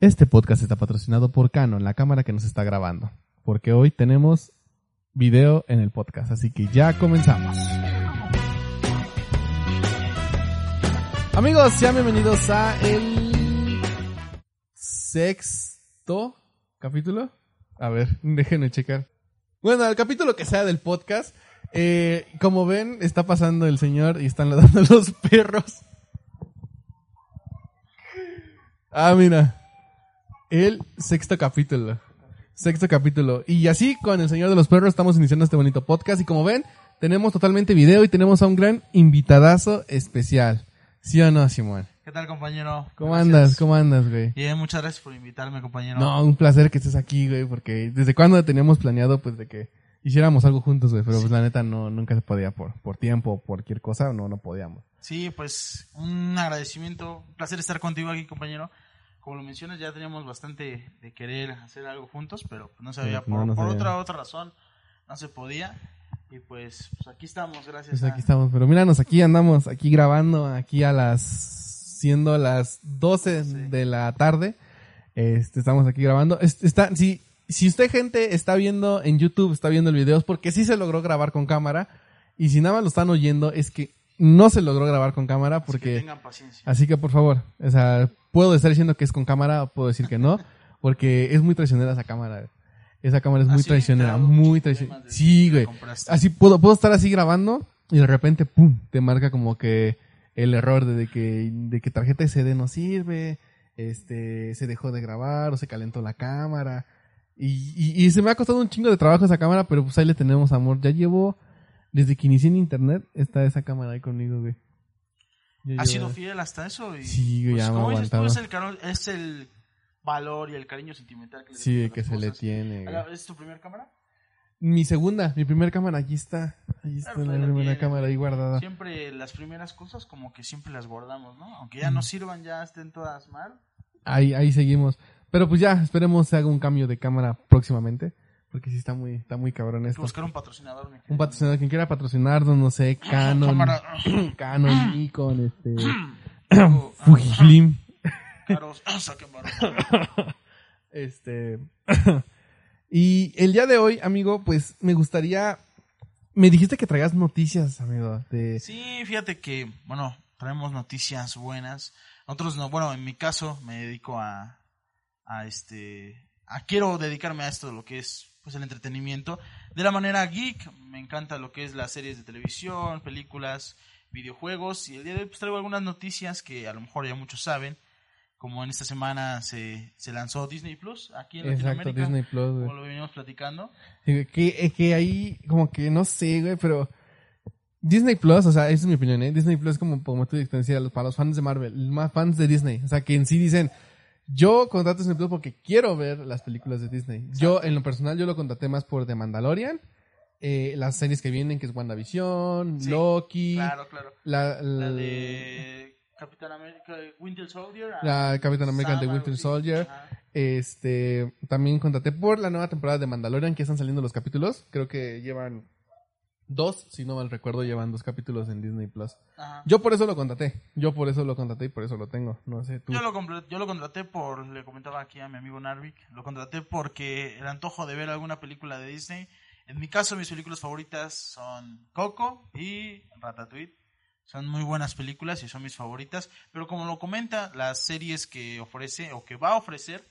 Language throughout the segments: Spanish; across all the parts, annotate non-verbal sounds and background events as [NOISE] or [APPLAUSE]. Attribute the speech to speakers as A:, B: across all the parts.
A: Este podcast está patrocinado por Canon, la cámara que nos está grabando, porque hoy tenemos video en el podcast, así que ya comenzamos. Amigos, sean bienvenidos a el sexto capítulo. A ver, déjenme checar. Bueno, al capítulo que sea del podcast, eh, como ven, está pasando el señor y están ladrando [LAUGHS] los perros. Ah, mira. El sexto capítulo. Sexto capítulo. Y así con el Señor de los Perros estamos iniciando este bonito podcast. Y como ven, tenemos totalmente video y tenemos a un gran invitadazo especial. ¿Sí o no, Simón?
B: ¿Qué tal, compañero?
A: ¿Cómo
B: Gracias.
A: andas? ¿Cómo andas, güey?
B: Bien, muchas gracias por invitarme, compañero.
A: No, un placer que estés aquí, güey, porque desde cuando teníamos planeado, pues, de que hiciéramos algo juntos, güey, pero pues la neta no, nunca se podía por, por tiempo o cualquier cosa, no, no podíamos.
B: Sí, pues un agradecimiento, un placer estar contigo aquí, compañero. Como lo mencionas, ya teníamos bastante de querer hacer algo juntos, pero pues, no se
A: Sí,
B: había,
A: no,
B: por,
A: no se
B: por
A: había.
B: otra otra razón, no se podía. Y pues, pues, aquí estamos, gracias.
A: Pues
B: a-
A: aquí estamos, pero míranos, aquí andamos, aquí grabando, aquí a las, siendo las 12
B: Sí.
A: de la tarde, este, estamos aquí grabando. Es- está, si, si usted, gente, está viendo en YouTube, está viendo el video, es porque sí se logró grabar con cámara, y si nada más lo están oyendo, es que no se logró grabar con cámara
B: así que
A: porque...
B: tengan paciencia.
A: Así que por favor, o sea, puedo estar diciendo que es con cámara, puedo decir que no, porque es muy traicionera esa cámara. Esa cámara es muy
B: Así te
A: traicionera,
B: hago
A: muy
B: muchos
A: traicionera.
B: problemas desde
A: Sí,
B: que la
A: güey.
B: compraste.
A: Así puedo, puedo estar así grabando y de repente, pum, te marca como que el error de, de que, de que tarjeta SD no sirve, este, se dejó de grabar o se calentó la cámara. Y, y- y se me ha costado un chingo de trabajo esa cámara, pero pues ahí le tenemos amor. Ya llevo, desde que inicié en internet, está esa cámara ahí conmigo, güey. Ya
B: Ha
A: llevo-
B: sido fiel hasta eso. Y,
A: Sí, güey,
B: pues,
A: ya me
B: como dices tú,
A: aguantaba.
B: es el, caro- es el valor y el cariño sentimental que le
A: Sí,
B: tienes a
A: que
B: las
A: se le
B: cosas.
A: tiene. güey.
B: ¿Es tu primera cámara?
A: Mi segunda, mi primera cámara, aquí está. Ahí está
B: Claro,
A: la
B: Ah, pues, ahí la
A: primera
B: tienes,
A: cámara ahí guardada.
B: Siempre las primeras cosas como que siempre las guardamos, ¿no? Aunque
A: Mm.
B: ya no sirvan, ya estén todas mal.
A: Ahí, ahí seguimos. Pero pues ya, esperemos se haga un cambio de cámara próximamente. Porque sí está muy, está muy cabrón
B: Hay que
A: esto.
B: buscar un patrocinador. mi querido.
A: Un patrocinador, quien quiera patrocinarnos, no sé, Canon,
B: Cámara. [CLEARS THROAT]
A: Canon, Nikon, este, [CLEARS THROAT]
B: Digo, ah,
A: Fujifilm,
B: caros. Ah, saquen barato.
A: este. [CLEARS THROAT] y el día de hoy, amigo, pues me gustaría, me dijiste que traías noticias, amigo, de,
B: Sí, fíjate que, bueno, traemos noticias buenas. Nosotros no, bueno, en mi caso me dedico a, a este, a quiero dedicarme a esto, lo que es pues el entretenimiento, de la manera geek. Me encanta lo que es las series de televisión, películas, videojuegos. Y el día de hoy pues traigo algunas noticias que a lo mejor ya muchos saben. Como en esta semana se, se lanzó Disney Plus aquí en
A: exacto,
B: Latinoamérica,
A: Disney Plus, güey.
B: como lo veníamos platicando.
A: Sí, güey, Que, eh, que ahí, como que no sé, güey, pero. Disney Plus, o sea, esa es mi opinión, ¿eh? Disney Plus, como, como tú decías, los- para los fans de Marvel, más fans de Disney. O sea, que en sí dicen, yo contrato Disney Plus porque quiero ver las películas de Disney. Yo, en lo personal, yo lo contraté más por The Mandalorian, eh, las series que vienen, que es WandaVision,
B: Sí,
A: Loki,
B: Claro, claro.
A: la, la-
B: La de Capitán América, Winter Soldier. a-
A: la Capitán América de
B: Sam, algo
A: Winter
B: así.
A: Soldier.
B: Ajá.
A: Este, también contraté por la nueva temporada de Mandalorian que están saliendo los capítulos. Creo que llevan dos, si no mal recuerdo, llevan dos capítulos en Disney Plus.
B: Ajá. Yo,
A: Yo por eso lo contraté. Yo por eso lo contraté y por eso lo tengo. No sé, tú.
B: lo compl- yo lo contraté por, le comentaba aquí a mi amigo Narvik, lo contraté porque el antojo de ver alguna película de Disney. En mi caso, mis películas favoritas son Coco y Ratatouille. Son muy buenas películas y son mis favoritas. Pero como lo comenta, las series que ofrece o que va a ofrecer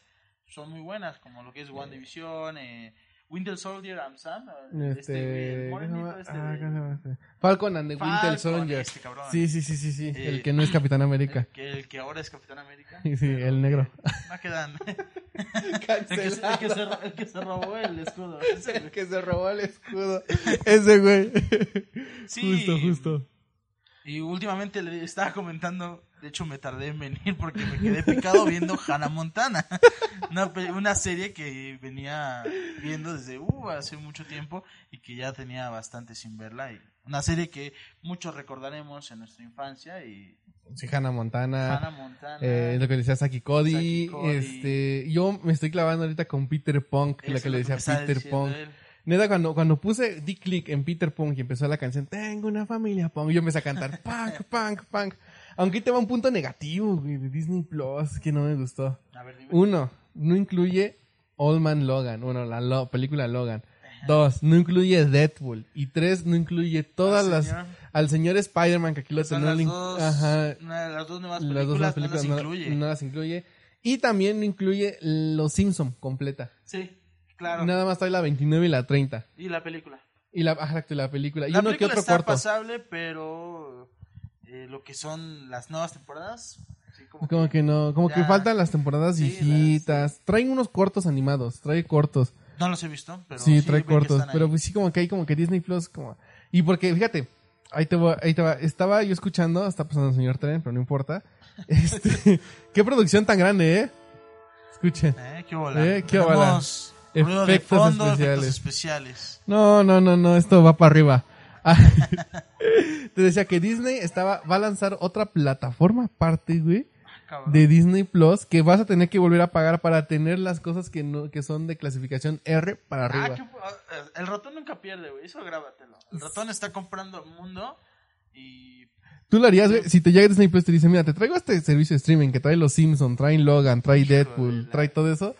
B: son muy buenas, como lo que es WandaVision, eh, Winter Soldier, I'm Sam. eh,
A: Este,
B: güey, el
A: ¿cómo se
B: morenito
A: llama?
B: este
A: Ah,
B: de-
A: ¿cómo se llama este? Falcon and the Winter
B: Falcon,
A: Soldier.
B: este cabrón.
A: Sí, sí, sí, sí, sí.
B: Eh,
A: el que no es Capitán América. [LAUGHS]
B: El que, el que ahora es Capitán América.
A: Sí,
B: Pero
A: el negro.
B: que No quedan. [LAUGHS] El que, se, el que se ro- el que se robó el escudo. ese
A: El
B: güey.
A: que se robó el escudo. Ese güey.
B: Sí.
A: Justo, justo.
B: Y últimamente le estaba comentando, de hecho me tardé en venir porque me quedé picado viendo Hannah Montana. [LAUGHS] Una, pe- una serie que venía viendo desde uh, hace mucho tiempo y que ya tenía bastante sin verla. Y una serie que muchos recordaremos en nuestra infancia. Y
A: Sí, Hannah Montana.
B: Hannah Montana.
A: Ah, Eh, lo que le decía Saki Cody,
B: Saki Cody.
A: este, yo me estoy clavando ahorita con Peter Punk, la que le decía Peter Punk.
B: Pong
A: Neta, cuando, cuando puse di
B: [LAUGHS]
A: click en Peter Punk y empezó la canción, tengo una familia Punk, yo empecé a cantar punk, punk, punk. Aunque ahí te va un punto negativo, güey, de Disney Plus, que no me gustó.
B: A ver, dime.
A: Uno, no incluye Old Man Logan. Bueno, la lo- película Logan.
B: Eh,
A: Dos, no incluye Deadpool. Y tres, no incluye todas
B: Ah,
A: las.
B: señor. Pues
A: Al señor Spider-Man, que aquí lo
B: Son
A: tenemos.
B: las
A: link-
B: dos,
A: Ajá.
B: una de las dos
A: Las
B: nuevas películas,
A: dos nuevas
B: no las
A: películas no,
B: incluye.
A: no las incluye. Y también no incluye Los Simpson completa.
B: Sí, claro.
A: Nada más trae la 29 y la 30.
B: Y la película.
A: Y la, ajá, la película. Y
B: la
A: uno que
B: película
A: otro
B: está
A: corto.
B: pasable, pero eh, lo que son las nuevas temporadas, sí, como,
A: Como que no, como que
B: Ya.
A: faltan las temporadas
B: Sí,
A: viejitas. Traen unos cortos animados, trae cortos.
B: no los he visto, pero
A: sí, trae
B: vi que
A: cortos.
B: están ahí.
A: Pero pues sí, como que hay como que Disney Plus, como. Y porque, fíjate, ahí te va, ahí te va. Estaba yo escuchando, está pasando el señor tren, pero no importa. [LAUGHS] Este, qué producción tan grande, eh. Escuchen.
B: Eh, qué bola.
A: Eh, qué bola.
B: Tenemos ruido de
A: Efectos
B: fondo,
A: especiales.
B: efectos especiales.
A: No, no, no, no, esto va para arriba. [LAUGHS] Ah, te decía que Disney estaba, va a lanzar otra plataforma aparte, güey.
B: Cabrón.
A: de Disney Plus que vas a tener que volver a pagar para tener las cosas que no que son de clasificación R para
B: Ah,
A: arriba.
B: qué pu- ah, el ratón nunca pierde, güey. Eso grábatelo. El ratón está comprando el mundo y
A: Tú lo harías, güey, si te llega Disney Plus te dice, "Mira, te traigo este servicio de streaming que trae Los Simpson, trae Logan, trae
B: Hijo de
A: Deadpool,
B: la-
A: trae todo eso."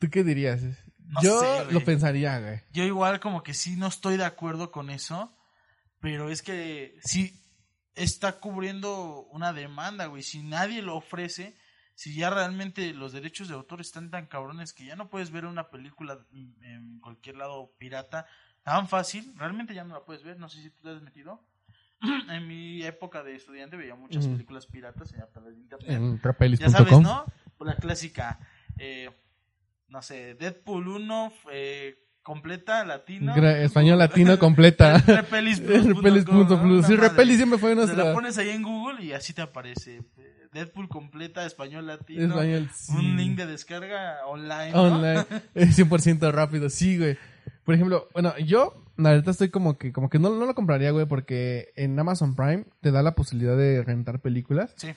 A: ¿Tú qué dirías?
B: No
A: Yo
B: sé, güey.
A: lo pensaría, güey.
B: Yo igual como que sí no estoy de acuerdo con eso, pero es que sí está cubriendo una demanda, güey. Si nadie lo ofrece, si ya realmente los derechos de autor están tan cabrones que ya no puedes ver una película en- en cualquier lado pirata tan fácil, realmente ya no la puedes ver, no sé si tú te has metido. [CLEARS THROAT] En mi época de estudiante veía muchas
A: Ujú.
B: películas piratas en a través de internet.
A: En
B: Ya sabes,
A: rapelis.com.
B: ¿no? Por la clásica. eh, no sé, Deadpool 1 eh, completa, latino.
A: Gra- Español latino
B: [LAUGHS]
A: completa. [LAUGHS]
B: Repelis.com,
A: Repelis.plus.
B: ¿no?
A: Sí,
B: Una madre.
A: Repelis siempre fue
B: Te la
A: nuestra
B: pones ahí en Google y así te aparece. eh, Deadpool completa, español latino.
A: español. sí.
B: Un link de descarga online. ¿no?
A: online [LAUGHS] eh, 100% rápido, sí, güey. Por ejemplo, bueno, yo la verdad estoy como que como que no, no lo compraría, güey, porque en Amazon Prime te da la posibilidad de rentar películas
B: Sí.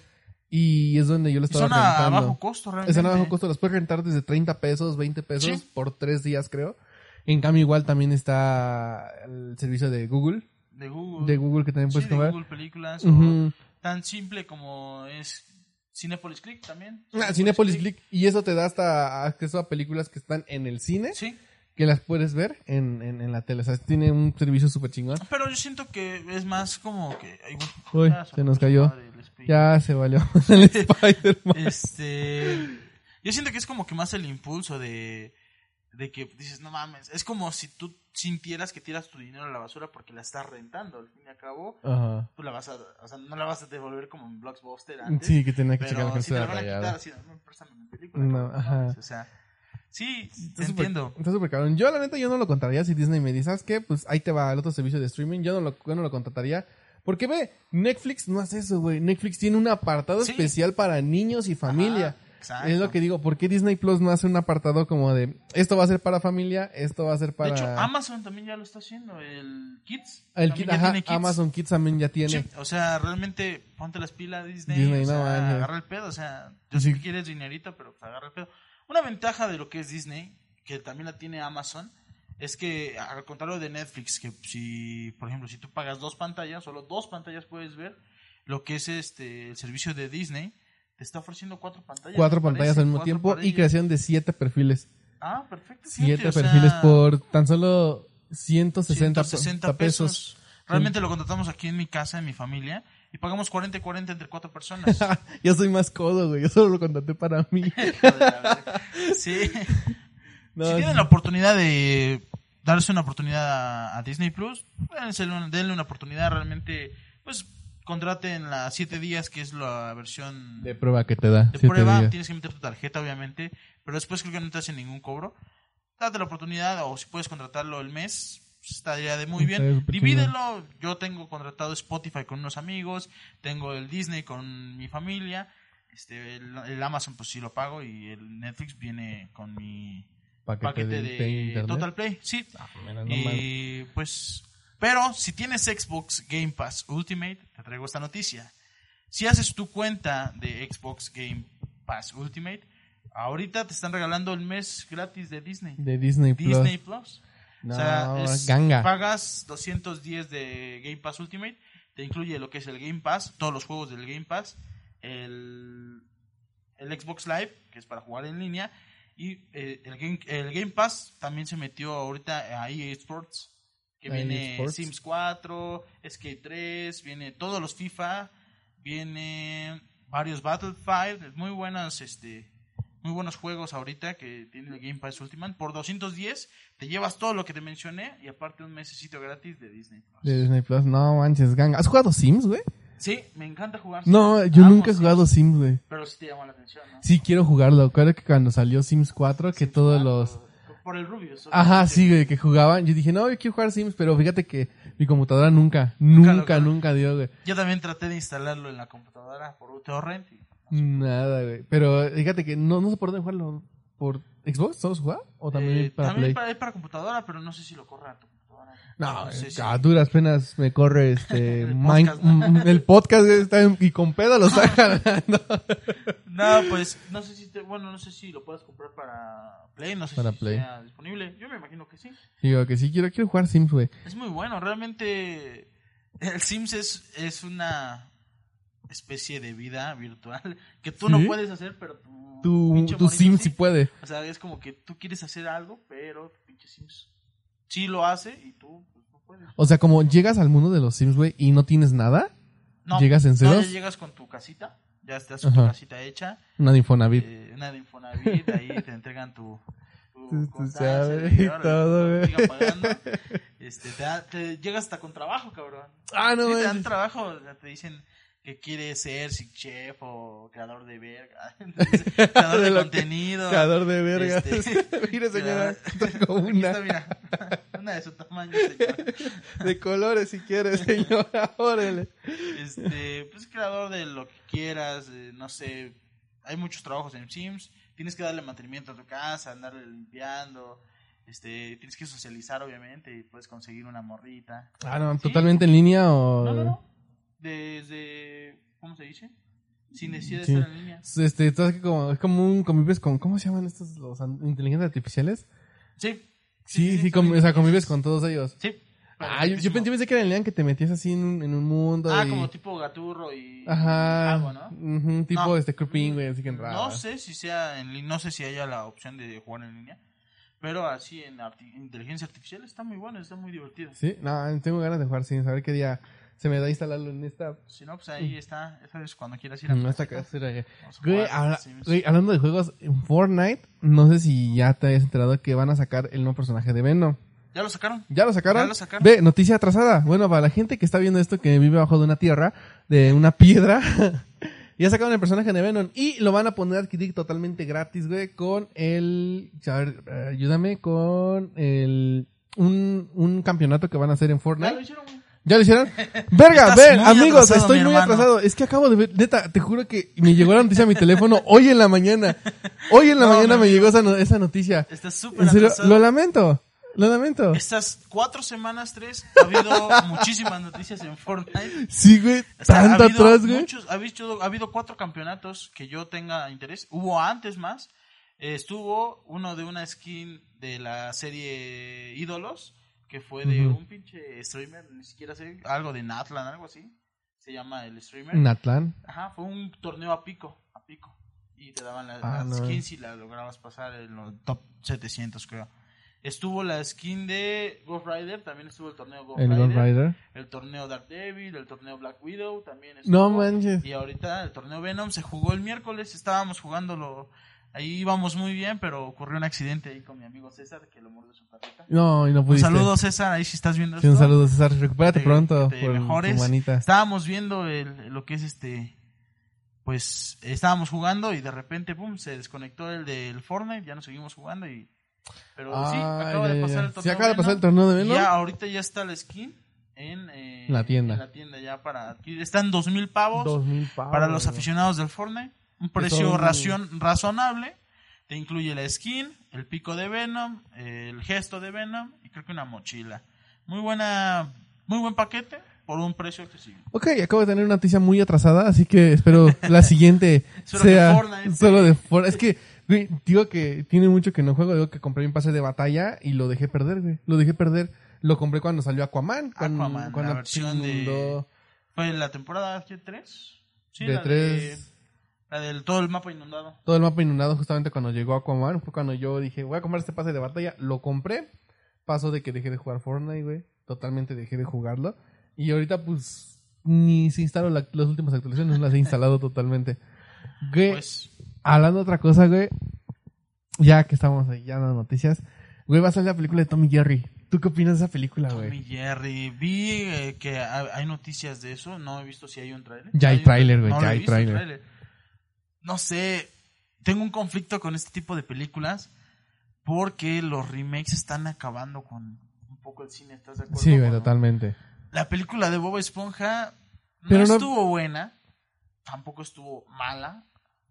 A: y es donde yo lo
B: Y
A: estaba
B: son a
A: rentando.
B: bajo costo, realmente.
A: Están a bajo costo, las puedes rentar desde 30 pesos, 20 pesos
B: Sí.
A: por tres días, creo. En cambio, igual también está el servicio de Google,
B: De Google.
A: de Google que también
B: Sí,
A: puedes
B: de
A: comprar.
B: Google Películas. o
A: Ujú.
B: Tan simple como es Cinepolis Click también.
A: Ah, Cinepolis Click y eso te da hasta acceso a películas que están en el cine,
B: Sí.
A: que las puedes ver en, en, en la tele. O sea, tiene un servicio súper chingón.
B: Pero yo siento que es más como que. ay, güey,
A: Uy,
B: ya
A: se nos
B: puso
A: cayó.
B: madre el speed.
A: Ya se valió [LAUGHS] el Spider-Man.
B: Este. Yo siento que es como que más el impulso de. De que dices, no mames. Es como si tú sintieras que tiras tu dinero a la basura porque la estás rentando. Al fin y al cabo,
A: Ajá.
B: tú la vas a. O sea, no la vas a devolver como en Blockbuster antes.
A: Sí, que tenía que checar
B: pero
A: que no
B: si te la
A: estuviera
B: van a quitar,
A: rayada.
B: así, no, préstame mi película.
A: No,
B: cabrón,
A: ajá.
B: mames, O sea, sí, te
A: súper-
B: entiendo.
A: Está súper cabrón. Yo, la neta, yo no lo contrataría si Disney me dice, ¿sabes qué? Pues ahí te va el otro servicio de streaming. Yo no lo, yo no lo contrataría. Porque ve, Netflix no hace eso, güey. Netflix tiene un apartado
B: Sí.
A: especial para niños y familia.
B: Ajá, exacto.
A: Es lo que digo, ¿por qué Disney Plus no hace un apartado como de esto va a ser para familia, esto va a ser para.
B: De hecho, Amazon tambibién ya lo está haciendo. El Kids.
A: El
B: también
A: kit,
B: ya
A: ajá,
B: tiene Kids.
A: Amazon Kids también ya tiene.
B: Sí, o sea, realmente ponte las pilas Disney,
A: Disney,
B: o
A: no
B: sea,
A: manches.
B: agarra el pedo, o sea, yo
A: Sí.
B: sé que quieres dinerito, pero pues agarra el pedo. Una ventaja de lo que es Disney, que también la tiene Amazon, es que al contrario de Netflix, que si, por ejemplo, si tú pagas dos pantallas, solo dos pantallas puedes ver lo que es este el servicio de Disney, te está ofreciendo cuatro pantallas.
A: Cuatro
B: me
A: pantallas
B: parece,
A: al mismo
B: cuatro
A: tiempo y
B: pantallas.
A: creación de siete perfiles.
B: Ah, perfecto. fíjate,
A: Siete
B: o sea,
A: perfiles por tan solo 160, pesos.
B: 160 pesos. Realmente lo contratamos aquí en mi casa, en mi familia, y pagamos 40 y 40 entre cuatro personas.
A: Yo soy más codo, güey. Yo solo lo contraté para mí.
B: Hijo de la verga. Sí.
A: No,
B: si tienen la oportunidad de darse una oportunidad a, a Disney Plus, dénsele una- denle una oportunidad realmente, pues contraten la 7 días, que es la versión
A: de
B: de,
A: prueba que te da. siete
B: prueba.
A: días.
B: Tienes que meter tu tarjeta, obviamente, pero después creo que no te hacen ningún cobro. Date la oportunidad, o si puedes contratarlo el mes, pues, estaría de muy
A: Estaría
B: bien.
A: súper
B: Divídelo. Yo tengo contratado Spotify con unos amigos, tengo el Disney con mi familia. Este, el, el Amazon pues sí lo pago y el Netflix viene con mi
A: Paquete,
B: paquete
A: de, de
B: de
A: internet.
B: Total Play, sí.
A: Ah, mira, no mames.
B: y pues, pero si tienes Xbox Game Pass Ultimate, te traigo esta noticia. Si haces tu cuenta de Xbox Game Pass Ultimate, ahorita te están regalando el mes gratis de Disney.
A: De Disney Plus.
B: Disney Plus.
A: No,
B: o sea, es-
A: ganga.
B: pagas 210 de Game Pass Ultimate Te incluye lo que es el Game Pass, todos los juegos del Game Pass, el, el Xbox Live, que es para jugar en línea, y eh, el, Game, el Game Pass también se metió ahorita a EA Sports, que
A: A EA
B: viene
A: Sports.
B: Sims 4, Skate 3, viene todos los FIFA, viene varios Battlefield, muy buenas este muy buenos juegos ahorita que tiene el Game Pass Ultimate por 210 te llevas todo lo que te mencioné y aparte un mesecito gratis de Disney Plus.
A: De Disney Plus, no manches, ganga. ¿Has jugado Sims, güey?
B: Sí, me encanta jugar.
A: No, yo
B: Amo
A: nunca he
B: Sims,
A: jugado Sims, güey.
B: Pero sí te llama la atención, ¿no?
A: Sí, quiero jugarlo. Acuerdo que cuando salió Sims 4, que
B: Sims
A: todos
B: cuatro,
A: los...
B: Por el Rubius.
A: Ajá,
B: obviamente.
A: sí, güey, que jugaban. Yo dije, no, yo quiero jugar Sims, pero fíjate que mi computadora nunca, nunca,
B: Claro,
A: nunca dio, güey.
B: Yo también traté de instalarlo en la computadora por un torrent y
A: Nada, güey. Pero fíjate que no, no sé por dónde jugarlo. ¿Por Xbox? ¿Todos jugar? ¿O también
B: Eh,
A: para Play?
B: es para computadora, pero no sé si lo corra a tu
A: [LAUGHS]
B: computadora.
A: No,
B: sé si-
A: a duras penas me corre este
B: [LAUGHS] El
A: Mine-
B: podcast,
A: mm, mm, [LAUGHS] el podcast güey, está en- y con peda
B: [LAUGHS]
A: lo sacan. No.
B: No, pues no sé si te- bueno, no sé si lo puedas comprar para Play, no sé
A: Para
B: si
A: Play.
B: sea disponible. Yo me imagino que sí.
A: Digo que sí quiero quiero jugar Sims, güey.
B: Es muy bueno, realmente el Sims es, es una especie de vida virtual [LAUGHS] que tú
A: ¿Sí?
B: no puedes hacer, pero tu,
A: Tu,
B: pinche
A: tu
B: monito
A: Sims sí
B: sí.
A: puede.
B: O sea, es como que tú quieres hacer algo, pero tu pinche Sims sí lo hace y tú pues, no puedes.
A: O sea, como llegas al mundo de los Sims, güey, y no tienes nada,
B: No,
A: ¿Llegas en
B: no,
A: ceros?
B: ya llegas con tu casita, ya estás con tu
A: Ajá.
B: casita hecha.
A: nada Infonavit.
B: eh, una de Infonavit, ahí te entregan tu... tu
A: Tú- tú
B: constancia,
A: sabes,
B: de que,
A: y
B: órale,
A: todo,
B: te
A: güey.
B: sigan
A: [LAUGHS]
B: pagando. Este, te, da- te llegas hasta con trabajo, cabrón.
A: Ah, no,
B: Sí,
A: [LAUGHS]
B: te
A: güey.
B: dan trabajo, o sea, te dicen que quieres ser si chef o creador
A: [LAUGHS]
B: de verga, [LAUGHS] creador
A: De
B: de,
A: lo que-
B: contenido.
A: Cador de verga.
B: [LAUGHS]
A: [LAUGHS]
B: Este-
A: Mire, señora,
B: [LAUGHS]
A: traigo
B: Aquí está,
A: una
B: mira, [LAUGHS] una de su tamaño, señora.
A: de colores si
B: [LAUGHS]
A: quieres, señora. Órale.
B: Este, pues creador de lo que quieras, eh, no sé, hay muchos trabajos en Sims, tienes que darle mantenimiento a tu casa, andarle limpiando, este, tienes que socializar obviamente y puedes conseguir una morrita.
A: Ah, no,
B: Sí.
A: totalmente en línea o
B: No, no, no.
A: Eh.
B: Desde, ¿cómo se dice? Sin decir de
A: Sí.
B: estar en línea.
A: Este, estás que como, es como un convives con, ¿cómo se llaman estos los an- inteligencias artificiales?
B: Sí.
A: Sí, sí,
B: son
A: com- o sea,
B: bien-
A: convives con todos ellos.
B: Sí.
A: Ah, yo, yo pensé, yo pensé que era en Lean que te metías así en un, en un mundo.
B: Ah,
A: y-
B: como tipo gaturro y
A: Ajá.
B: agua, ¿no?
A: Ujú, tipo
B: No.
A: este creeping, güey, así que entraba.
B: No sé si sea en li- no sé si haya la opción de jugar en línea, pero así en arti- inteligencia artificial está muy bueno, está muy divertido.
A: Sí, no, tengo ganas de jugar sin saber qué día se me da instalarlo en esta.
B: Si no, pues ahí está, ya sabes, cuando quieras ir a
A: En esta
B: casita,
A: casera. eh. güey.
B: vamos a
A: Güey,
B: jugar
A: habla-
B: Sims.
A: güey, hablando de juegos, en Fortnite, no sé si ya te hayas enterado que van a sacar el nuevo personaje de Venom.
B: ¿Ya lo sacaron?
A: ¿Ya lo sacaron?
B: Ya lo sacaron.
A: Ve, noticia atrasada. Bueno, para la gente que está viendo esto, que vive bajo de una tierra, de una piedra, [LAUGHS] ya sacaron el personaje de Venom y lo van a poner a adquirir totalmente gratis, güey, con el... A ver, eh, ayúdame, con el... Un, un campeonato que van a hacer en
B: Ya lo
A: Fortnite.
B: hicieron, güey.
A: ¿Ya lo
B: [LAUGHS]
A: hicieron? Verga,
B: Estás
A: ver,
B: muy
A: amigos,
B: atrasado,
A: estoy
B: mi
A: muy
B: hermano.
A: atrasado. Es que acabo de ver, neta, te juro que me llegó la noticia a mi
B: [LAUGHS]
A: teléfono hoy en la mañana. Hoy en la
B: No,
A: mañana
B: mi
A: me llegó esa, no- esa noticia.
B: Estás súper
A: En serio,
B: atrasado.
A: lo lamento. Lo lamento.
B: Estas cuatro semanas, tres, ha
A: [LAUGHS]
B: habido muchísimas noticias en Fortnite.
A: Sí, güey.
B: O sea,
A: tanto
B: ha habido
A: atrás, güey.
B: muchos- ha, habido, ha habido cuatro campeonatos que yo tenga interés. Hubo antes más. Eh, estuvo uno de una skin de la serie Ídolos, que fue de
A: Ujú.
B: un pinche streamer, ni siquiera sé, algo de Natlan, algo así. Se llama el streamer.
A: Natlan.
B: Ajá, fue un torneo a pico, a pico. Y te daban la,
A: Ah,
B: la
A: no.
B: skin si la lograbas pasar en los top 700, creo. Estuvo la skin de Ghost Rider, también estuvo el torneo Ghost,
A: El
B: Rider,
A: Lord Rider.
B: El torneo Dark Devil, el torneo Black Widow también estuvo.
A: No manches.
B: Y ahorita el torneo Venom se jugó el miércoles, estábamos jugándolo. Ahí íbamos muy bien, pero ocurrió un accidente ahí con mi amigo César, que lo mordió su tarjeta.
A: No, y no
B: Un
A: pudiste.
B: saludo, César, ahí si estás viendo
A: Sí, un
B: esto.
A: saludo, César. Recupérate
B: Que-
A: pronto
B: que te
A: por
B: mejores.
A: tu manita.
B: Estábamos viendo el- lo que es este. Pues estábamos jugando y de repente, pum, se desconectó el del Fortnite. Ya no seguimos jugando y. Pero sí,
A: Ay,
B: acaba
A: Ah, ya,
B: de
A: ya,
B: pasar
A: ya.
B: el torneo.
A: Sí, acaba de pasar el
B: Venom,
A: torneo de
B: y
A: Venom.
B: Ya, ahorita ya está la skin en eh,
A: La tienda.
B: en la tienda ya para adquirir. Están dos mil pavos
A: Dos mil pavos.
B: para los
A: güey.
B: aficionados del Fortnite. Un precio
A: son-
B: racion- razonable. Te incluye la skin, el pico de Venom, el gesto de Venom y creo que una mochila. Muy buena, muy buen paquete por un precio accesible.
A: Ok, acabo de tener una noticia muy atrasada, así que espero la siguiente
B: [LAUGHS] Solo
A: sea
B: de Fortnite.
A: solo de Fortnite. Es que, güey, digo que tiene mucho que no juego, digo que compré un pase de batalla y lo dejé perder, güey. Lo dejé perder. Lo compré cuando salió Aquaman. Cuando,
B: Aquaman,
A: cuando
B: la versión de- Fue la temporada 3. Sí,
A: de
B: la
A: tres.
B: de- la del todo el mapa inundado.
A: Todo el mapa inundado justamente cuando llegó Aquaman. Fue cuando yo dije, voy a comprar este pase de batalla. Lo compré. Paso de que dejé de jugar Fortnite, güey. Totalmente dejé de jugarlo. Y ahorita, pues, ni se instalaron la- las últimas actualizaciones. Las he instalado [LAUGHS] totalmente. Güey,
B: Pues,
A: hablando de otra cosa, güey. Ya que estamos ahí, ya en las noticias. Güey, va a salir la película de Tommy Jerry. ¿Tú qué opinas de esa película,
B: Tommy
A: Ah, güey?
B: Jerry. Vi eh, que ha- hay noticias de eso. No he visto si hay un tráiler.
A: Ya hay
B: un
A: tráiler, güey,
B: No
A: ya
B: lo he
A: hay
B: visto el
A: tráiler.
B: tráiler. No sé. Tengo un conflicto con este tipo de películas porque los remakes están acabando con un poco el cine. ¿Estás de acuerdo?
A: Sí, güey,
B: Cuando-
A: totalmente.
B: La película de Bob Esponja no
A: Pero no-
B: estuvo buena. Tampoco estuvo mala.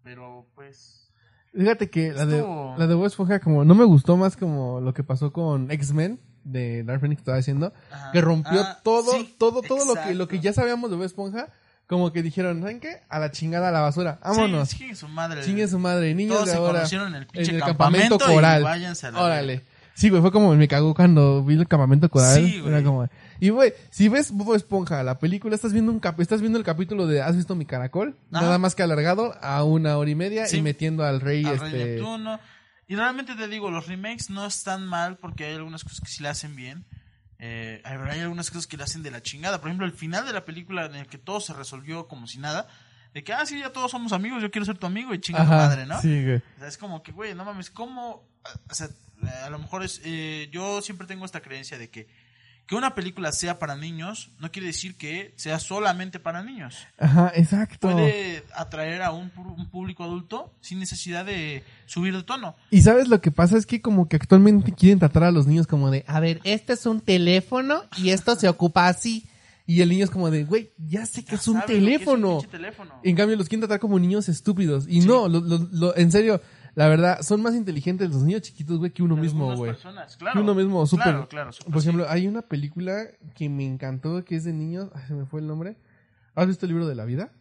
B: Pero pues.
A: Fíjate que la de,
B: Estuvo-
A: la de Bob Esponja como no me gustó más como lo que pasó con X-Men de Dark Phoenix que estaba diciendo,
B: ajá.
A: que rompió
B: Ah,
A: todo,
B: sí,
A: todo, todo lo que, lo
B: exacto.
A: que ya sabíamos de Bob Esponja, como que dijeron, ¿saben qué? A la chingada, a la basura,
B: Sí,
A: vámonos,
B: sí, su madre.
A: chingue su madre, niños
B: Todos
A: de
B: se
A: ahora,
B: conocieron en el
A: en
B: pinche
A: el
B: campamento,
A: campamento
B: y
A: coral,
B: váyanse a la
A: órale. Sí, güey, fue como me cagó cuando vi el campamento coral.
B: Sí, güey.
A: Era como- Y, güey, si ves Bob Esponja, la película, estás viendo un cap estás viendo el capítulo de ¿Has visto mi caracol?
B: Ajá.
A: Nada más que alargado a una hora y media
B: Sí.
A: y metiendo al rey,
B: a Rey
A: este...
B: Neptuno. Y realmente te digo, los remakes no están mal porque hay algunas cosas que sí la hacen bien. Eh, hay- hay algunas cosas que la hacen de la chingada. Por ejemplo, el final de la película en el que todo se resolvió como si nada. De que, ah, sí, ya todos somos amigos, yo quiero ser tu amigo y chinga tu
A: Ajá,
B: madre, ¿no?
A: Sí, güey.
B: O sea, es como que, güey, no mames, ¿cómo? O sea, a lo mejor es. eh, yo siempre tengo esta creencia de que que una película sea para niños no quiere decir que sea solamente para niños.
A: Ajá, exacto.
B: puede atraer a un, pu- un público adulto sin necesidad de subir de tono.
A: Y sabes lo que pasa es que como que actualmente quieren tratar a los niños como de, a ver, este es un teléfono y esto se ocupa así. Y el niño es como de, güey, ya sé que es un
B: ¿Sabes lo que
A: teléfono.
B: pinche teléfono?
A: En cambio, los quieren tratar como niños estúpidos. Y
B: Sí.
A: no, lo- lo- lo- en serio, la verdad, son más inteligentes los niños chiquitos, güey, que uno mismo,
B: Algunas
A: güey.
B: personas, claro.
A: Y uno mismo, súper.
B: Claro, claro, súper,
A: Por
B: sí.
A: ejemplo, hay una película que me encantó, que es de niños, ay, se me fue el nombre. ¿Has visto el libro de la vida?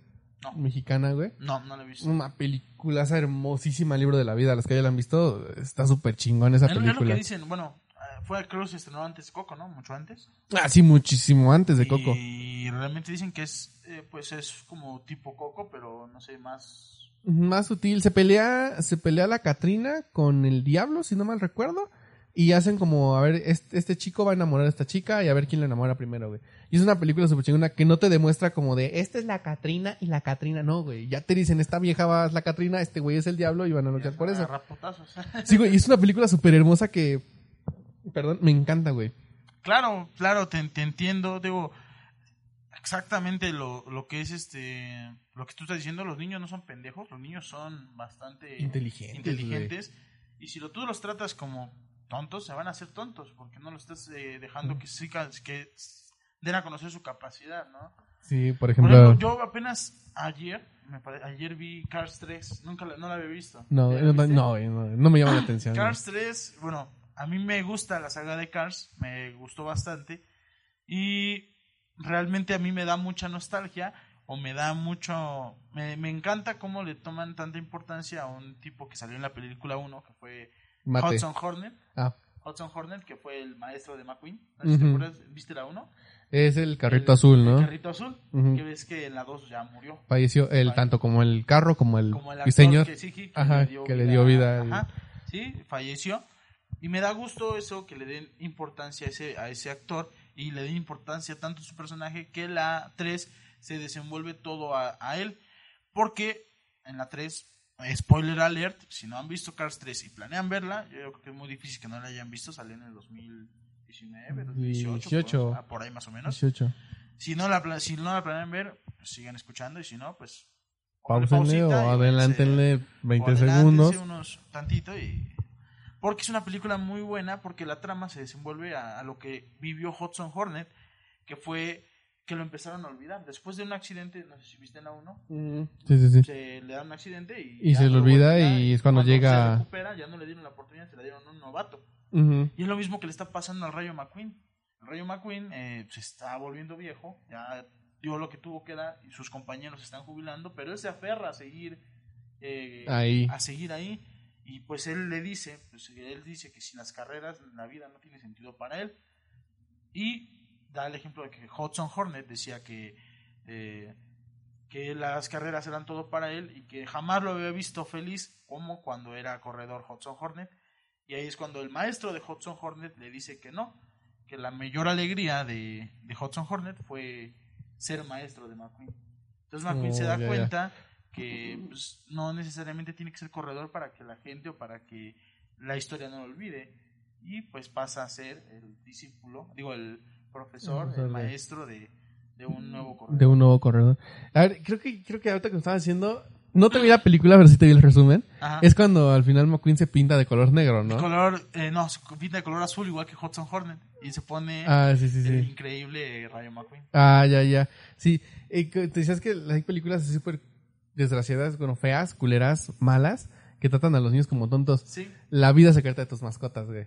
B: No.
A: Mexicana, güey.
B: No, no lo he visto.
A: Una peliculaza hermosísima, Libro de la Vida. Las que ya la han visto, está súper chingón esa
B: Es lo- es lo que
A: película.
B: dicen, bueno, eh, fue creo que se estrenó antes de Coco, ¿no? Mucho antes.
A: Ah, sí, muchísimo antes de Coco.
B: Y realmente dicen que es, eh, pues es como tipo Coco, pero no sé, más...
A: Más sutil. Se pelea, se pelea la Catrina con el diablo, si no mal recuerdo. Y hacen como, a ver, este, este chico va a enamorar a esta chica y a ver quién la enamora primero, güey. Y es una película súper chingona que no te demuestra como de, esta es la Catrina y la Catrina no, güey. Ya te dicen, esta vieja va, es la Catrina, este güey es el diablo y van a luchar por eso.
B: Raputazos.
A: Sí, güey, y es una película súper hermosa que, perdón, me encanta, güey.
B: [LAUGHS] Claro, claro, te, te entiendo. Digo, exactamente lo, lo que es este. Lo que tú estás diciendo, los niños no son pendejos, los niños son bastante
A: Inteligentes,
B: inteligentes, y si lo, tú los tratas como tontos, se van a hacer tontos, porque no los estás eh, dejando que, siga- que s- den a conocer su capacidad, ¿no?
A: Sí, por
B: Por
A: ejemplo.
B: ejemplo, yo apenas ayer, me pare- ayer vi Cars 3, nunca la- no la había visto.
A: No,
B: ¿Ya
A: no,
B: la
A: no,
B: viste?
A: no, no me llama la atención.
B: Cars 3, bueno, a mí me gusta la saga de Cars, me gustó bastante y realmente a mí me da mucha nostalgia o me da mucho, me, me encanta cómo le toman tanta importancia a un tipo que salió en la película 1, que fue
A: Mate.
B: Hudson Hornet,
A: Ah,
B: Hudson Hornet, que fue el maestro de McQueen, no sé si te
A: Ujú.
B: acuerdas, ¿viste la 1?
A: es el carrito
B: El-
A: azul,
B: El
A: ¿no?
B: carrito azul,
A: Ujú.
B: que ves que en la 2 ya murió.
A: Falleció el tanto como el carro como el,
B: como el actor
A: diseño.
B: que sí, que
A: Ajá, que le dio vida al-
B: ajá, sí, falleció. Y me da gusto eso, que le den importancia a ese, a ese actor y le den importancia tanto a su personaje que la 3 se desenvuelve todo a, a él. Porque en la 3, spoiler alert, si no han visto Cars 3 y planean verla, yo creo que es muy difícil que no la hayan visto, salió en el
A: Mm,
B: 2019, 2018,
A: 18.
B: por- ah, por ahí más o menos.
A: 18.
B: Si no la, pla- si no la planean ver, pues sigan escuchando y si no, pues... ponle
A: Pausenle o
B: pausita y véanse-
A: adelántenle 20
B: o adelántese
A: segundos.
B: unos tantito y... Porque es una película muy buena porque la trama se desenvuelve a, a lo que vivió Hudson Hornet, que fue que lo empezaron a olvidar. Después de un accidente, no sé si viste en la 1,
A: Sí, sí, sí.
B: se le da un accidente y...
A: Y
B: ya
A: se
B: no
A: le
B: lo
A: olvida
B: volvieron a-
A: y es cuando llega-
B: se recupera, ya no le dieron la oportunidad, se la dieron a un novato.
A: Ujú.
B: Y es lo mismo que le está pasando al Rayo McQueen. El Rayo McQueen eh, se está volviendo viejo, ya dio lo que tuvo que dar y sus compañeros se están jubilando, pero él se aferra a seguir eh,
A: Ahí.
B: a seguir ahí. Y pues él le dice, pues él dice que sin las carreras la vida no tiene sentido para él. Y da el ejemplo de que Hudson Hornet decía que eh, que las carreras eran todo para él y que jamás lo había visto feliz como cuando era corredor Hudson Hornet. Y ahí es cuando el maestro de Hudson Hornet le dice que no, que la mayor alegría de, de Hudson Hornet fue ser maestro de McQueen. Entonces McQueen
A: Oh,
B: se da
A: ya, ya.
B: cuenta que pues, no necesariamente tiene que ser corredor para que la gente o para que la historia no lo olvide. Y pues pasa a ser el discípulo, digo, el profesor, el,
A: profesor de-
B: maestro de, de un nuevo corredor.
A: De un nuevo corredor. A ver, creo que, creo que ahorita que me estaba haciendo. No te vi la película, pero sí te vi el resumen.
B: Ajá.
A: Es cuando al final McQueen se pinta de color negro,
B: De
A: ¿no?
B: color, eh, no, se pinta de color azul igual que Hudson Hornet. Y se pone
A: Ah, sí, sí,
B: el
A: sí.
B: increíble Rayo McQueen.
A: Ah, ya, ya. Sí, eh, que- te decías que hay películas así súper desgraciadas, bueno, feas, culeras, malas, que tratan a los niños como tontos.
B: Sí,
A: La vida secreta de tus mascotas, güey.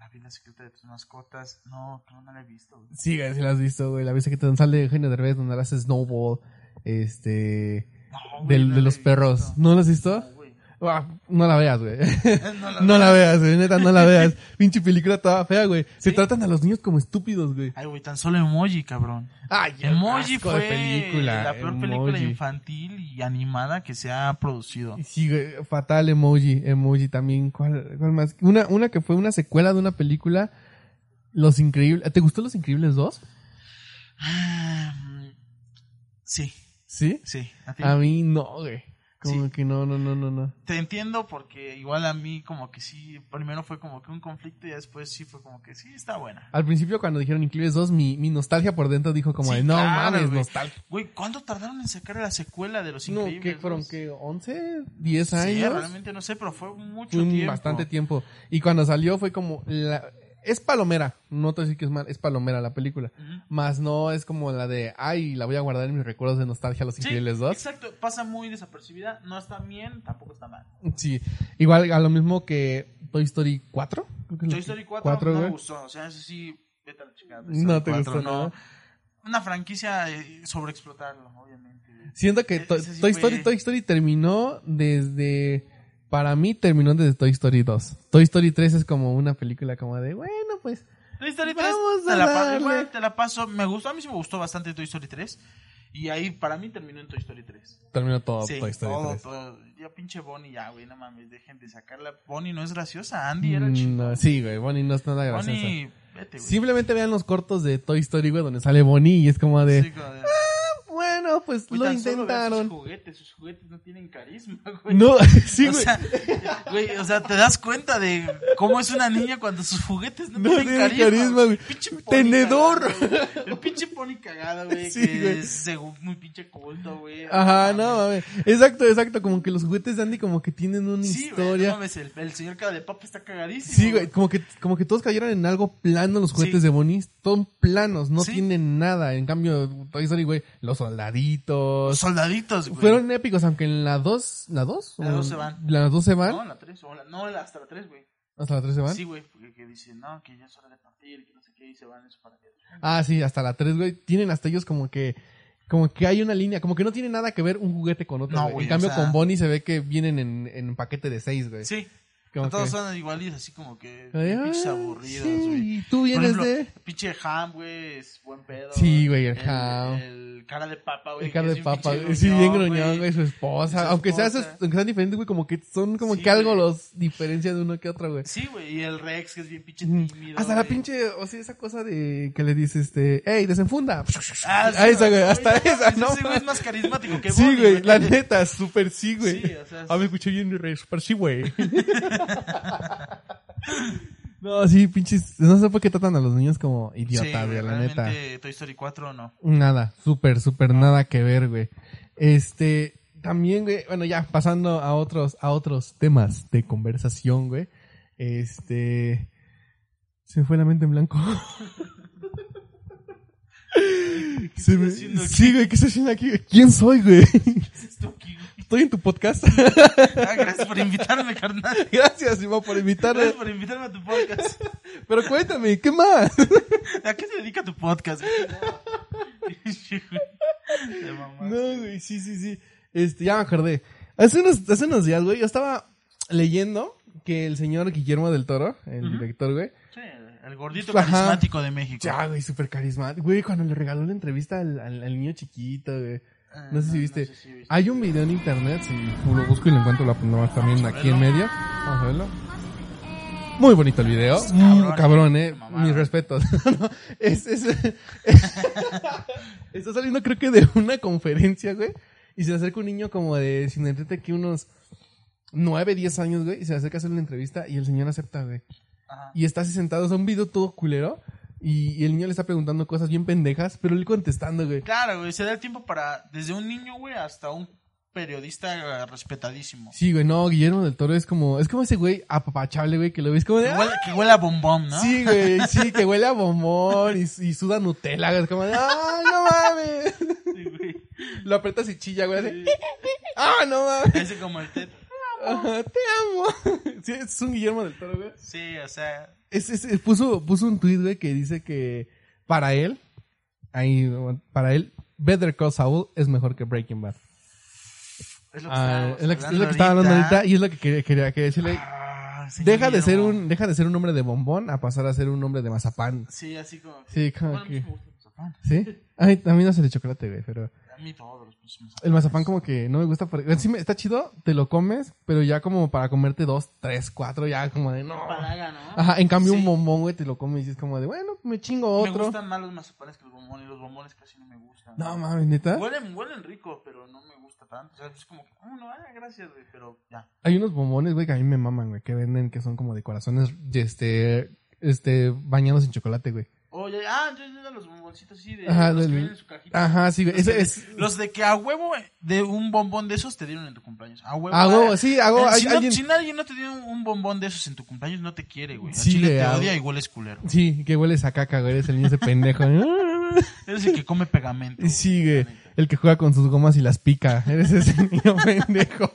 B: la vida secreta de tus mascotas. No, creo no la he visto. güey.
A: Sí, güey, sí la has visto, güey. La vida secreta donde sale Eugenio Derbez, donde hace Snowball, este...
B: No, güey,
A: del-
B: no
A: de
B: la
A: los
B: he
A: perros.
B: visto.
A: ¿No la has visto?
B: No,
A: [LAUGHS]
B: güey.
A: Ah, no la veas,
B: [LAUGHS]
A: güey. [LAUGHS]
B: No la
A: No la
B: veo.
A: veas, güey, neta, no la
B: [LAUGHS]
A: veas. Pinche película toda fea, güey. Se
B: ¿Sí?
A: tratan a los niños como estúpidos, güey.
B: Ay, güey, tan solo Emoji, cabrón.
A: Ay,
B: Emoji
A: asco
B: fue
A: de película,
B: la peor película
A: Emoji.
B: infantil y animada que se ha producido.
A: Sí, güey, fatal emoji, emoji también. ¿Cuál, cuál más? Una, una que fue una secuela de una película, Los Increíbles. ¿Te gustó Los Increíbles 2?
B: Ah, Sí,
A: Sí.
B: sí. a ti.
A: A mí no, güey. Como
B: Sí.
A: que no, no, no, no, no.
B: Te entiendo porque igual a mí como que sí, primero fue como que un conflicto y después sí fue como que sí, está buena.
A: Al principio cuando dijeron Increíbles 2, mi, mi nostalgia por dentro dijo como
B: Sí,
A: de, no
B: claro,
A: mames,
B: güey.
A: nostalgia.
B: Güey, ¿cuánto tardaron en sacar la secuela de Los
A: No,
B: Increíbles?
A: ¿qué fueron?
B: güey?
A: ¿Qué? ¿11? ¿10
B: Sí,
A: años?
B: realmente no sé, pero fue mucho
A: Fue un
B: tiempo.
A: bastante tiempo. Y cuando salió fue como... la- Es palomera. No te voy a decir que es mal. Es palomera la película.
B: Ujú.
A: Más no es como la de... Ay, la voy a guardar en mis recuerdos de nostalgia a los
B: Sí,
A: Increíbles 2.
B: Exacto, pasa muy desapercibida, no está bien, tampoco está mal.
A: Sí. Igual a lo mismo que Toy Story 4. creo que es la-
B: Toy Story 4,
A: cuatro,
B: no me
A: güey.
B: gustó, o sea, eso sí, vete a la chingada. Toy
A: No
B: Story
A: te
B: 4,
A: gustó
B: no.
A: nada.
B: Una franquicia eh, sobreexplotarlo, obviamente.
A: Siento que
B: Ese
A: To-
B: sí
A: Toy,
B: fue-
A: Story, Toy Story terminó desde... Para mí terminó desde Toy Story 2. Toy Story 3 es como una película como de... Bueno, pues...
B: Toy Story 3,
A: Vamos
B: te,
A: a
B: la pa-
A: darle.
B: igual te la paso, me gustó, a mí sí me gustó bastante Toy Story 3. Y ahí para mí terminó en Toy Story 3.
A: Terminó todo
B: sí,
A: Toy Story
B: todo,
A: 3.
B: todo. Ya pinche Bonnie, ya, güey, no mames, dejen de sacarla. Bonnie no es graciosa, Andy era
A: Mm,
B: chido.
A: no, sí, güey. Bonnie no es nada graciosa.
B: Bonnie, vete, güey.
A: Simplemente vean los cortos de Toy Story, güey, donde sale Bonnie y es como de,
B: Sí, como de-
A: bueno, pues
B: Güey,
A: Ah, lo
B: tan solo vean
A: intentaron.
B: Sus juguetes, sus juguetes no tienen carisma, [LAUGHS] güey.
A: No, [LAUGHS] sí,
B: o
A: güey.
B: sea, güey, o sea, te das cuenta de cómo es una niña cuando sus juguetes no,
A: No
B: tienen
A: tienen
B: carisma.
A: carisma, güey.
B: Pinche pony
A: Tenedor.
B: cagado, güey. el pinche pony cagada, güey.
A: Sí,
B: que
A: güey.
B: es según muy pinche culto, güey.
A: Ajá, no,
B: mames.
A: mames. Exacto, exacto. Como que los juguetes de Andy como que tienen una
B: Sí, güey, no
A: historia.
B: mames, el, el señor cara de papa está cagadísimo.
A: Sí, güey, como que, como que todos cayeron en algo plano los juguetes
B: Sí.
A: de Bonnie. Son planos, no
B: Sí.
A: tienen nada. En cambio, Toy Story, güey, los
B: Los
A: soldaditos.
B: soldaditos, güey.
A: Fueron épicos, aunque en la 2... ¿La 2?
B: La dos se van.
A: ¿La 2 se van?
B: No, la 3, no, la- hasta la 3, güey.
A: ¿Hasta la 3 se van?
B: Sí, güey, porque que dicen, no, que ya es hora de partir, que no sé qué, y se van en su paracaídas.
A: Ah, sí, hasta la 3, güey. Tienen hasta ellos como que. Como que hay una línea, como que no tiene nada que ver un juguete con otro.
B: No,
A: güey.
B: güey,
A: en cambio,
B: o sea-
A: con Bonnie se ve que vienen en, en paquete de 6, güey.
B: Sí,
A: Como
B: todos
A: que-
B: son iguales, así como que
A: Ay,
B: pinches
A: ay,
B: aburridos,
A: sí,
B: güey.
A: Y tú
B: Por
A: vienes
B: ejemplo,
A: de.
B: Pinche Ham, güey, es buen pedo.
A: Sí, güey, el Ham.
B: El cara de papa, güey.
A: El cara
B: que
A: de
B: es bien
A: papa,
B: pinche
A: güey. Sí, bien
B: gruñón,
A: gruñón, güey. Su esposa.
B: Su
A: aunque, sea,
B: esposa.
A: aunque sean diferentes, güey, como que son como
B: Sí,
A: que algo
B: güey.
A: los diferencia de uno que otro, güey.
B: Sí, güey, y el Rex, que es bien pinche
A: Mm.
B: tímido.
A: Hasta la
B: güey.
A: pinche, o sea, esa cosa de que le dice este, hey, desenfunda.
B: Ah, sí,
A: a esa, güey, hasta
B: no
A: esa,
B: mames,
A: no
B: [LAUGHS] Ese güey es más carismático
A: [LAUGHS]
B: que
A: Sí,
B: Bonnie,
A: güey, la neta, súper sí, güey.
B: Sí, o sea,
A: Ah, me escuché bien mi rey, super sí,
B: [LAUGHS]
A: güey. no, sí, pinches. No sé por qué tratan a los niños como
B: sí,
A: idiotas, güey,
B: güey,
A: la neta.
B: realmente Toy Story 4 no. [LAUGHS]
A: Nada, súper, súper nada que ver, güey. Este, también, güey, bueno, ya pasando a otros, a otros temas de conversación, güey. Este. Se me fue la mente en
B: [LAUGHS]
A: blanco. Se me-
B: estás haciendo aquí?
A: Sí, güey, ¿qué estás haciendo aquí? ¿Quién soy, güey? [LAUGHS]
B: Esto aquí, güey.
A: Estoy en tu podcast. [LAUGHS]
B: Ah, gracias por invitarme, carnal.
A: Gracias, Iván, por
B: Gracias
A: invitarme.
B: por invitarme a tu podcast.
A: Pero cuéntame, ¿qué más?
B: ¿A qué se dedica tu podcast? güey? Te mamaste.
A: No, güey, sí, sí, sí. Este, ya me acordé. Hace unos, hace unos días, güey, yo estaba leyendo que el señor Guillermo del Toro, el
B: Ujú.
A: director, güey,
B: Sí, el El gordito
A: Ajá.
B: carismático de México.
A: Ya, güey, súper carismático. Güey, cuando le regaló la entrevista al, al- al niño chiquito, güey.
B: Ah,
A: No sé si viste.
B: sé si
A: Hay un video en internet, si lo busco y lo encuentro, lo ponemos también
B: Vamos a
A: aquí en
B: verlo.
A: medio. Vamos a verlo. Muy bonito el video.
B: Cabrón,
A: Mm, cabrón, eh.
B: mamada.
A: Mis respetos. [LAUGHS] No, es, [LAUGHS] es- está saliendo, creo que de una conferencia, güey. Y se acerca un niño como de, sin entenderte que unos 9, 10 años, güey. Y se acerca a hacer una entrevista y el señor acepta, güey.
B: Ajá.
A: Y está así sentado, es un video todo culero. Y, y el niño le está preguntando cosas bien pendejas, pero él contestando, güey.
B: Claro, güey, se da el tiempo para desde un niño, güey, hasta un periodista eh, respetadísimo.
A: Sí, güey, no, Guillermo del Toro es como, es como ese güey apapachable, güey, que lo ves como de, "Ah,
B: Que huele, que huele a bombón, ¿no?
A: Sí, güey, sí, que huele a bombón y, y suda Nutella, güey, es como de, ¡ah, no mames!
B: Sí, güey.
A: Lo apretas y chilla, güey, así, ¡ah, no mames!
B: Ese como el Ted.
A: Ajá, ¡Te amo! Sí, es un Guillermo del Toro, güey.
B: Sí, o sea,
A: Es, es- puso, puso un tweet, güey, que dice que para él, ahí, para él, Better Call Saul es mejor que Breaking Bad.
B: es lo que,
A: Ah,
B: estábamos
A: es lo que, es lo
B: pues, hablando
A: que estaba hablando ahorita y es lo que quería, quería que decirle.
B: Ah, señor
A: Deja de, ser
B: Guillermo.
A: un, deja de ser un hombre de bombón a pasar a ser un hombre de mazapán.
B: Sí, así como. que-
A: Sí, como
B: Bueno, a mí
A: que-
B: sí me gusta el mazapán.
A: ¿Sí? Ay, a mí no es el chocolate, güey, pero...
B: A mí todos los pinches mazapanes.
A: El mazapán como que no me gusta porque... Sí, me- está chido, te lo comes, pero ya como para comerte dos, tres, cuatro, ya como de no...
B: Palaga, ¿no?
A: Ajá, en cambio
B: Sí.
A: un bombón, güey, te lo comes y es como de, bueno, me chingo
B: Me
A: otro.
B: gustan más los mazapanes que los bombones. Los bombones casi no me gustan.
A: No mames, neta.
B: Huelen, huelen rico, pero no me gusta tanto. O sea, es como, que, "Oh, no, ah, gracias, güey, pero ya.
A: Hay unos bombones, güey, que a mí me maman, güey, que venden que son como de corazones, y este, este, bañados en chocolate, güey.
B: Oye, ah, yo yo de los bomboncitos, sí, de
A: Ajá,
B: los
A: del- Ah.
B: que vienen en su cajita.
A: Ajá, sí, güey.
B: Los,
A: Ese
B: que-
A: es...
B: los de que a huevo eh, de un bombón de esos te dieron en tu cumpleaños. A huevo.
A: Hago,
B: ah,
A: sí, hago...
B: eh,
A: hay-
B: si, no-
A: alguien-
B: si nadie no te dio un, un bombón de esos en tu cumpleaños, no te quiere, güey. A
A: Sí,
B: Chile
A: güey,
B: te
A: a-
B: odia y hueles culero.
A: Sí, que hueles a caca, güey. Eres el niño ese pendejo. [LAUGHS]
B: Es el que come pegamento. güey,
A: Sí, güey.
B: la neta.
A: El que juega con sus gomas y las pica. Eres ese [LAUGHS] niño pendejo.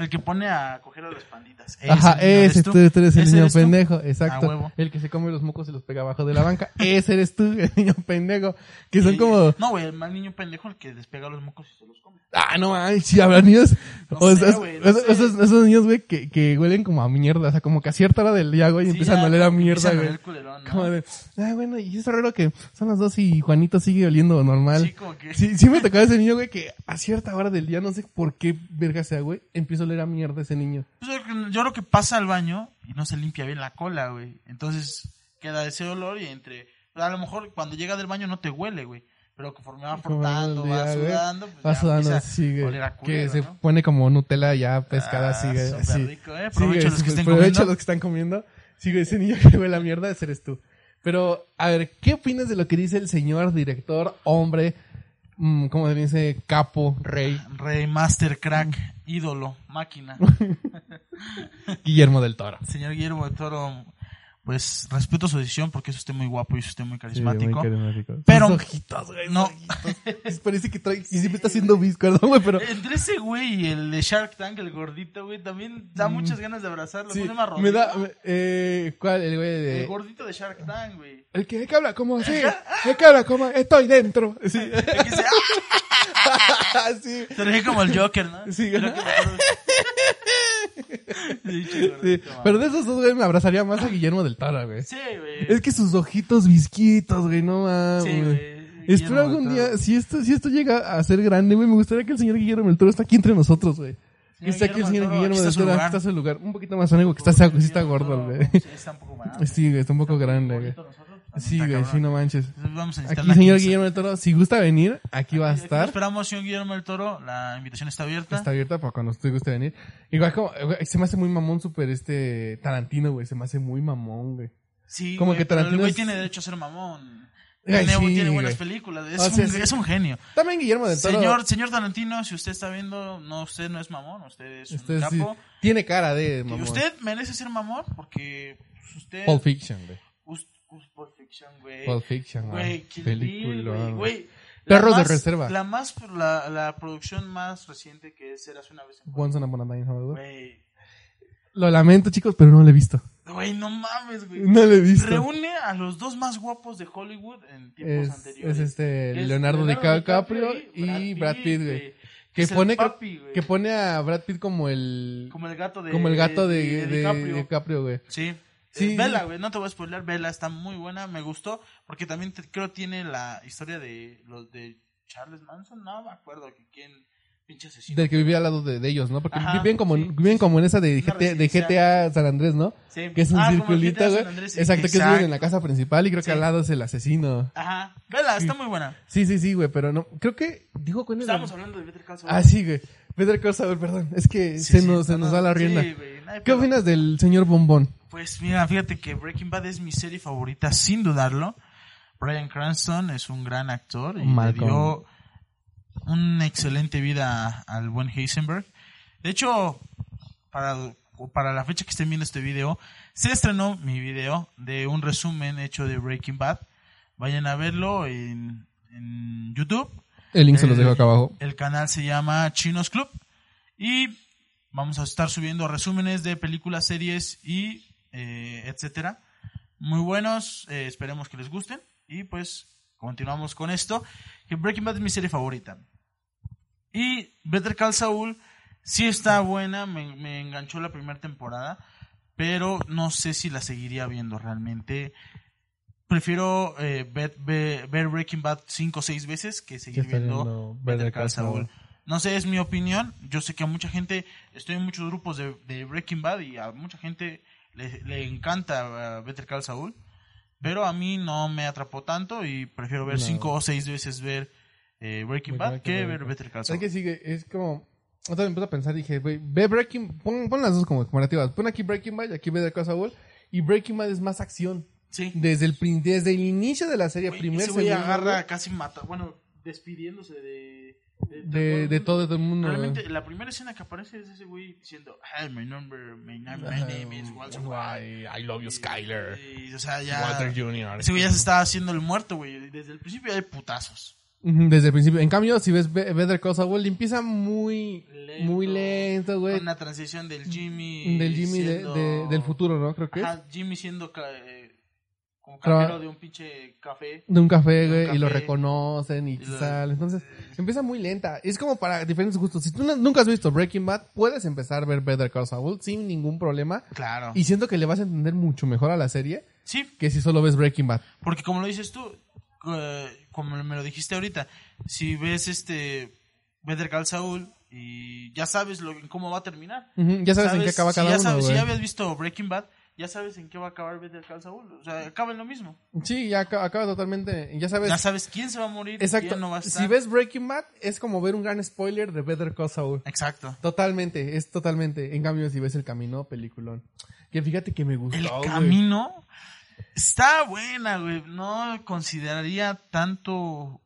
B: El que pone a coger a las panditas. Ese
A: Ajá,
B: niño eres
A: ese tú, tú eres el
B: Ese
A: niño
B: eres tú.
A: pendejo. Exacto.
B: A huevo.
A: El que se come los mocos y los pega abajo de la banca. [LAUGHS] Ese eres tú, el niño pendejo. Que son
B: Sí.
A: como.
B: No, güey, el mal niño pendejo el que despega los mocos y se los come.
A: Ah, no mames, sí, habrá niños.
B: No
A: o
B: sé,
A: sea, es-
B: güey, no
A: esos,
B: sé.
A: esos- esos niños, güey, que, que huelen como a mierda. O sea, como que a cierta hora del día, güey, empiezan a oler a mierda, güey. Como de, ah, bueno, y es raro que son las dos y Juanito sigue oliendo normal.
B: Sí, como que.
A: Sí, sí me tocaba ese niño, güey, que a cierta hora del día, no sé por qué verga sea, güey, empieza a oler a mierda ese niño.
B: Pues, yo creo que- yo creo que pasa al baño y no se limpia bien la cola, güey. Entonces queda ese olor y entre. A lo mejor cuando llega del baño no te huele, güey. Pero conforme va
A: Como
B: frotando,
A: el
B: va
A: día, güey,
B: sudando. Pues
A: Va
B: ya
A: Ah, sudando,
B: empieza
A: sí,
B: a
A: güey.
B: oler a
A: Que
B: culero,
A: se
B: ¿no?
A: pone como Nutella ya pescada,
B: Ah,
A: así, güey.
B: súper
A: así.
B: rico, eh.
A: Sí, pues, güey,
B: Aprovecho los que
A: súper-
B: estén
A: aprovecha
B: comiendo.
A: los que están comiendo. Sí, güey, ese niño [LAUGHS] que huele a mierda, ese eres tú. Pero, a ver, ¿qué opinas de lo que dice el señor director, hombre, mm, como se dice, capo,
B: [LAUGHS]
A: rey,
B: Rey, master, crack, ídolo, máquina.
A: Guillermo del Toro?
B: Señor Guillermo del Toro, pues respeto su decisión porque es usted muy guapo y es usted muy
A: Sí, muy
B: carismático.
A: carismático.
B: Pero-
A: Sus ojitos, [LAUGHS] güey, sus
B: No.
A: ojitos. Parece que trae, y siempre está haciendo bis, perdón, güey, pero...
B: Entre ese güey y el de Shark Tank, el gordito, güey, también da muchas ganas de abrazarlo.
A: Mm. Sí,
B: Pone más
A: me
B: rodillo.
A: da, me- eh, ¿cuál? El güey de...
B: El gordito de Shark Tank, güey.
A: El que, el que habla como así, el que habla como estoy dentro. Sí, [LAUGHS]
B: El que se- ¡Ah!
A: sí,
B: Te dejé como el Joker, ¿no?
A: Sí.
B: Creo que [LAUGHS] me acuerdo. Sí, che,
A: sí.
B: gordito, mamá.
A: Pero de esos dos, güey, me abrazaría más a Guillermo del Toro, güey.
B: Sí, güey.
A: Es que sus ojitos bizquitos, güey, no mames.
B: Sí,
A: güey.
B: güey.
A: Espero
B: Guillermo
A: algún
B: del
A: día,
B: Toro.
A: si esto, si esto llega a ser grande, güey, me gustaría que el señor Guillermo del Toro está aquí entre nosotros, güey. Que esté aquí el señor Guillermo
B: aquí
A: del
B: está su
A: Toro, aquí
B: lugar.
A: está su lugar. Un poquito más anémico, que está, sí está
B: Guillermo del
A: gordo,
B: Toro,
A: güey.
B: Sí, está un poco grande.
A: [LAUGHS] Sí, güey, está un poco grande, güey.
B: Gordito nosotros, también
A: Sí,
B: está
A: güey, sí,
B: cabrón.
A: no manches.
B: Entonces Vamos a necesitar
A: Aquí,
B: la
A: señor
B: quince.
A: Guillermo del Toro, si gusta venir, aquí va a
B: Aquí lo
A: estar.
B: Esperamos, señor Guillermo del Toro. La invitación está abierta.
A: Está abierta para cuando usted guste venir. Igual como, güey, se me hace muy mamón super este Tarantino, güey. Se me hace muy mamón, güey.
B: Sí,
A: Como
B: güey,
A: que
B: pero
A: Tarantino
B: el güey
A: es-
B: tiene derecho a ser mamón.
A: Ay,
B: tiene,
A: sí,
B: tiene buenas
A: güey.
B: películas. Es,
A: O sea,
B: un,
A: sí.
B: es un genio.
A: También Guillermo del Toro.
B: Señor, señor Tarantino, si usted está viendo, no, usted no es mamón, usted es un
A: usted sí
B: capo.
A: tiene cara de
B: Y
A: mamón.
B: usted merece ser mamón porque pues, usted.
A: Pulp Fiction, güey.
B: us- us- Pulp Fiction, güey.
A: Pulp Fiction,
B: Eh, Güey,
A: güey.
B: Kill Bill,
A: Película,
B: güey,
A: güey.
B: güey. La
A: Perros de
B: más-
A: reserva.
B: La, más, la, la producción más reciente que es Eras una vez en
A: Once on a Time in Hollywood.
B: Güey,
A: Lo lamento, chicos, pero no lo he visto.
B: güey, no mames, güey.
A: No lo he visto.
B: Reúne a los dos más guapos de Hollywood en tiempos
A: es,
B: anteriores.
A: es este
B: Es
A: Leonardo, DiCaprio y Brad Pitt, güey. Que
B: es el
A: pone-
B: papi, güey.
A: Que pone a Brad Pitt como el
B: como el gato de
A: como el gato de, de-
B: DiCaprio.
A: de DiCaprio, güey.
B: Sí.
A: Sí.
B: Eh, Vela, güey, no te voy a spoiler, Vela está muy buena, me gustó, porque también te- creo tiene la historia de los de Charles Manson, no me acuerdo que quién pinche asesino.
A: Del que vivía al lado de, de ellos, ¿no? Porque
B: Ajá,
A: viven como,
B: sí.
A: viven como en esa de
B: Una
A: GTA, de
B: residencial.
A: GTA San Andrés, ¿no?
B: Sí.
A: Que es un
B: Ah, como el
A: circulito,
B: GTA San
A: güey.
B: Andrés, sí.
A: Exacto, que es viven en la casa principal y creo
B: Sí.
A: que al lado es el asesino.
B: Ajá. Vela, está muy buena.
A: Sí, sí, sí, güey, pero no. Creo que. Digo, ¿cuál es la-
B: Estábamos hablando de Better Call Saul.
A: Ah, sí, güey. Pedro Corsaver, perdón. Es que
B: Sí,
A: se,
B: sí,
A: nos, se
B: no,
A: nos
B: no,
A: va la
B: sí,
A: rienda.
B: güey, no hay
A: ¿Qué
B: pedo.
A: opinas del señor Bombón?
B: Pues mira, fíjate que Breaking Bad es mi serie favorita, sin dudarlo. Brian Cranston es un gran actor y le
A: Malcolm.
B: dio una excelente vida al buen Heisenberg. De hecho, para, para la fecha que estén viendo este video, se estrenó mi video de un resumen hecho de Breaking Bad. Vayan a verlo en, en YouTube.
A: El link se los
B: Eh,
A: dejo acá abajo.
B: El canal se llama Chinos Club. Y vamos a estar subiendo resúmenes de películas, series y eh, etcétera. Muy buenos, eh, esperemos que les gusten. Y pues continuamos con esto. Que Breaking Bad es mi serie favorita. Y Better Call Saul sí está buena, me, me enganchó la primera temporada, pero no sé si la seguiría viendo realmente. Prefiero eh, ver, ver- ver Breaking Bad cinco o seis veces que seguir
A: estar
B: viendo
A: viendo
B: Better Call Saul. No sé, es mi opinión. Yo sé que a mucha gente, estoy en muchos grupos de, de Breaking Bad y a mucha gente le, le encanta uh, Better Call Saul. Pero a mí no me atrapó tanto y prefiero ver
A: No.
B: cinco o seis veces ver eh, Breaking
A: Breaking
B: Bad
A: Bad que
B: que
A: Better
B: ver
A: Call
B: Better Call
A: ¿Sabes
B: Saul.
A: qué sigue? Es como. Otra vez me puse a pensar y dije, güey, ve Breaking. Pon, pon las dos como comparativas. Pon aquí Breaking Bad y aquí Better Call Saul. Y Breaking Bad es más acción.
B: Sí.
A: Desde el, prin- desde el inicio de la serie,
B: Güey,
A: primer,
B: ese güey
A: segundo,
B: agarra
A: güey,
B: casi mata, bueno, despidiéndose de... de-
A: de, de todo el mundo. güey.
B: Realmente, la primera escena que aparece es ese güey diciendo, "Hi, my number, my, name-
A: Ah,
B: my name is Walter White".
C: I, I love you, Skyler.
B: Y, y, o sea, ya...
C: Walter Jr.
B: Ese güey ya se estaba haciendo el muerto, güey. Desde el principio hay putazos.
A: Ujú, Desde el principio. En cambio, si ves Be- Better Call Saul, empieza muy
B: Lento.
A: muy lento, güey.
B: Una transición del Jimmy.
A: Del Jimmy de-
B: siendo-
A: de- del futuro, ¿no? Creo que es.
B: Ajá, Jimmy siendo ca- eh, como
A: Traba-
B: cajero de un pinche
A: [LAUGHS]
B: café.
A: De un café,
B: un
A: güey, y lo
B: café.
A: reconocen y
B: Y lo-
A: sale. Entonces, empieza muy lenta. Es como para diferentes gustos. Si tú no- nunca has visto Breaking Bad, puedes empezar a ver Better Call Saul sin ningún problema.
B: Claro.
A: Y siento que le vas a entender mucho mejor a la serie
B: Sí,
A: que si solo ves Breaking Bad.
B: porque como lo dices tú, eh, como me lo dijiste ahorita, si ves este Better Call Saul y ya sabes lo, cómo va a terminar.
A: Ujú, Ya sabes, en qué acaba
B: si
A: cada
B: ya
A: uno,
B: sabes- Si
A: güey.
B: ya habías visto Breaking Bad, ya sabes en qué va a acabar Better Call Saul. O sea, acaba en lo mismo.
A: Sí, ya aca- acaba totalmente. Ya sabes.
B: Ya sabes quién se va a morir,
A: Pues, exacto.
B: quién no va a estar.
A: si ves Breaking Bad, es como ver un gran spoiler de Better Call Saul.
B: Exacto.
A: Totalmente, es totalmente. En cambio, si ves El Camino, peliculón. Que fíjate que me gustó,
B: El
A: güey.
B: camino está buena, güey. No consideraría tanto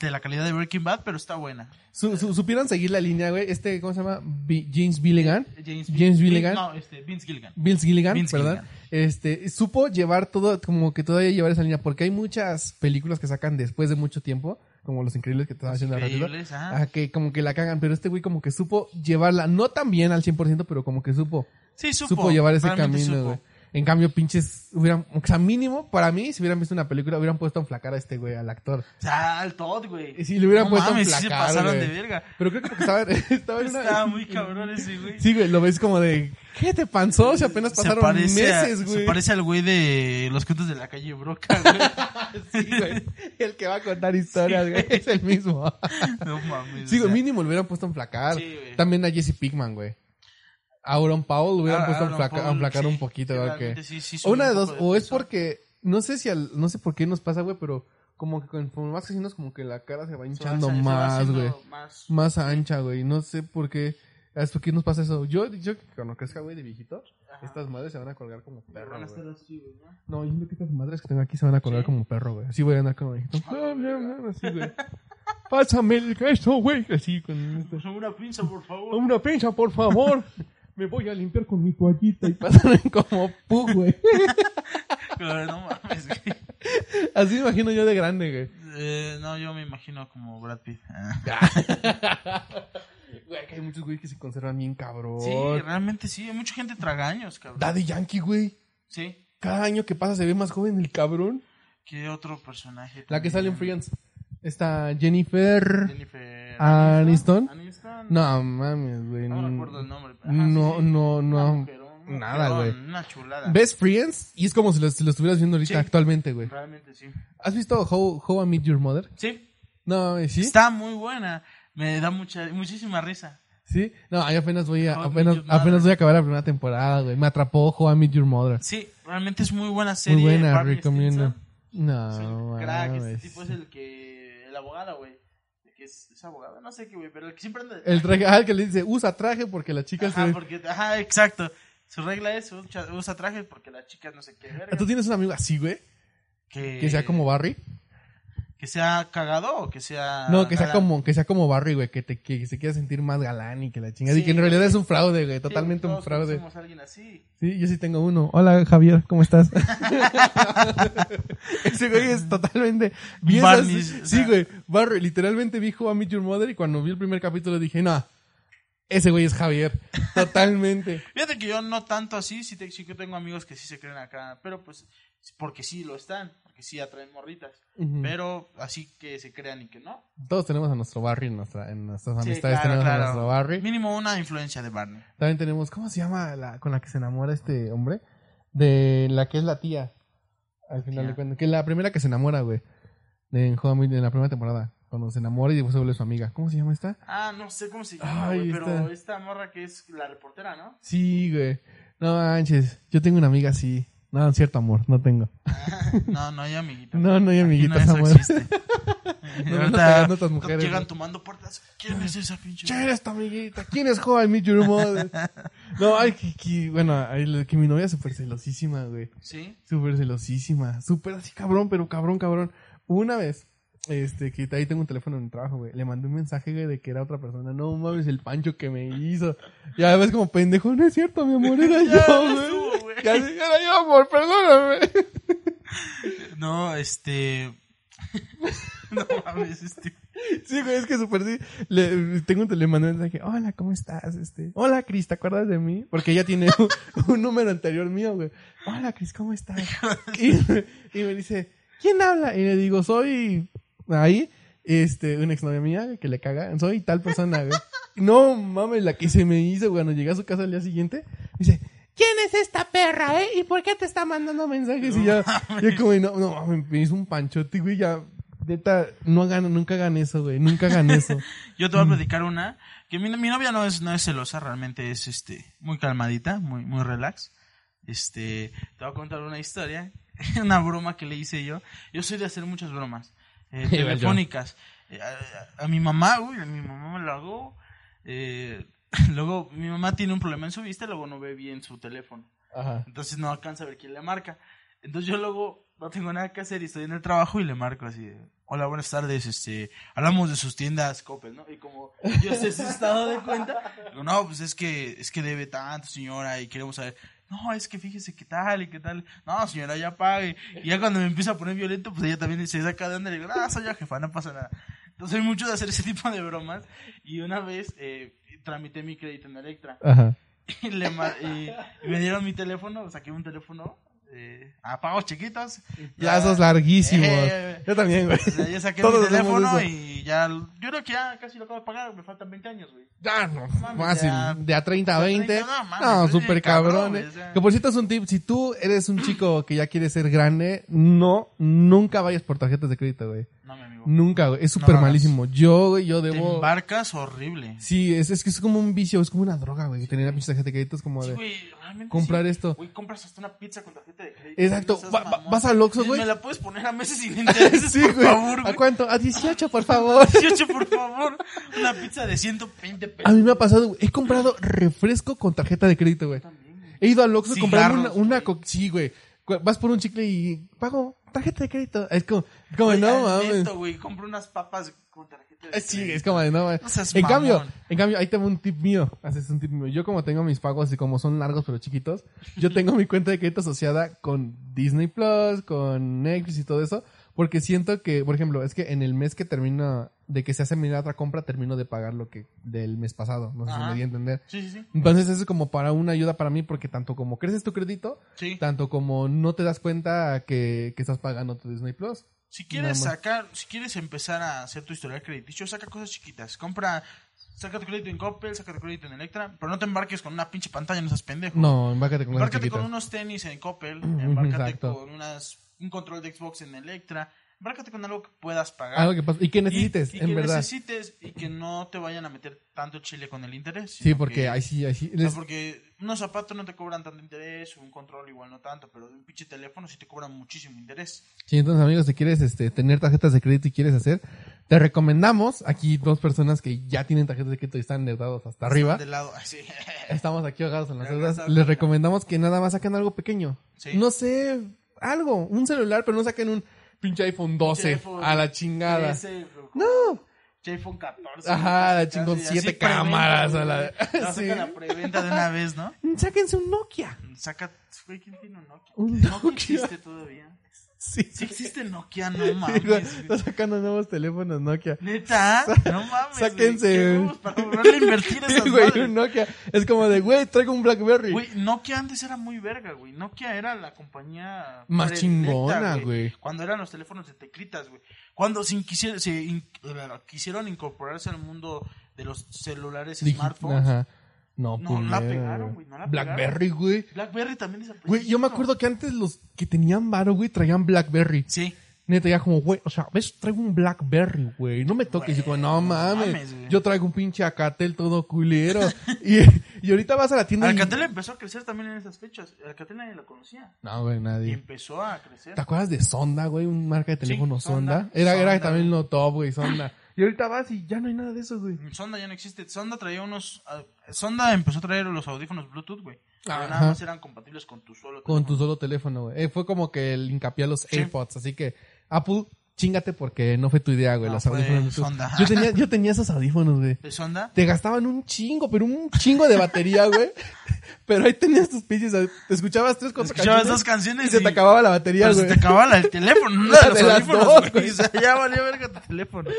B: de la calidad de Breaking Bad, pero está buena.
A: Su- su- supieron seguir la línea, güey. Este, ¿cómo se llama? Vi- James Gilligan.
B: James,
A: James Gilligan.
B: No, este, Vince Gilligan.
A: Vince Gilligan,
B: Vince
A: perdón.
B: Gilligan.
A: Este, supo llevar todo, como que todavía llevar esa línea, porque hay muchas películas que sacan después de mucho tiempo, como Los Increíbles que estaba haciendo al ratito.
B: Increíbles, ajá.
A: Ah, que como que la cagan, pero este güey como que supo llevarla, no tan bien al 100%, pero como que supo,
B: Sí, supo.
A: supo, llevar ese
B: realmente
A: camino,
B: supo.
A: güey. En cambio, pinches, hubieran, o sea, mínimo, para mí, si hubieran visto una película, hubieran puesto a enflacar a este güey, al actor.
B: O sea, al Todd, güey.
A: Y si le hubieran
B: No
A: puesto
B: mames,
A: un
B: sí se
A: placar,
B: pasaron
A: güey.
B: de verga.
A: Pero creo que porque estaba, [LAUGHS] estaba en una-
B: Estaba muy cabrón ese, güey.
A: Sí, güey, lo ves como de... ¿Qué te panzó? Si apenas
B: Se
A: pasaron
B: parece a-
A: meses, güey.
B: Se parece al güey de los cuentos de la calle Broca, güey. [LAUGHS]
A: Sí, güey. [LAUGHS] El que va a contar historias, güey. Es el
B: [LAUGHS]
A: mismo.
B: No mames.
A: Sí,
B: o
A: güey,
B: sea,
A: mínimo lo hubieran puesto a flacar.
B: Sí, güey.
A: También a Jesse Pickman, güey. A Aaron Powell lo hubieran
B: Ah,
A: puesto a
B: Aaron
A: flacar,
B: Paul, sí,
A: un poquito,
B: que
A: güey,
B: realmente
A: que-
B: sí- sí
A: O
B: subió
A: una
B: un
A: de dos,
B: poco
A: o es
B: peso.
A: porque... No sé si al- no sé por qué nos pasa, güey, pero como que conforme más casinos como que la cara se va
B: Se va
A: hinchando
B: haciendo- se va
A: más,
B: haciendo
A: güey.
B: más.
A: más ancha, güey. No sé por qué. ¿Por qué nos pasa eso? Yo, yo que cuando crezca, güey, de viejito,
B: Ajá.
A: estas madres se van a colgar como perro.
B: Van a estar
A: güey.
B: así, güey, ¿no?
A: No, yo creo que estas madres que tengo aquí se van a colgar
B: ¿Sí?
A: como perro, güey. Así voy a andar como viejito.
B: A la verga.
A: Así, güey. Pásame el queso, güey. Así con esto.
B: Pues una pinza, por favor.
A: Una pinza, por favor. Me voy a limpiar con mi toallita y pásame [LAUGHS] como pu, güey.
B: [LAUGHS] Pero no mames, güey.
A: Así me imagino yo de grande, güey.
B: Eh, no, yo me imagino como Brad Pitt. Ah.
A: Güey, que hay muchos güeyes que se conservan bien cabrón.
B: Sí, realmente sí. Hay mucha gente tragaños, cabrón.
A: Daddy Yankee, güey.
B: Sí.
A: Cada año que pasa se ve más joven el cabrón.
B: ¿Qué otro personaje?
A: La que
B: también?
A: sale en Friends. Está Jennifer.
B: Jennifer.
A: Aniston.
B: Aniston.
A: No mames, güey.
B: No recuerdo el nombre. Ajá,
A: no,
B: sí, Ah, sí.
A: no,
B: Una
A: no.
B: mujerona.
A: Nada,
B: Pero,
A: güey.
B: Una chulada.
A: Ves Friends y es como si lo, si lo estuvieras viendo ahorita
B: Sí.
A: actualmente, güey.
B: Realmente sí.
A: ¿Has visto How, How I Meet Your Mother?
B: Sí,
A: No, ¿sí?
B: está muy buena. Me da mucha, muchísima risa.
A: ¿Sí? No, ahí apenas voy a,
B: How I Met
A: apenas,
B: Your Mother.
A: apenas voy a acabar la primera temporada, güey. Me atrapó How I Meet Your Mother.
B: Sí, realmente es muy buena serie.
A: Muy buena,
B: Barney
A: recomiendo. Ah,
B: Stinson Es
A: No,
B: un crack. Este
A: mames.
B: tipo es el que. El abogado, güey. El que es, es abogado. No sé qué, güey. Pero el que siempre anda. de
A: El
B: traje.
A: traje, ah, el que le dice, usa traje porque la chica se
B: Ajá,
A: ve-
B: porque, ajá, exacto. Su regla es usa, usa traje porque las chicas no sé qué. verga.
A: Ah, ¿Tú tienes un amigo así, güey?
B: que,
A: Que sea como Barry.
B: Que sea cagado o que sea.
A: No, que sea
B: galán.
A: como, que sea como Barry, güey, que, te- que se quiera sentir más galán y que la chingada. y
B: Sí,
A: que en realidad es un fraude, güey,
B: Sí,
A: totalmente un
B: todos
A: fraude.
B: conocemos a alguien así.
A: Sí, yo sí tengo uno. Hola, Javier, ¿cómo estás? [LAUGHS] Ese güey es totalmente... bien
B: Barney,
A: así.
B: o
A: Sí,
B: sea.
A: güey, Barry, literalmente vi How I Meet Your Mother y cuando vi el primer capítulo dije, no, ese güey es
B: [LAUGHS]
A: Javier, totalmente.
B: Fíjate que yo no tanto así, sí, te- sí que tengo amigos que sí se creen acá, pero pues porque sí lo están, porque sí atraen morritas,
A: Ujú.
B: pero así que se crean y que no.
A: Todos tenemos a nuestro Barry en, nuestra, en nuestras
B: Sí,
A: amistades,
B: claro,
A: tenemos
B: claro.
A: a nuestro Barry.
B: Mínimo una influencia de Barney.
A: También tenemos, ¿cómo se llama la con la que se enamora este hombre? De la que es la tía. Al final
B: Tía.
A: de cuentas. Que es la primera que se enamora, güey. En, How I Met- en la primera temporada. Cuando se enamora y después se vuelve su amiga. ¿Cómo se llama esta?
B: Ah, no sé cómo se llama,
A: Ay,
B: güey, pero
A: esta-
B: esta morra que es la reportera, ¿no?
A: Sí, güey. No manches. Yo tengo una amiga así. No, es cierto, amor. No tengo.
B: [LAUGHS] no, no hay amiguita.
A: No, no hay
B: Aquí
A: amiguitas,
B: eso
A: amor. [LAUGHS]
B: existe.
A: no
B: Ahorita
A: te hagan otras mujeres,
B: Llegan
A: ¿no?
B: tomando puertas. ¿Quién es esa pinche?
A: ¿Quién eres tu amiguita? ¿Quién es How I Met Your Mother? No, ay, que, que- bueno, ay, lo- que mi novia es súper celosísima, güey. [LAUGHS]
B: Sí.
A: Súper celosísima. Súper así, cabrón, pero cabrón, cabrón. Una vez, este, que ahí tengo un teléfono en el trabajo, güey. Le mandé un mensaje, güey, de que era otra persona. No mames, el pancho que me hizo. Ya ves como pendejo, no es cierto, mi amor, era
B: [LAUGHS] Ya, ya
A: yo,
B: estuvo,
A: güey.
B: güey.
A: Ya era yo, amor, perdóname.
B: No, este. [LAUGHS] no mames, este.
A: Sí, güey, es que súper sí. Le, tengo un, tele- le mandé un mensaje. Hola, ¿cómo estás? Este, hola, Cris, ¿te acuerdas de mí? Porque ella tiene un, [LAUGHS] un número anterior mío, güey. Hola, Cris, ¿cómo estás? Y, y me dice, ¿quién habla? Y le digo, soy ahí, este, una exnovia mía que le caga. Soy tal persona, güey. No mames, la que se me hizo, güey, cuando llegué a su casa al día siguiente. Dice, ¿quién es esta perra, eh? ¿Y por qué te está mandando mensajes? y ya, yo como, no, no mames, me hizo un panchote, güey, ya. Neta, no hagan, nunca hagan eso, güey, nunca hagan
B: [LAUGHS]
A: eso.
B: Yo te voy a platicar una. Que mi, mi novia no es, no es celosa, realmente es este muy calmadita, muy, muy relax. Este, te voy a contar una historia, [LAUGHS] una broma que le hice yo. Yo soy de hacer muchas bromas eh,
A: Igual yo.
B: telefónicas. Eh, a, a- a mi mamá, güey, a mi mamá me lo hago. eh, [LAUGHS] luego, mi mamá tiene un problema en su vista, luego no ve bien su teléfono.
A: Ajá.
B: Entonces no alcanza a ver quién le marca. Entonces yo luego no tengo nada que hacer y estoy en el trabajo y le marco así. de, Hola, buenas tardes, este, hablamos de sus tiendas Coppel, ¿no? Y como yo sé su estado de cuenta, digo, no, pues es que, es que debe tanto, señora, y queremos saber, no, es que fíjese qué tal y qué tal, no, señora, ya pague. Y ya cuando me empieza a poner violento, pues ella también se saca de onda y le digo, ah, soy yo, jefa, no pasa nada. Entonces soy mucho de hacer ese tipo de bromas y una vez eh, tramité mi crédito en Electra.
A: Ajá.
B: Y, [LAUGHS] le ma- y- y me dieron mi teléfono, saqué un teléfono eh, a pagos chiquitos.
A: Plazos larguísimos.
B: Eh.
A: Yo también, güey.
B: O sea,
A: [LAUGHS]
B: ya saqué
A: Todos
B: mi
A: hacemos
B: teléfono
A: eso.
B: y ya. Yo creo que ya casi lo acabo de pagar, me faltan 20 años, güey.
A: Ya, no,
B: Mames,
A: fácil.
B: ya.
A: De a 30 a
B: De a
A: 20.
B: 30, no, mames,
A: No,
B: pues,
A: súper
B: sí, cabrón,
A: cabrones.
B: güey, o sea.
A: Que por cierto es un tip. Si tú eres un chico que ya quiere ser grande, no, nunca vayas por tarjetas de crédito, güey.
B: No, mi amigo.
A: Nunca, güey. Es súper
B: hagas.
A: malísimo. Yo, güey, yo
B: Te
A: debo.
B: embarcas horrible.
A: Sí, es, es que es como un vicio, es como una droga, güey. Tener la pinche tarjeta de crédito es como
B: Sí,
A: de.
B: güey, realmente
A: comprar
B: sí.
A: esto.
B: Güey, compras hasta una pizza con tarjeta de crédito.
A: Exacto.
B: no seas
A: Va- va-
B: mamón. Eh,
A: vas al Oxxo,
B: Me-
A: güey.
B: Me la puedes poner a
A: [LAUGHS]
B: meses sin intereses,
A: Sí,
B: por
A: güey.
B: favor,
A: ¿A
B: [LAUGHS] güey.
A: cuánto? A 18, por favor.
B: 18, por favor. Una pizza de 120 pesos.
A: A mí me ha pasado, güey. He comprado refresco con tarjeta de crédito, güey. He ido al Oxxo a comprar una,
B: Cigarros,
A: una
B: güey.
A: co- Sí, güey. Cu- Vas por un chicle y pago tarjeta de crédito. Es como, como
B: Güey,
A: no
B: al
A: mames.
B: neto, güey, compro unas papas con tarjeta de
A: Eh, Sí,
B: crédito.
A: es como de no mames.
B: No seas
A: en
B: mamón.
A: cambio, en cambio, ahí tengo un tip mío. Haces un tip mío. Yo como tengo mis pagos y como son largos pero chiquitos, yo tengo mi cuenta de crédito asociada con Disney Plus, con Netflix y todo eso. Porque siento que, por ejemplo, es que en el mes que termina, de que se hace mi otra compra, termino de pagar lo que del mes pasado. No sé si
B: Ajá.
A: me di a entender.
B: Sí, sí, sí.
A: Entonces eso es como para una ayuda para mí porque tanto como creces tu crédito,
B: Sí.
A: tanto como no te das cuenta que, que estás pagando tu Disney Plus.
B: Si
A: Nada
B: quieres
A: más.
B: sacar, si quieres empezar a hacer tu historial crediticio, saca cosas chiquitas. Compra Saca tu crédito en Coppel, saca tu crédito en Electra, pero no te embarques con una pinche pantalla, no seas pendejo.
A: No, embárcate con cosas
B: Embárcate con
A: chiquitas.
B: unos tenis en Coppel,
A: Ujú,
B: embárcate
A: exacto.
B: con unas, un control de Xbox en Electra, embárcate con algo que puedas pagar.
A: Algo que pasa- Y que
B: Y-
A: necesites,
B: y
A: en
B: que
A: verdad.
B: necesites y que no te vayan a meter tanto chile con el interés.
A: sí,
B: sino
A: porque
B: que-
A: ahí sí, ahí sí.
B: o sea,
A: les-
B: porque unos zapatos no te cobran tanto interés, un control igual no tanto, pero de un pinche teléfono sí te cobran muchísimo interés.
A: Sí, entonces amigos, si quieres este, tener tarjetas de crédito y quieres hacer, te recomendamos aquí dos personas que ya tienen tarjetas de crédito y están endeudados hasta arriba.
B: De lado, [LAUGHS] así.
A: Estamos aquí ahogados en las
B: Ya
A: deudas.
B: está,
A: Les
B: ya.
A: recomendamos que nada más saquen algo pequeño.
B: Sí.
A: No sé, algo, un celular, pero no saquen un pinche iPhone 12
B: iPhone
A: a la chingada.
B: no. eh, iPhone 14.
A: Ajá,
B: casi,
A: chingón,
B: casi,
A: siete
B: así preventa,
A: cámaras a [LAUGHS]
B: güey.
A: la-
B: No,
A: Sí.
B: saca la preventa de una vez, ¿no?
A: Sáquense un Nokia.
B: Saca, güey, ¿quién tiene un Nokia?
A: Un
B: Nokia
A: Nokia.
B: existe todavía.
A: Sí,
B: Sí existe Nokia,
A: [LAUGHS]
B: no
A: Sí, güey,
B: mames.
A: Está
B: güey.
A: sacando nuevos teléfonos Nokia.
B: Neta, ¿eh? no mames. güey,
A: sáquense
B: ¿qué
A: un-
B: huevos para cobrarle invertir a esas
A: [LAUGHS] Sí, güey,
B: madres?
A: un Nokia. Es como de, güey, traigo un Blackberry.
B: Güey, Nokia antes era muy verga, güey. Nokia era la compañía
A: Más
B: predilecta,
A: chingona, güey.
B: Cuando eran los teléfonos de teclitas, güey. Cuando se, inquisi- se in- quisieron incorporarse al mundo de los celulares,
A: Dije,
B: smartphones.
A: ajá. No,
B: No, no la
A: culero,
B: pegaron, güey, no la
A: Blackberry, güey.
B: BlackBerry también desapareció.
A: Güey, yo me acuerdo que antes los que tenían varo, güey, traían Blackberry.
B: Sí.
A: Neta, ya como, güey, o sea, ves, traigo un Blackberry, güey. No me toques.
B: Güey,
A: Y yo como, no
B: no
A: mames.
B: mames, güey.
A: yo traigo un pinche Acatel todo
B: [LAUGHS]
A: culero. y, y ahorita vas a la tienda y-
B: Alcatel empezó a crecer también en esas fechas. Alcatel nadie lo conocía.
A: No, güey,
B: Y
A: nadie.
B: empezó a crecer.
A: ¿Te acuerdas de Sonda, güey? Un marca de teléfono Sonda.
B: Sonda.
A: Era, era
B: Sonda.
A: también lo top, güey, Sonda. y ahorita vas y ya no hay nada de eso, güey.
B: Sonda ya no existe. Sonda traía unos. ah, Sonda empezó a traer los audífonos Bluetooth, güey. Pero
A: Ajá.
B: nada más eran compatibles con tu solo.
A: Con tu
B: teléfono.
A: solo teléfono, güey. Eh, fue como que el hincapié a los
B: Sí.
A: AirPods. Así que, Apple, chingate porque no fue tu idea, güey.
B: No,
A: los
B: fue
A: audífonos. Bluetooth.
B: Sonda.
A: Yo tenía, yo tenía esos audífonos, güey.
B: ¿De Sonda?
A: Te gastaban un chingo, pero un chingo de batería, güey. Pero ahí tenías tus pinches. aud- Te escuchabas tres, cuatro
B: Escuchabas
A: canciones
B: dos canciones
A: y se te
B: y-
A: acababa la batería,
B: Pero se
A: güey.
B: te acababa el teléfono,
A: [LAUGHS]
B: no
A: La
B: de los
A: de las
B: audífonos,
A: dos,
B: güey.
A: güey.
B: O sea, ya valió verga tu teléfono.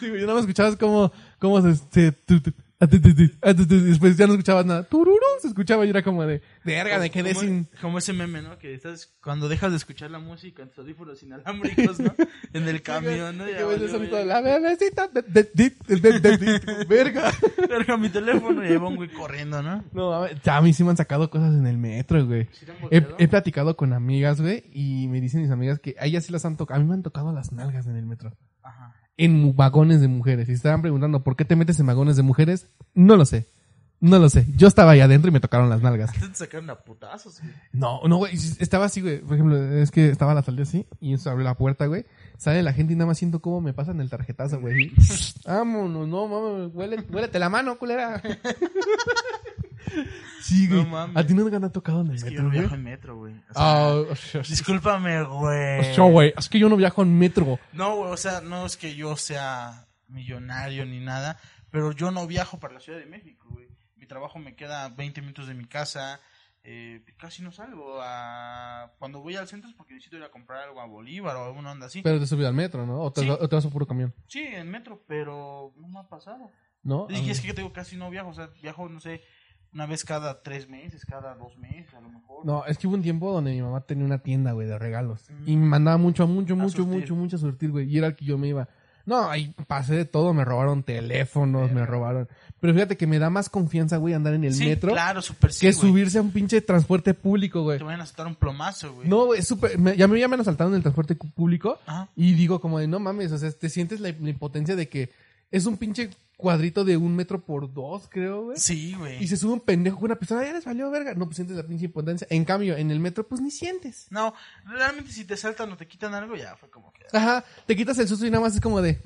A: Sí, güey. Nada más escuchabas como, como se, se- tu- tu- a- tu- tu- tu- a- tu- tu- después ya no escuchabas nada. Tururú, se escuchaba y era como de, verga, me quedé
B: Como-
A: sin.
B: Como ese meme, ¿no? Que estás cuando dejas de escuchar la música en tus audífonos
A: [LAUGHS]
B: inalámbricos, ¿no? En el camión, ¿no?
A: Y
B: Ya
A: que ves el
B: valió
A: sonido de
B: verga.
A: la bebecita. de- de- de- de- de- de- Verga.
B: Verga, mi teléfono y ahí va un güey corriendo, ¿no?
A: No, a, ver, a mí sí me han sacado cosas en el metro, güey.
B: ¿Sí te han
A: He,
B: golpeado?
A: he platicado con amigas, güey, y me dicen mis amigas que a ellas sí las han tocado. A mí me han tocado las nalgas en el metro.
B: Ajá.
A: En mu- vagones de mujeres. Y estaban preguntando, ¿por qué te metes en vagones de mujeres? No lo sé. No lo sé. Yo estaba ahí adentro y me tocaron las nalgas.
B: Te sacaron a putazos, güey.
A: No, no, güey. Estaba así, güey. Por ejemplo, es que estaba la salida así y eso abrió la puerta, güey. Sale la gente y nada más siento cómo me pasan el tarjetazo, güey. Vámonos, no, mames. Huele, huélete la mano, culera. [LAUGHS] sí,
B: No
A: güey.
B: mames.
A: A ti nunca te han tocado en el
B: Es que
A: metro,
B: yo no
A: güey.
B: viajo en metro, güey. O sea,
A: Ah, pues,
B: Discúlpame, güey.
A: yo, güey. Es que yo no viajo en metro.
B: No, güey, o sea, no es que yo sea millonario ni nada, pero yo no viajo para la Ciudad de México, güey. Mi trabajo me queda 20 minutos de mi casa, eh, casi no salgo. A... Cuando voy al centro es porque necesito ir a comprar algo a Bolívar o alguna onda así.
A: Pero te subí al metro, ¿no? O te,
B: Sí.
A: o te vas a puro camión,
B: Sí, en metro, pero no me ha pasado.
A: ¿no? Ah,
B: Y es que yo te digo, casi no viajo, o sea, viajo, no sé, una vez cada tres meses, cada dos meses, a lo mejor.
A: No, es que hubo un tiempo donde mi mamá tenía una tienda, güey, de regalos.
B: Mm.
A: Y me mandaba mucho, mucho, mucho,
B: surtir.
A: mucho, mucho a surtir, güey. Y era el que yo me iba. No, ahí pasé de todo. Me robaron teléfonos, me
B: Verga.
A: robaron. Pero fíjate que me da más confianza, güey, andar en el
B: Sí,
A: metro
B: claro, súper sí,
A: que
B: güey.
A: subirse a un pinche transporte público, güey.
B: Te van a soltar un plomazo, güey.
A: No, güey, es súper. me- Ya, me- ya me han asaltado en el transporte cu- público.
B: Ajá.
A: Y digo, como de no mames, o sea, te sientes la, la impotencia de que es un pinche cuadrito de un metro por dos, creo, güey.
B: Sí, güey.
A: Y se sube un pendejo con una pistola, "Ah, ya les valió verga. No, pues sientes la pinche impotencia. En cambio, en el metro, pues ni sientes.
B: No, realmente si te saltan o te quitan algo, ya fue como que.
A: Ajá, te quitas el susto y nada más es como de.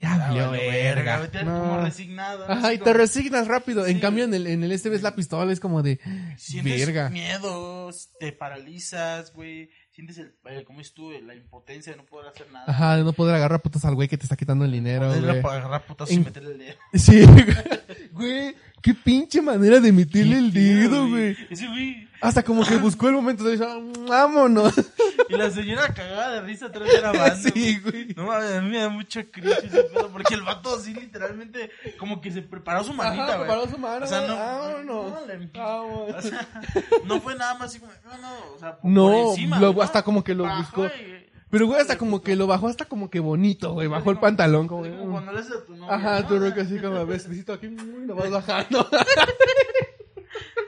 A: Ya,
B: Ah,
A: Ah, valió
B: vale,
A: verga.
B: vete
A: No.
B: como resignado. ¿no?
A: Ajá,
B: Así
A: y te
B: como
A: resignas rápido. En
B: Sí.
A: cambio, en el, en el este ves la pistola, es como de.
B: Sientes
A: Verga.
B: miedo, te paralizas, güey. Sientes, el, el- como dices tú, la impotencia de no poder hacer nada.
A: Ajá, de no poder agarrar putas al güey que te está quitando el dinero,
B: Poderla
A: güey.
B: para agarrar putas y
A: En-
B: meterle el dedo.
A: Sí, [LAUGHS] güey. güey. Qué pinche manera de meterle el dedo, güey.
B: Ese güey.
A: Hasta como que buscó el momento de decir, "Ah, vámonos.
B: Y la señora cagada de risa atrás
A: [LAUGHS]
B: de la banda.
A: Sí, güey.
B: No mames, a mí me da mucho cringe ese pedo. Porque el vato así literalmente, como que se preparó su manita,
A: Ajá,
B: güey.
A: preparó su mano,
B: O sea, no.
A: vámonos. Ah,
B: no, le-
A: Vámonos.
B: O sea, no fue nada más así como, no, no, o sea, por,
A: No,
B: por encima.
A: lo-
B: ¿no?
A: hasta como que lo
B: Bajó
A: buscó.
B: y-
A: Pero, güey, hasta como que lo bajó hasta como que bonito, güey. Bajó el pantalón, como. "Mm".
B: Como cuando le haces a tu novia.
A: Ajá,
B: ¿no?
A: tu roca así como ves, besito aquí, y lo vas bajando.
B: [LAUGHS]
A: [LAUGHS]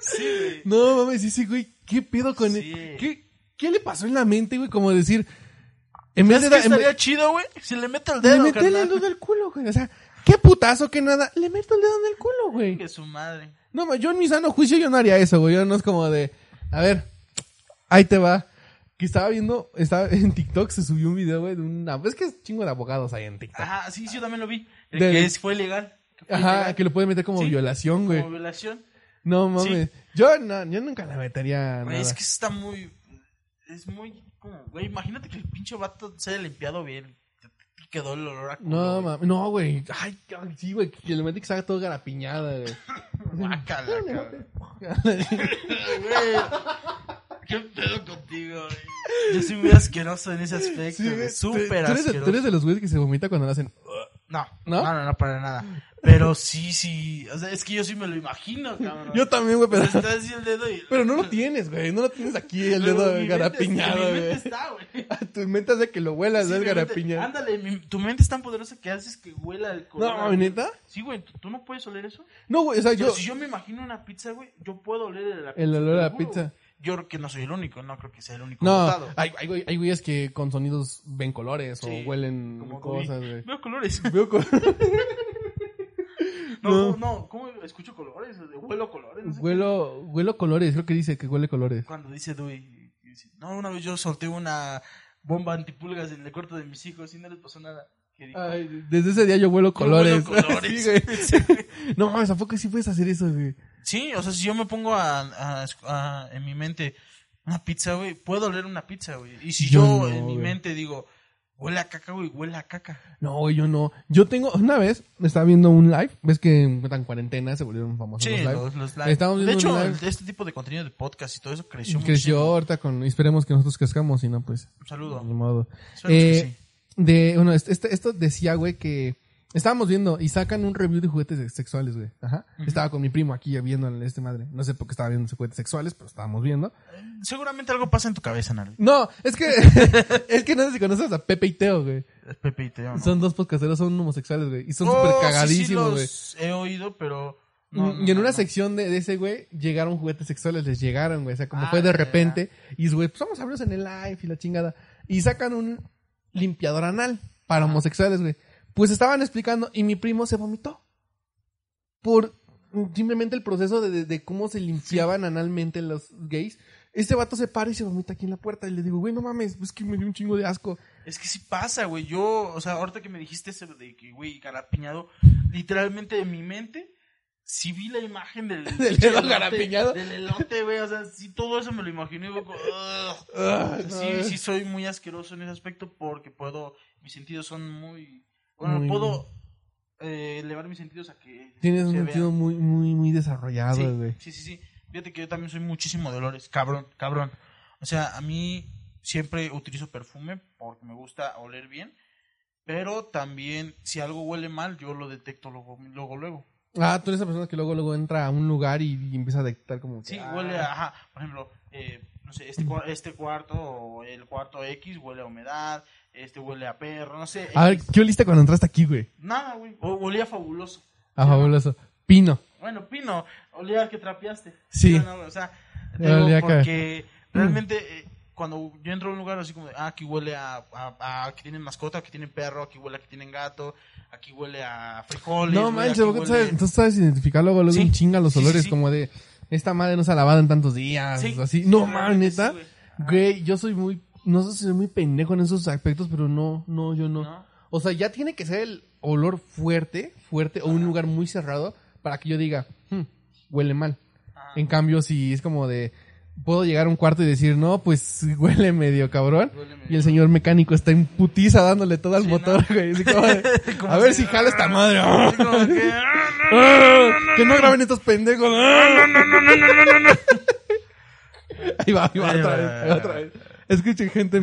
B: Sí, güey.
A: No, mames, sí, sí, güey, ¿qué pedo con
B: Sí.
A: él? ¿Qué, ¿Qué le pasó en la mente, güey? Como decir, en vez
B: Es
A: de...
B: que
A: dar- en
B: estaría
A: vez-
B: chido, güey. Si le mete el
A: le
B: dedo,
A: metí el
B: carnal.
A: dedo del culo, güey. O sea, qué putazo que nada. Le meto el dedo en el culo, güey.
B: Que su madre.
A: No, ma, yo en mi sano juicio yo no haría eso, güey. Yo no es como de, a ver, ahí te va. Que estaba viendo, estaba [LAUGHS] en TikTok, se subió un video, güey, de una... Es que es chingo de abogados ahí en TikTok.
B: Ajá, sí, sí, yo también lo vi. El
A: Ah. Del-
B: que es- fue legal.
A: Ajá, que lo pueden meter como
B: Sí,
A: violación, güey.
B: Como violación.
A: No mames. Yo, no, yo nunca la metería.
B: Güey,
A: nada.
B: es que está muy. Es muy. Como, güey, imagínate que el pinche vato se haya limpiado bien. Te- te Quedó el olor a culo,
A: No,
B: güey.
A: mames. No, güey. Ay, ay, sí, güey. Que le mete que salga todo garapiñada,
B: [LAUGHS]
A: güey.
B: Guácala, cabrón. Güey, ¿Qué pedo contigo, güey? Yo soy muy asqueroso en ese
A: Sí,
B: aspecto, güey.
A: güey. Tú-
B: Súper
A: tú eres de-
B: asqueroso.
A: Tú eres de los güeyes que se vomita cuando lo hacen.
B: No,
A: ¿No?
B: no, no, no, para nada. Pero sí, sí. O sea, es que yo sí me lo imagino, cabrón.
A: Yo también, güey, pero,
B: Pero está así el dedo y.
A: pero no lo tienes, güey. No lo tienes aquí, el
B: Pero
A: dedo
B: mi mente-
A: garapiñado,
B: en mi mente
A: güey. [LAUGHS]
B: está, güey.
A: Tu mente hace que lo huelas, ¿ves?
B: Simplemente,
A: Garapiñado.
B: Ándale, mi- tu mente es tan poderosa que haces que huela el
A: No,
B: color.
A: mames, neta.
B: Sí, güey, ¿tú, tú no puedes oler eso?
A: No, güey, o sea, yo.
B: Pero si yo me imagino una pizza, güey, yo puedo oler el de la pizza.
A: El olor a
B: te
A: la
B: lo juro,
A: pizza.
B: güey. Yo creo que no soy el único, no creo que sea el único
A: No, Ah.
B: dotado.
A: hay, hay, güey- hay güeyes que con sonidos ven colores
B: Sí,
A: o huelen
B: Como tú,
A: cosas,
B: vi-
A: güey.
B: Veo colores.
A: Veo co- [LAUGHS]
B: No, no, ¿cómo escucho colores? Huelo colores. no sé
A: Huelo, huelo colores, creo que dice que huele colores.
B: cuando dice Dewey, y dice, no, una vez yo solté una bomba antipulgas en el cuarto de mis hijos y no les pasó nada. Que dijo,
A: Ay, desde ese día yo vuelo
B: "Yo huelo
A: colores. [LAUGHS]
B: colores".
A: Sí, güey.
B: Sí, güey.
A: No mames, ¿a poco sí puedes hacer eso, güey?
B: Sí, o sea, si yo me pongo a, a- a- en mi mente una pizza, güey, puedo oler una pizza, güey. Y si
A: Yo no,
B: yo, en mi
A: güey.
B: mente digo, huele a caca, güey, huele a caca.
A: No, güey, yo no. Yo tengo, una vez, estaba viendo un live. Ves que en cuarentena se volvieron famosos
B: Sí,
A: los live.
B: los, los live.
A: Estamos
B: De
A: viendo
B: hecho,
A: un live.
B: este tipo de contenido de podcast y todo eso creció
A: Creció
B: muchísimo.
A: ahorita con, esperemos que nosotros crezcamos, si no, pues,
B: Un saludo.
A: ni modo.
B: Esperemos que
A: Eh,
B: sí.
A: de, bueno, este- este- esto decía, güey, que estábamos viendo y sacan un review de juguetes sexuales, güey. Ajá. Estaba con mi primo aquí viendo este madre. No sé por qué estaba viendo juguetes sexuales, pero estábamos viendo.
B: Seguramente algo pasa en tu cabeza, Nari.
A: No, es que, [LAUGHS] es que no sé si conoces a Pepe y Teo, güey.
B: Pepe y Teo, ¿no?
A: Son dos podcasteros, son homosexuales, güey. Y son
B: Oh,
A: súper
B: sí, sí
A: cagadísimos,
B: los
A: güey.
B: he oído, pero.
A: Mm, y en una
B: no.
A: sección de, de ese güey llegaron juguetes sexuales, les llegaron, güey. O sea, como
B: Ah,
A: fue de
B: ya,
A: repente. Y es, güey, pues vamos a abrirlos en el live y la chingada. Y sacan un limpiador anal para homosexuales, güey. Pues estaban explicando y mi primo se vomitó. Por mm, simplemente el proceso de, de- de cómo se limpiaban analmente los gays. Este vato se para y se vomita aquí en la puerta. Y le digo, güey, no mames, pues que me dio un chingo de asco.
B: Es que sí pasa, güey. Yo, o sea, ahorita que me dijiste eso de que, güey, garapiñado, literalmente en mi mente, sí vi la imagen del.
A: [LAUGHS] Del dedo garapiñado.
B: Del elote, güey. O sea, sí, todo eso me lo imaginé. güey, como, "Ugh".
A: Ah,
B: O sea,
A: no,
B: sí,
A: güey.
B: sí, soy muy asqueroso en ese aspecto porque puedo. Mis sentidos son muy. Bueno,
A: Muy-
B: puedo eh, elevar mis sentidos a que.
A: Tienes un
B: se vean.
A: sentido muy, muy, muy desarrollado, güey.
B: Sí, sí, sí, sí. Fíjate que yo también soy muchísimo de olores. Cabrón, cabrón. O sea, a mí siempre utilizo perfume porque me gusta oler bien. Pero también, si algo huele mal, yo lo detecto luego, luego. luego.
A: Ah, tú eres esa persona que luego, luego entra a un lugar y, y empieza a detectar como... que,
B: Sí,
A: ah,
B: huele a, ajá, por ejemplo, eh, no sé, este, cua- este cuarto o el cuarto X huele a humedad, este huele a perro, no sé.
A: A ver,
B: X.
A: ¿qué oliste cuando entraste aquí, güey?
B: Nada, güey. O- Olía fabuloso.
A: Ah, fabuloso. Pino.
B: Bueno, Pino, olía que trapeaste.
A: Sí.
B: Yo no, o sea,
A: Ya
B: digo,
A: olía Mm. que-
B: porque realmente eh, cuando yo entro a un lugar así como, de, ah, aquí huele a, a, a que tienen mascota, aquí tienen perro, aquí huele a que tienen gato, aquí huele a frijoles.
A: No
B: güey,
A: manches,
B: aquí
A: porque tú
B: huele-
A: sabes, tú sabes identificar luego, luego
B: Sí.
A: un chinga los
B: Sí, sí,
A: olores
B: sí.
A: como de... Esta madre no se ha lavado en tantos días,
B: Sí,
A: así.
B: sí,
A: No, mames,
B: realmente
A: neta.
B: sí, güey.
A: Güey, yo soy muy... No sé si soy muy pendejo en esos aspectos, pero no, no, yo no.
B: ¿No?
A: O sea, ya tiene que ser el olor fuerte, fuerte, o un lugar muy cerrado para que yo diga, "Hmm, huele mal.
B: Ajá.
A: En cambio, si es como de, puedo llegar a un cuarto y decir, no, pues [LAUGHS] huele medio cabrón.
B: Huele medio
A: Y el señor mecánico está en putiza dándole todo al
B: Sí,
A: motor,
B: ¿no?
A: güey. Así como de,
B: [LAUGHS] Como
A: a ver
B: si-
A: si jala esta madre. [LAUGHS]
B: [LAUGHS] Así como que, "Ah, no, no".
A: que no graben estos
B: [LAUGHS]
A: pendejos. [LAUGHS] Ahí va, ahí va,
B: Ahí
A: otra
B: va.
A: vez, ahí va otra vez. Escuchen, gente.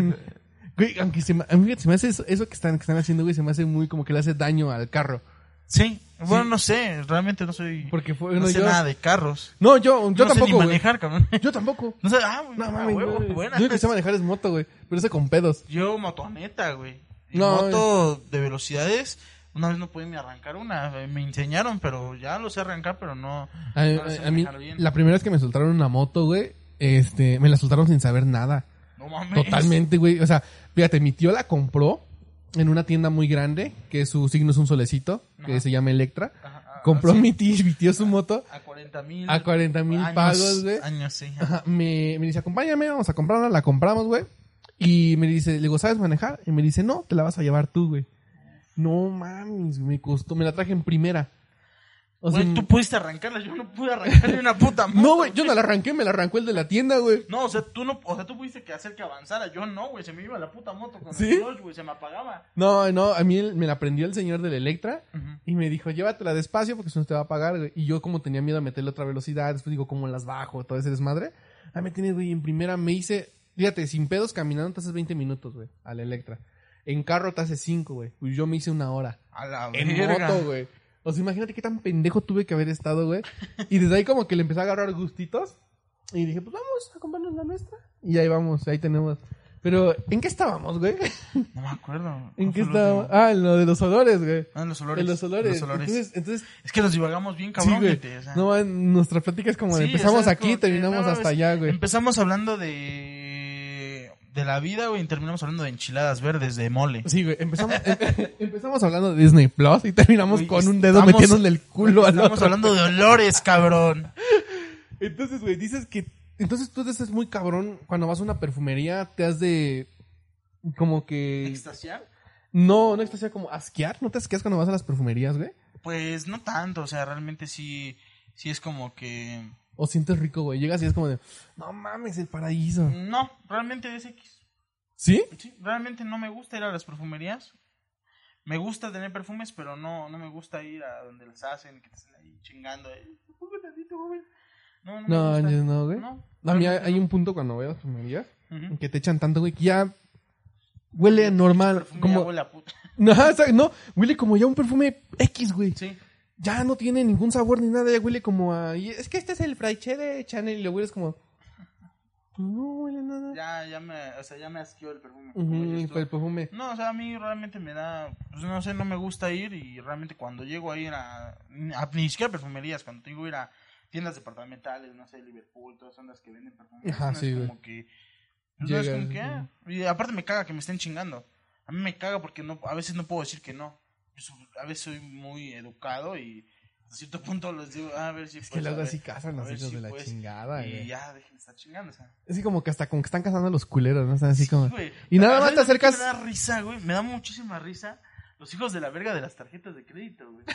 A: Güey, aunque se me, a mí se me hace eso, eso que, están, que están haciendo, güey, se me hace muy como que le hace daño al carro.
B: Sí, bueno, no sé, realmente no soy.
A: Porque fue,
B: no
A: no,
B: sé
A: yo,
B: nada de carros.
A: no, yo, yo
B: no
A: tampoco.
B: sé ni
A: güey.
B: manejar, cabrón. [LAUGHS]
A: Yo tampoco.
B: No sé, ah,
A: No,
B: no,
A: mames,
B: huevo,
A: no,
B: buena.
A: Yo lo que sé manejar es moto, güey. Pero ese con pedos.
B: Yo motoneta, güey. Y
A: No,
B: moto de velocidades. Una vez no pude ni arrancar una. eh, Me enseñaron, pero ya lo sé arrancar, pero no.
A: A,
B: no lo sé
A: a- a mí,
B: manejar bien.
A: la primera vez que me soltaron una moto, güey, este, me la soltaron sin saber nada.
B: No mames.
A: Totalmente, güey. O sea, fíjate, mi tío la compró en una tienda muy grande, que su signo es un solecito, que
B: Ajá.
A: se llama Electra.
B: [LAUGHS] Ajá, ah,
A: Compró
B: sí,
A: mi tío, mi tío su moto
B: A 40 mil.
A: a 40 mil pagos, güey.
B: Años, sí.
A: Ajá, me, me dice, acompáñame, vamos a comprarla, la compramos, güey. Y me dice, le digo, ¿sabes manejar? Y me dice, no, te la vas a llevar tú, güey. No mames, me costó, me la traje en primera. O sea,
B: Güey, tú pudiste arrancarla, yo no pude arrancar ni una puta moto.
A: [LAUGHS] no, güey, yo no la arranqué, me la arrancó el de la tienda, güey.
B: No, o sea, tú no, o sea, tú pudiste que hacer que avanzara, yo no, güey, se me iba la puta moto con
A: ¿Sí?
B: el clutch, güey, se me apagaba.
A: No, no, a mí el- me la prendió el señor del Electra y me dijo, llévatela despacio porque si no te va a pagar, güey. Y yo como tenía miedo a meterle otra velocidad, después digo, ¿cómo las bajo? Todo ese desmadre. Ahí me tienes, güey, en primera me hice, fíjate, sin pedos caminando te haces 20 minutos, güey, al Electra. En carro te haces 5, güey. Y yo me hice una hora.
B: A la
A: En
B: verga.
A: moto, güey. O sea, imagínate qué tan pendejo tuve que haber estado, güey. Y desde ahí como que le empecé a agarrar gustitos. Y dije, pues vamos a comprarnos la nuestra. Y ahí vamos, ahí tenemos. Pero, ¿en qué estábamos, güey?
B: No me acuerdo.
A: ¿En
B: ¿Cuál
A: qué
B: fue el
A: estábamos?
B: último?
A: Ah, en lo de los olores, güey.
B: Ah, en los olores.
A: En los olores.
B: en los olores.
A: Entonces, entonces
B: es que nos divagamos bien
A: sí,
B: cabrón,
A: güey.
B: gente, o sea.
A: No, man, nuestra plática es como de
B: Sí,
A: empezamos
B: o sea, es
A: aquí,
B: como que, em-
A: terminamos
B: no,
A: hasta
B: es-
A: allá, güey.
B: Empezamos hablando de de la vida, güey, y terminamos hablando de enchiladas verdes, de mole.
A: Sí, güey.
B: [LAUGHS]
A: Empezamos, em- empezamos hablando de Disney Plus y terminamos
B: Güey,
A: con un dedo
B: estamos-
A: metiéndole el culo al
B: Estamos
A: otro.
B: hablando de olores, cabrón.
A: Entonces, güey, dices que. Entonces tú te haces muy cabrón cuando vas a una perfumería, te has de. Como que.
B: ¿Extasiar?
A: No, no extasiar, como asquear. ¿No te asqueas cuando vas a las perfumerías, güey?
B: Pues no tanto, o sea, realmente sí sí es como que
A: O sientes rico, güey. Llegas y es como de. No mames, el paraíso.
B: no, realmente es X.
A: ¿Sí?
B: Sí, realmente no me gusta ir a las perfumerías. Me gusta tener perfumes, pero no, no me gusta ir a donde las hacen, que te estén ahí chingando. eh, "Pongo tantito, joven". No, no,
A: No,
B: me gusta.
A: yo no, güey.
B: No,
A: A mí hay,
B: realmente
A: hay
B: no.
A: un punto cuando voy a las perfumerías
B: Ujú.
A: en que te echan tanto, güey, que ya. Huele normal.
B: Perfume ya
A: Como.
B: huele a puta.
A: [LAUGHS] No, o sea, no, huele como ya un perfume X, güey.
B: Sí.
A: ya no tiene ningún sabor ni nada, ya huele como a... y es que este es el fraiche de Chanel y lo hueles como... pues No huele a nada.
B: Ya, ya me, o sea, ya me asqueó el perfume.
A: Ujú,
B: como dices tú.
A: fue el perfume.
B: No, o sea, a mí realmente me da, pues no sé, no me gusta ir y realmente cuando llego a ir a, a ni siquiera perfumerías, cuando tengo que ir a tiendas departamentales, no sé, Liverpool, todas son las que venden perfumes,
A: Ajá,
B: no
A: sí,
B: es
A: güey.
B: como que, pues, no es
A: Llegas,
B: como que, ah, y aparte me caga que me estén chingando, a mí me caga porque no, a veces no puedo decir que no, Yo soy- a veces soy muy educado y a cierto [LAUGHS] punto les digo, "Ah, a ver si
A: Es que luego
B: a
A: así
B: ver".
A: cazan
B: a
A: los
B: ver
A: hijos
B: si
A: de la
B: pues,
A: chingada,
B: y
A: güey.
B: ya dejen de estar chingando, o sea.
A: Así como que hasta como que están cazando a los culeros, ¿no? Están así como...
B: güey.
A: Y nada más
B: ¿Sabes
A: te
B: lo que
A: acercas-
B: Me da risa, güey. Me da muchísima risa. Los hijos de la verga de las tarjetas de crédito, güey.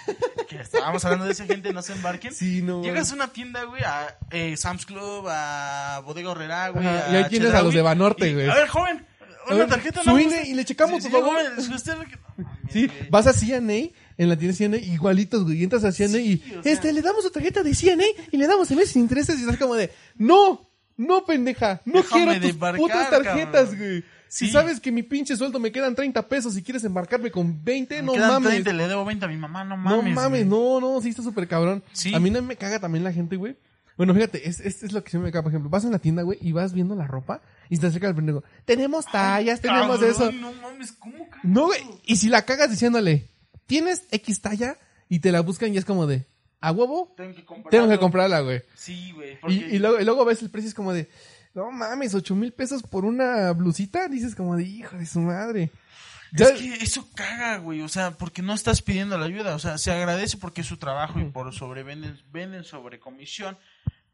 B: que estábamos hablando de esa gente, no se embarquen.
A: Sí, no.
B: Llegas a una tienda, güey, a eh, Sam's Club, a Bodega Horrera, güey.
A: Ajá,
B: a
A: y ahí tienes
B: Chedraui,
A: a los de Banorte,
B: y,
A: güey.
B: A ver, joven,
A: A
B: una
A: ver,
B: tarjeta
A: su
B: no. pues,
A: INE y le checamos, por favor.
B: joven, es que usted lo que- No mames,
A: Sí,
B: güey.
A: vas a CNA, en la tienda CNA, igualitos, güey. Y entras a CNA y...
B: Sí, o sea-
A: Este, le damos su tarjeta de CNA y le damos en vez sin intereses y estás como de... ¡No! ¡No, pendeja! ¡No
B: Déjame
A: quiero tus
B: desembarcar,
A: putas tarjetas,
B: cabrón".
A: güey! Si
B: Sí.
A: sabes que mi pinche sueldo me quedan 30 pesos y quieres embarcarme con 20,
B: Me
A: no
B: quedan
A: mames.
B: 30, le debo 20 a mi mamá, no
A: No
B: mames.
A: mames,
B: güey.
A: no, no, sí está súper cabrón.
B: Sí.
A: A mí no me caga también la gente, güey. Bueno, fíjate, es, es, es lo que siempre me caga. Por ejemplo, vas en la tienda, güey, y vas viendo la ropa y te acerca el pendejo. Tenemos tallas, tenemos
B: Cabrón,
A: eso.
B: No mames, ¿cómo cagas?
A: No, güey. Y si la cagas diciéndole, tienes X talla y te la buscan y es como de, a huevo,
B: Tengo que comprar.
A: tengo que comprarla, güey.
B: Sí, güey.
A: Y,
B: porque-
A: y luego, y luego ves el precio y es como de, no mames, ocho mil pesos por una blusita. Dices como de, hijo de su madre. Ya-
B: Es que eso caga, güey. O sea, porque no estás pidiendo la ayuda. O sea, se agradece porque es su trabajo y por sobre venden, venden sobre comisión.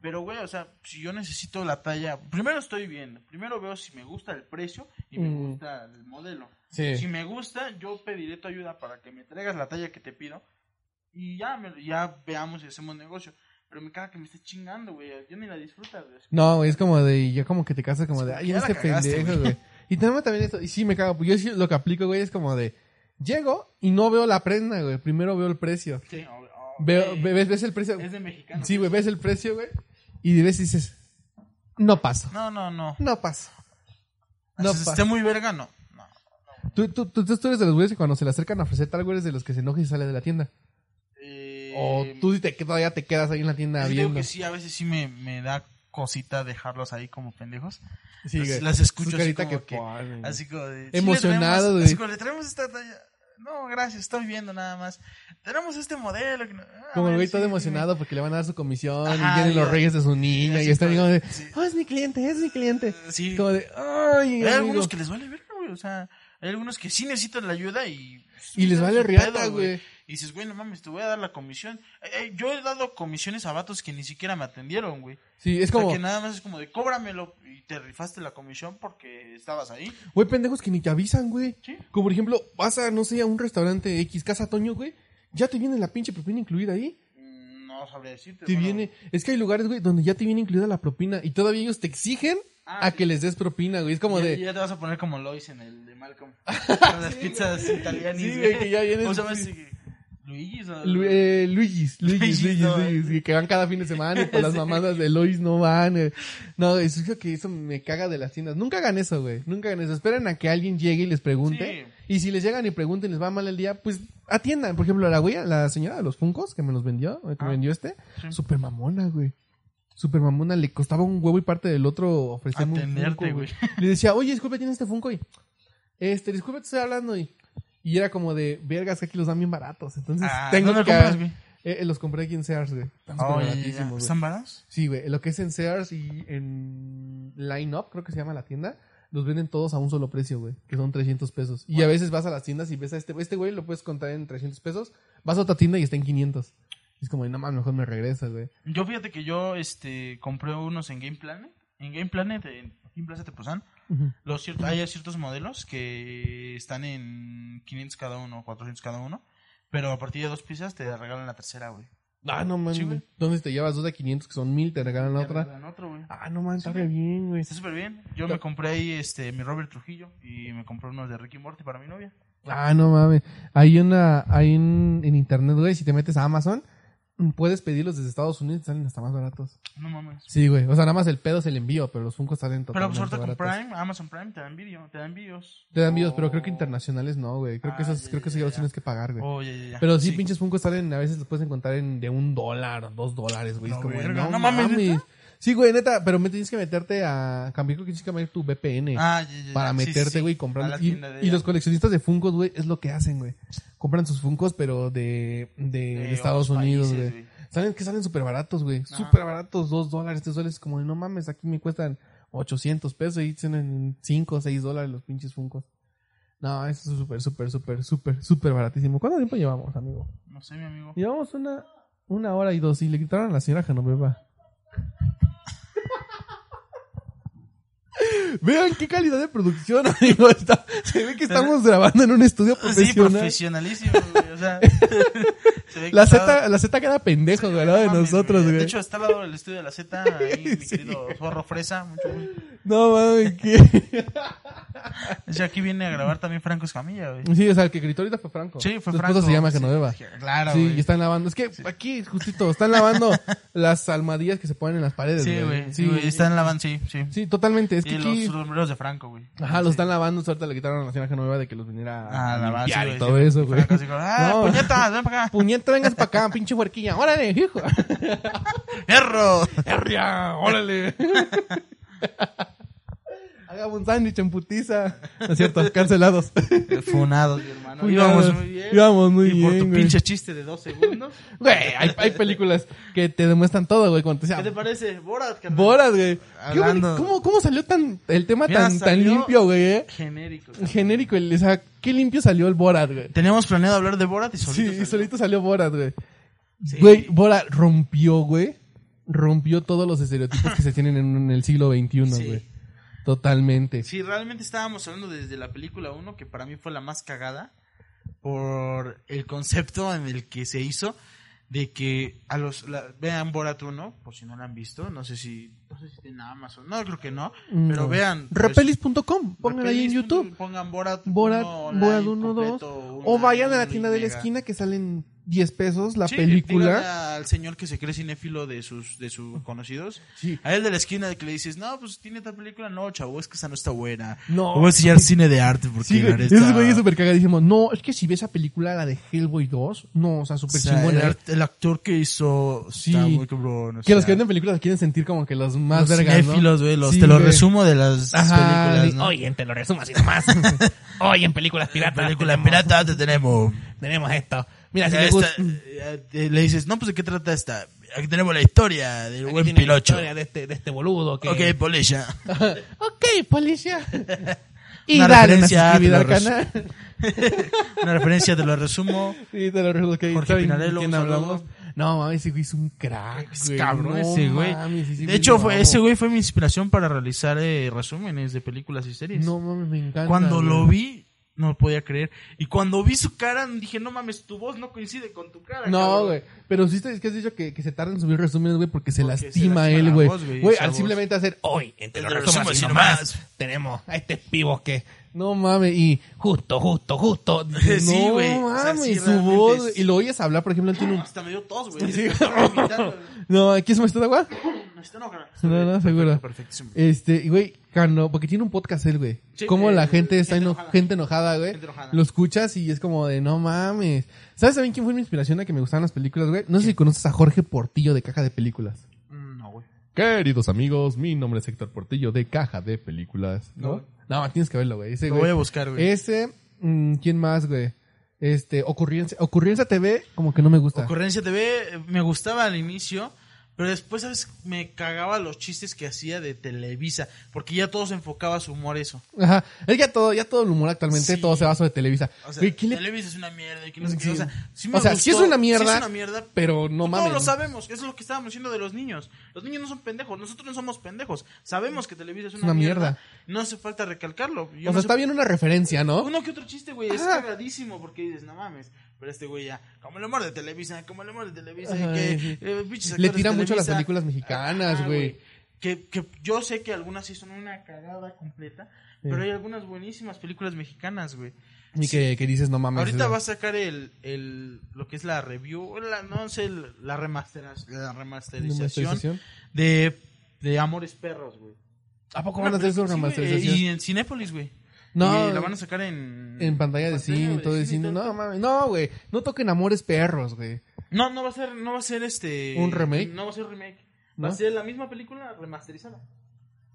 B: Pero, güey, o sea, si yo necesito la talla, primero estoy viendo. Primero veo si me gusta el precio y me
A: Mm.
B: gusta el modelo.
A: Sí.
B: Si me gusta, yo pediré tu ayuda para que me traigas la talla que te pido y ya, me- ya veamos si hacemos negocio. Pero me caga que me esté chingando, güey. Yo ni la disfrutas, güey.
A: No, güey, es como de, ya como que te casas como
B: Es
A: de,
B: como
A: ay,
B: que ya
A: este
B: la cagaste,
A: pendejo,
B: güey".
A: güey. Y tenemos también esto, y sí me cago, pues yo sí lo que aplico, güey, es como de, llego y no veo la prenda, güey, primero veo el precio.
B: Sí, o- o-
A: Veo,
B: eh,
A: ve- ves, ves el precio,
B: Es de mexicano.
A: sí, güey, ves el precio, güey, y ves y dices, no paso,
B: No, no, no.
A: no paso. No
B: no
A: pasa.
B: esté este muy verga, no. No.
A: Tú, tú, tú, tú eres de los güeyes que cuando se le acercan a ofrecer tal, güey, eres de los que se enoja y sale de la tienda. o tú sí te, todavía te quedas ahí en la tienda
B: sí Eh, digo
A: viendo.
B: Em, que sí, a veces sí me, me da cosita dejarlos ahí como pendejos.
A: Sí,
B: las,
A: güey.
B: las
A: Su
B: escucho así
A: carita
B: como que,
A: que pone, güey.
B: así como de,
A: Emocionado,
B: de
A: güey.
B: así como, le traemos esta talla. No, gracias, estoy viendo nada más. Tenemos este modelo. que no- ah,
A: Como el
B: bueno,
A: güey todo
B: sí,
A: emocionado porque le van a dar su comisión
B: Ajá,
A: y vienen los
B: ya.
A: reyes de su niña
B: así
A: y está
B: como-
A: como de,
B: sí.
A: "Ah, es mi cliente, es mi cliente.
B: dime. Sí.
A: Como de, ay,
B: Hay
A: amigo".
B: algunos que les vale verga, güey. O sea, hay algunos que sí necesitan la ayuda y.
A: Y les vale
B: su
A: riata,
B: pedo,
A: güey.
B: Y dices, güey, no mames, te voy a dar la comisión. Eh, eh, yo he dado comisiones a vatos que ni siquiera me atendieron, güey.
A: Sí, es
B: O sea,
A: como,
B: que nada más es como de cóbramelo y te rifaste la comisión porque estabas ahí.
A: güey, pendejos que ni te avisan, güey.
B: Sí.
A: Como por ejemplo, vas a, no sé, a un restaurante X, Casa Toño, güey. Ya te viene la pinche propina incluida ahí.
B: Mm, No sabría decirte.
A: Te
B: bueno,
A: viene. Es que hay lugares, güey, donde ya te viene incluida la propina. Y todavía ellos te exigen
B: Ah,
A: a que les des propina, güey. Es como
B: ya,
A: de.
B: ya te vas a poner como Lois en el
A: [LAUGHS]
B: de Malcolm. Con las pizzas italianas.
A: Sí, güey, que ya vienes-
B: O sea, ves, eh, Luigi. o-
A: Lu- eh,
B: [LAUGHS]
A: Luigi's, Luigi's,
B: Luigi's,
A: Luigi's,
B: no. eh.
A: Luigi's, que- que van cada fin de semana y por
B: [LAUGHS]
A: las mamadas de Lois no van. eh. No, es lo que eso me caga de las tiendas. Nunca hagan eso, güey. Nunca hagan eso. Esperen a que alguien llegue y les pregunte. Y si les llegan y pregunten, les va mal el día, pues atiendan. Por ejemplo, la güey, la señora de los Funcos que me los vendió, eh, que
B: Ah.
A: me vendió este,
B: Sí.
A: super mamona, güey. Super mamona, le costaba un huevo y parte del otro ofrecerme un
B: Atenderte,
A: Funko,
B: güey.
A: Le decía, oye, disculpe, tiene este Funko y, este, disculpe, te estoy hablando y, y era como de, vergas, que aquí los dan bien baratos. Entonces,
B: Ah,
A: [LAUGHS] tengo
B: ¿dónde
A: que,
B: compras, güey?
A: eh, eh, los compré aquí en Sears, güey. Están
B: Oh,
A: súper
B: ya, ya, ya.
A: baratísimos, güey.
B: ¿Están baratos?
A: Sí, güey. Lo que es en Sears y en Line Up, creo que se llama la tienda, los venden todos a un solo precio, güey. Que son 300 pesos. Y a veces vas a las tiendas y ves a este güey. Este güey lo puedes contar en 300 pesos. Vas a otra tienda y está en 500. Es como, no mames, mejor me regresas, güey.
B: Yo fíjate que yo este compré unos en Game Planet, en Game Planet en Game Plaza Tepoztlán. Los cierto, hay ciertos modelos que están en 500 cada uno, 400 cada uno, pero a partir de dos piezas te regalan la tercera, güey.
A: Ah, no mames.
B: Sí, güey.
A: Entonces te llevas dos de 500 que son 1000, te regalan la
B: Te
A: otra.
B: regalan otro, güey.
A: Ah, no mames,
B: Sí,
A: está re
B: güey.
A: bien, güey.
B: Está súper bien. Yo me compré ahí este mi Robert Trujillo y me compré unos de Ricky Morty para mi novia.
A: Ah, no mames. Hay una, hay un, en internet, güey, si te metes a Amazon, puedes pedirlos desde Estados Unidos y salen hasta más baratos.
B: No mames.
A: Sí, güey. O sea, nada más el pedo es el envío, pero los Funko salen
B: Pero pues
A: totalmente
B: ahorita con
A: baratos.
B: Prime, Amazon Prime te dan vídeo, te dan Oh, vídeos.
A: Te dan videos, pero creo que
B: O-
A: internacionales no, güey. Creo que
B: Ah,
A: esos,
B: ya,
A: creo que
B: ya,
A: esos ya los
B: ya.
A: tienes que pagar, güey.
B: Oh, ya, ya, ya.
A: Pero sí, pinches Funko salen, a veces los puedes encontrar en de un dólar, dos dólares, güey. Es
B: No,
A: como,
B: verga.
A: no,
B: No
A: mames.
B: mames, ¿neta?
A: Sí, güey, neta, pero me tienes que meterte a cambiar, creo que tienes que cambiar tu VPN.
B: Ah, ya, ya, ya.
A: Para
B: Sí, sí,
A: meterte,
B: sí.
A: güey, y
B: A
A: comprar.
B: la
A: Y,
B: tienda de
A: y
B: ella.
A: los coleccionistas de Funkos, güey, es lo que hacen, güey. Compran sus Funkos, pero de, de,
B: De
A: Estados
B: otros
A: Unidos,
B: países,
A: güey. Saben que salen súper baratos, güey.
B: Ajá.
A: Súper baratos, dos dólares, tres dólares. Como, no mames, aquí me cuestan 800 pesos y tienen 5 o 6 dólares los pinches Funkos. No, eso es súper, súper, súper, súper, súper baratísimo. ¿Cuánto tiempo llevamos, amigo?
B: No sé, mi amigo.
A: Llevamos una, una hora y dos y le gritaron a la señora Genoveva. [LAUGHS] Vean qué calidad de producción, amigo. Está, se ve que estamos grabando en un estudio
B: Sí,
A: profesional. [LAUGHS]
B: profesionalísimo, güey. O sea, se ve que
A: la,
B: estaba-
A: Z, la Z queda pendejo, güey, al lado de
B: Mames,
A: nosotros,
B: De
A: güey.
B: hecho, está al lado del estudio de
A: [LAUGHS]
B: la Z, ahí, mi
A: Sí.
B: querido Zorro Fresa. Mucho gusto.
A: No
B: [LAUGHS]
A: mames, qué.
B: O sea, aquí viene a grabar también Franco Escamilla, güey.
A: Sí, o sea, el que gritó ahorita fue Franco.
B: Sí, fue
A: Su esposa
B: Franco.
A: se llama
B: Sí,
A: Genoveva.
B: sí, Claro,
A: Sí,
B: güey.
A: y están lavando. Es que aquí, justito, están lavando [LAUGHS] las almohadillas que se ponen en las paredes,
B: Sí, güey. Sí, güey. Está en la van, sí, sí.
A: Sí, totalmente. Es que
B: y
A: aquí-
B: los sombreros de Franco, güey.
A: Ajá, los están lavando, suerte le quitaron a la señora Genoveva de que los viniera a
B: Ah, la van, sí,
A: limpiar y
B: güey,
A: todo
B: sí.
A: eso,
B: Y
A: güey.
B: Franco así como, ah,
A: No.
B: puñetas, ven para acá.
A: Puñeta, vengas para acá, pinche huerquilla, órale,
B: [LAUGHS]
A: hijo.
B: ¡Perro!
A: Herria, [LAUGHS] órale. Haga un sándwich en putiza. No es cierto, cancelados. [LAUGHS]
B: Funados, mi hermano.
A: Funados.
B: Íbamos muy bien.
A: Íbamos muy
B: Y por
A: bien,
B: tu
A: güey.
B: pinche chiste de dos segundos.
A: Güey, hay, hay películas que te demuestran todo, güey. Cuando te
B: ¿Qué te
A: decía,
B: parece? Borat, carnal.
A: boras, güey. Qué
B: Hablando-
A: bonito. ¿Cómo, ¿Cómo salió tan el tema
B: Mira,
A: tan, tan
B: salió-
A: limpio, güey? eh?
B: Genérico.
A: Genérico, el- o sea, qué limpio salió el Borat, güey.
B: Teníamos planeado hablar de Borat y solito.
A: sí,
B: salió.
A: y solito salió Borat, güey.
B: Sí.
A: Güey, Borat rompió, güey. Rompió todos los estereotipos que se tienen en, en el siglo XXI,
B: Sí.
A: güey. Totalmente.
B: Sí, realmente estábamos hablando desde la película 1, que para mí fue la más cagada, por el concepto en el que se hizo de que a los... la- vean Borat 1, por si no la han visto, no sé si... No sé si tiene Amazon, no, creo que no, pero
A: No.
B: vean... pues,
A: Repelis.com, pongan ahí en
B: Repelis,
A: YouTube.
B: Pongan Borat
A: Borat,
B: uno online
A: Borat 1, 2.
B: completo,
A: O
B: una-
A: vayan a la
B: un
A: tienda de la
B: mega.
A: esquina que salen 10 pesos la
B: Sí, díganle
A: película.
B: al señor que se cree cinéfilo de sus de sus conocidos.
A: Sí.
B: A él de la esquina de que le dices, no, pues tiene tal película. No, chavo, es que esa no está buena.
A: No.
B: Te Voy a enseñar cine de arte porque
A: Sí,
B: la
A: güey.
B: neta-
A: Esos güeyes súper cagadísimos. No, es que si ves esa película, la de Hellboy 2, no, o sea,
B: o
A: súper
B: sea, el,
A: chingona.
B: art- el actor que hizo
A: ¿eh? Sí.
B: está muy cabrón, o
A: Que los que
B: sea,
A: venden películas quieren sentir como que los más
B: los
A: vergas,
B: cinéfilos,
A: ¿no?
B: güey, los-
A: Sí,
B: te lo
A: güey.
B: resumo de las
A: Ajá,
B: películas,
A: sí.
B: ¿no?
C: Oye, te lo resumo así
B: [LAUGHS]
C: nomás. Oye, en películas piratas.
B: película
C: tenemos,
B: pirata te tenemos.
C: tenemos esto. Mira, si mm.
B: Ya
C: te
B: esta,
C: gusta.
B: eh, eh, le dices, no, pues de qué trata esta. Aquí tenemos la historia del
C: aquí
B: buen
C: tiene la
B: pilocho.
C: historia De este, de este boludo que.
B: Ok, [LAUGHS] Polilla.
A: [LAUGHS] Ok,
B: [LAUGHS]
A: policía. y
B: Una
A: dale una
B: referencia,
A: suscribida al
B: te lo resu-
A: canal.
B: Una referencia, te lo resumo.
A: [LAUGHS] Sí, te lo recuerdo que
B: Jorge
A: ¿saben
B: Pinarello,
A: quién
B: un
A: hablamos?
B: saludo.
A: No, mames, ese güey es un crack,
B: Es
A: güey.
B: cabrón
A: No
B: ese güey.
A: mames, ese
B: de hecho,
A: lo
B: fue,
A: amo.
B: ese güey fue mi inspiración para realizar eh, resúmenes de películas y series.
A: No mames, me encanta.
B: cuando
A: güey.
B: lo vi, no lo podía creer. Y cuando vi su cara, dije, no mames, tu voz no coincide con tu cara.
A: No,
B: cabrón".
A: güey. Pero sí te- es que has dicho que, que se tarda en subir resúmenes, güey, porque se
B: Porque se
A: lastima
B: lastima
A: él,
B: la
A: güey.
B: voz, güey,
A: Güey,
B: esa
A: al
B: voz.
A: simplemente hacer, oh,
C: Hoy, en te lo
B: Te lo
C: resumo
B: resumo
C: así
B: así
C: nomás.
B: nomás.
C: Tenemos a este pibos que.
A: no mames, y
C: Justo, justo,
B: [LAUGHS]
C: justo.
B: Sí,
A: no
B: güey. O sea,
A: mames,
B: sí,
A: su
B: realmente
A: voz,
B: es-
A: güey. y lo oyes hablar, por ejemplo, él tiene un...
B: Hasta me dio tos, güey.
A: Sí.
B: [LAUGHS] Estaba vomitando, güey.
A: [LAUGHS] No, aquí es maestro de agua.
B: No, Eh, está enojada.
A: No, no, seguro.
B: Perfectísimo.
A: Este, y, güey, cuando, porque tiene un podcast él, güey.
B: Sí,
A: como la
B: eh,
A: gente está
B: gente
A: eno-
B: enojada.
A: gente enojada, güey.
B: Gente enojada.
A: Lo escuchas y es como de, no mames. ¿Sabes también quién fue mi inspiración a que me gustaban las películas, güey? No sé si conoces a Jorge Portillo de Caja de Películas.
B: Mm, No, güey.
A: Queridos amigos, mi nombre es Héctor Portillo de Caja de Películas. No, no, tienes que verlo, güey. Ese,
B: Lo
A: güey.
B: voy a buscar, güey. Eh,
A: Ese, mm, ¿quién más, güey? Este, Ocurrencia, Ocurrencia TV, como que no me gusta.
B: Ocurrencia TV eh, me gustaba al inicio, pero después, ¿sabes? Me cagaba los chistes que hacía de Televisa, porque ya todos enfocaba su humor eso.
A: Ajá. Es que ya todo, ya todo el humor actualmente,
B: Sí.
A: todo se basa de Televisa.
B: O sea,
A: Güey, ¿quién le-
B: Televisa es una mierda, y que no sé qué,
A: Sí.
B: o sea, sí me
A: O sea,
B: gustó,
A: sí es una mierda,
B: sí es una mierda,
A: Pero no mames.
B: Todos lo sabemos, eso es lo que estábamos diciendo de los niños. Los niños no son pendejos, nosotros no somos pendejos. Sabemos que Televisa es una,
A: Una mierda.
B: mierda. No hace falta recalcarlo. Yo
A: o sea,
B: no sé-
A: está bien una referencia, ¿no?
B: Uno que otro chiste, güey, es
A: Ajá.
B: cagadísimo porque dices, no mames. Pero este güey ya, como el amor de Televisa, como el amor de Televisa.
A: Ajá,
B: que,
A: sí.
B: eh, pinches
A: Le
B: actores
A: tira mucho a las
B: Televisa. Ah,
A: películas mexicanas,
B: Ajá,
A: güey.
B: Que, que yo sé que algunas sí son una cagada completa,
A: Sí.
B: pero hay algunas buenísimas películas mexicanas, güey.
A: Y que, que dices, no mames.
B: Ahorita
A: esa-
B: va a sacar el, el, lo que es la review, o la, no sé, el- la, remasteración, la remasterización
A: remasterización.
B: de, de Amores Perros, güey.
A: ¿A poco
B: Una
A: van a hacer su
B: película, sí, güey,
A: remasterización?
B: Y en Cinépolis, güey.
A: No.
B: Y la van a sacar en...
A: En pantalla de cine y
B: güey,
A: todo de cine.
B: todo.
A: No mames, no, güey. No toquen amores perros, güey.
B: No, no va a ser, no va a ser este.
A: ¿Un remake?
B: No va a ser remake.
A: ¿No?
B: Va a ser la misma película remasterizada.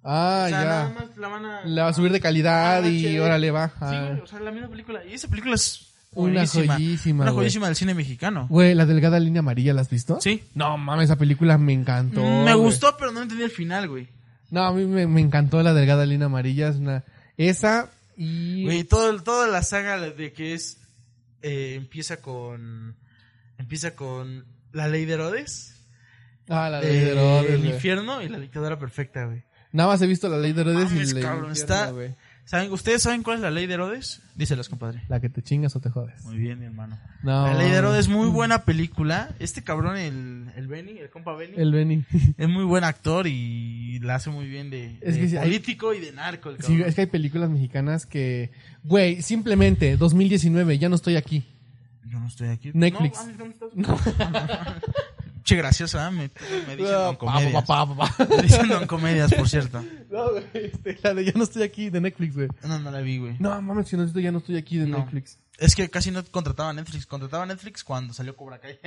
A: Ah,
B: o sea, nada
A: ya.
B: más la van a.
A: La va a subir de calidad
B: Ah,
A: y
B: HD.
A: órale,
B: Sí,
A: baja.
B: güey, o sea, la misma película. Y esa película es.
A: Ah. Una
B: buenísima.
A: joyísima,
B: Una
A: güey.
B: joyísima del cine mexicano.
A: Güey, la delgada línea amarilla, ¿la has visto?
B: Sí.
A: No mames, esa película me encantó.
B: Mm, me
A: güey.
B: gustó, pero no entendí el final, güey.
A: No, a mí me, me encantó la delgada línea amarilla. Es una... Esa y...
B: Güey, todo, el- toda la saga de que es. eh, empieza con. Empieza con. La ley de Herodes.
A: Ah, la
B: eh,
A: ley de Herodes,
B: El
A: güey.
B: infierno y la dictadura perfecta, güey.
A: Nada más he visto la ley de Herodes y
B: Mames,
A: la
B: cabrón, está- ¿Saben, ¿Ustedes saben cuál es la ley de Herodes? Díselas, compadre.
A: La que te chingas o te jodes.
B: Muy bien, mi hermano.
A: No, mm,
B: La Ley de
A: mames.
B: Herodes es muy buena película. Este cabrón, el, el Benny, el compa Benny,
A: El Benny. [LAUGHS]
B: es muy buen actor y la hace muy bien de,
A: Es
B: de
A: que sí, hay-
B: político y de narco. El
A: Sí,
B: cabrón.
A: es que hay películas mexicanas que... Güey, simplemente, 2019, ya no estoy aquí.
B: Yo no estoy aquí.
A: Netflix.
B: No, mames, ¿dónde estás? [LAUGHS] Che, graciosa, ¿eh? me, me dicen
A: Ah,
B: don comedias.
A: pa, pa, pa, pa.
B: [LAUGHS] Me dicen don comedias, por cierto.
A: [LAUGHS] No, güey, este, la de ya no estoy aquí de Netflix, güey.
B: No, no la vi, güey.
A: No, mames, si no estoy ya no estoy aquí de
B: No.
A: Netflix. [LAUGHS]
B: Es que casi no contrataba a Netflix. Contrataba a Netflix cuando salió Cobra Kai.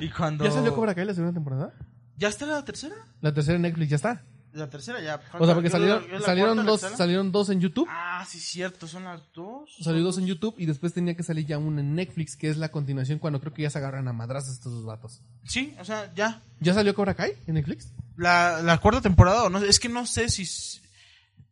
B: [LAUGHS] y cuando...
A: ¿Ya salió Cobra Kai la segunda temporada?
B: ¿Ya está la tercera?
A: La tercera en Netflix, ya está.
B: La tercera ya.
A: O sea, porque
B: Yo-
A: salieron,
B: yo la
A: salieron
B: cuarta, la
A: dos,
B: tercera.
A: salieron dos en YouTube.
B: Ah, sí, cierto, son las dos.
A: Salió dos en YouTube y después tenía que salir ya una en Netflix, que es la continuación cuando creo que ya se agarran a madrazos estos dos vatos.
B: Sí, o sea, ya.
A: ¿Ya salió Cobra Kai en Netflix?
B: La, la cuarta temporada, o no, es que no sé si s-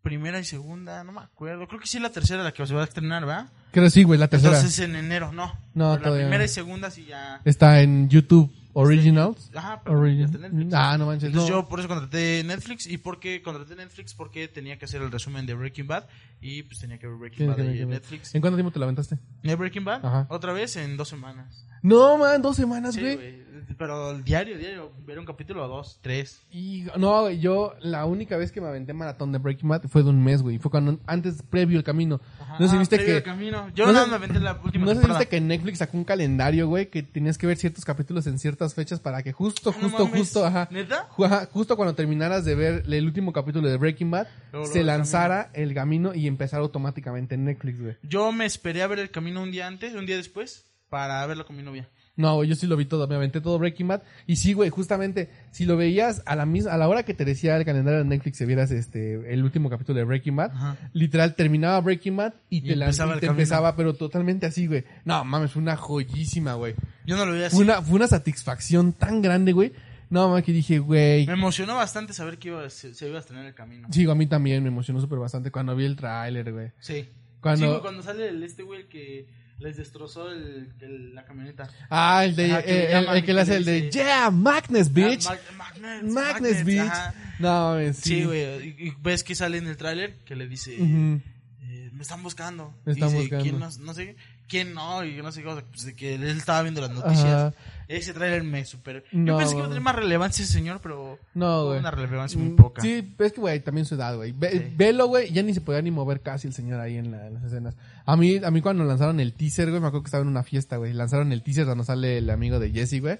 B: primera y segunda, no me acuerdo. Creo que sí es la tercera la que se va a estrenar, ¿verdad?
A: Creo sí, güey, la tercera.
B: Entonces en enero, no.
A: No,
B: Pero la
A: todavía
B: primera
A: no.
B: y segunda sí ya.
A: Está en YouTube Originals.
B: Ajá, pero ya está en
A: Origin-
B: Netflix.
A: Ah, no manches.
B: Entonces
A: No.
B: yo por eso contraté Netflix y porque contraté Netflix porque tenía que hacer el resumen de Breaking Bad y pues tenía que ver Breaking
A: Tienes
B: Bad
A: que ver
B: ahí
A: que
B: en
A: ver.
B: Netflix.
A: ¿En cuánto tiempo te la aventaste?
B: ¿Y Breaking Bad?
A: Ajá. Ah,
B: Otra vez en dos semanas.
A: No, man, dos semanas,
B: Sí,
A: güey.
B: güey. Pero el diario, diario, ver un capítulo, dos, tres.
A: Y no, güey, yo la única vez que me aventé maratón de Breaking Bad fue de un mes, güey. Fue cuando antes previo el camino. no sé si
B: Ah,
A: viste
B: Previo al
A: que
B: Camino. Yo
A: no
B: no,
A: sé-
B: me aventé la última
A: no sé si
B: temporada.
A: viste que Netflix sacó un calendario, güey, que tenías que ver ciertos capítulos en ciertas fechas para que justo,
B: No
A: justo,
B: mames.
A: justo, ajá,
B: ¿Neta?
A: ju- ajá, justo cuando terminaras de ver el último capítulo de Breaking Bad,
B: Luego, luego
A: se
B: el
A: lanzara el camino y empezara automáticamente en Netflix, güey.
B: Yo me esperé a ver el camino un día antes, un día después, para verlo con mi novia.
A: No, güey, yo sí lo vi todo, me aventé todo Breaking Bad. Y sí, güey, justamente, si lo veías a la misma, a la hora que te decía el calendario de Netflix, si vieras este, el último capítulo de Breaking Bad,
B: Ajá.
A: literal, terminaba Breaking Bad y
B: Y
A: te, la-
B: empezaba
A: y
B: el
A: te
B: camino.
A: empezaba, pero totalmente así, güey. No, mames, fue una joyísima, güey.
B: Yo no lo veía así.
A: Fue una, fue una satisfacción tan grande, güey. No, mames, que dije, güey.
B: Me emocionó bastante saber que iba, se, se iba a estrenar el camino.
A: Sí, a mí también me emocionó súper bastante cuando vi el tráiler, güey.
B: Sí.
A: Cuando-
B: Sí, güey, cuando sale el, este güey el que les destrozó el, el- la camioneta.
A: Ah, el de,
B: Ajá, que le
A: eh, el,
B: llaman
A: el que le hace el de,
B: dice-
A: yeah, Magnus, bitch.
B: Ah, Mag- Magnets,
A: Magnus,
B: Magnets,
A: bitch.
B: ajá.
A: No, mames,
B: Sí, güey. y- y ves que sale en el tráiler que le dice,
A: Ujú.
B: eh, me están buscando.
A: Me están
B: Dice,
A: buscando.
B: ¿quién no, no sé, quién no, y no sé qué cosa. Pues de que él estaba viendo las noticias.
A: Ajá.
B: Ese tráiler me superó.
A: No,
B: Yo pensé que iba a
A: güey.
B: tener más relevancia ese señor, pero
A: No,
B: tuvo
A: güey.
B: una relevancia
A: Mm,
B: muy poca.
A: Sí, es que, güey, también su edad, güey. Ve-
B: Sí.
A: Velo, güey, ya ni se podía ni mover casi el señor ahí en, la- en las escenas. A mí, a mí cuando lanzaron el teaser, güey, me acuerdo que estaba en una fiesta, güey. Lanzaron el teaser donde sale el amigo de Jesse, güey.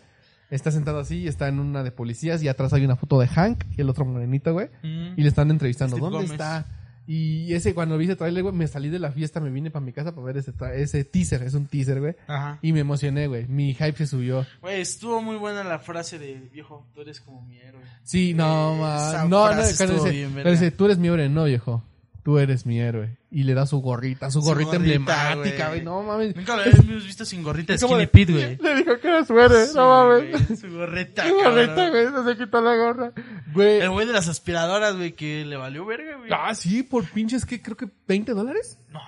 A: Está sentado así, está en una de policías y atrás hay una foto de Hank y el otro morenito, güey.
B: Mm.
A: Y le están entrevistando,
B: Steve
A: ¿dónde
B: Gómez.
A: está? Y ese, cuando vi ese trailer, güey, me salí de la fiesta, me vine para mi casa para ver ese, tra- ese teaser, es un teaser, güey.
B: Ajá.
A: Y me emocioné, güey. Mi hype se subió.
B: Güey, estuvo muy buena la frase de viejo, tú eres como mi héroe.
A: Sí, no,
B: Eh, Esa
A: ma. No, no,
B: frase
A: cuando
B: estuvo
A: dice,
B: bien,
A: cuando
B: verga.
A: dice, tú eres mi héroe, no, viejo. Tú eres mi héroe. Y le da su gorrita, su,
B: Su
A: gorrita,
B: gorrita,
A: emblemática,
B: güey.
A: güey. No mames.
B: Nunca
A: [LAUGHS]
B: lo habíamos visto sin gorrita de
A: Es como
B: Skinny
A: de-
B: Pete,
A: [LAUGHS]
B: güey.
A: Le dijo que era su héroe,
B: Sí,
A: no [LAUGHS] mames.
B: güey, Su gorrita,
A: Su gorrita,
B: cabrón.
A: güey, no se quitó la gorra. Güey.
B: El güey de las aspiradoras, güey, que le valió verga, güey.
A: Ah, sí, por pinches que creo que 20 dólares.
B: No,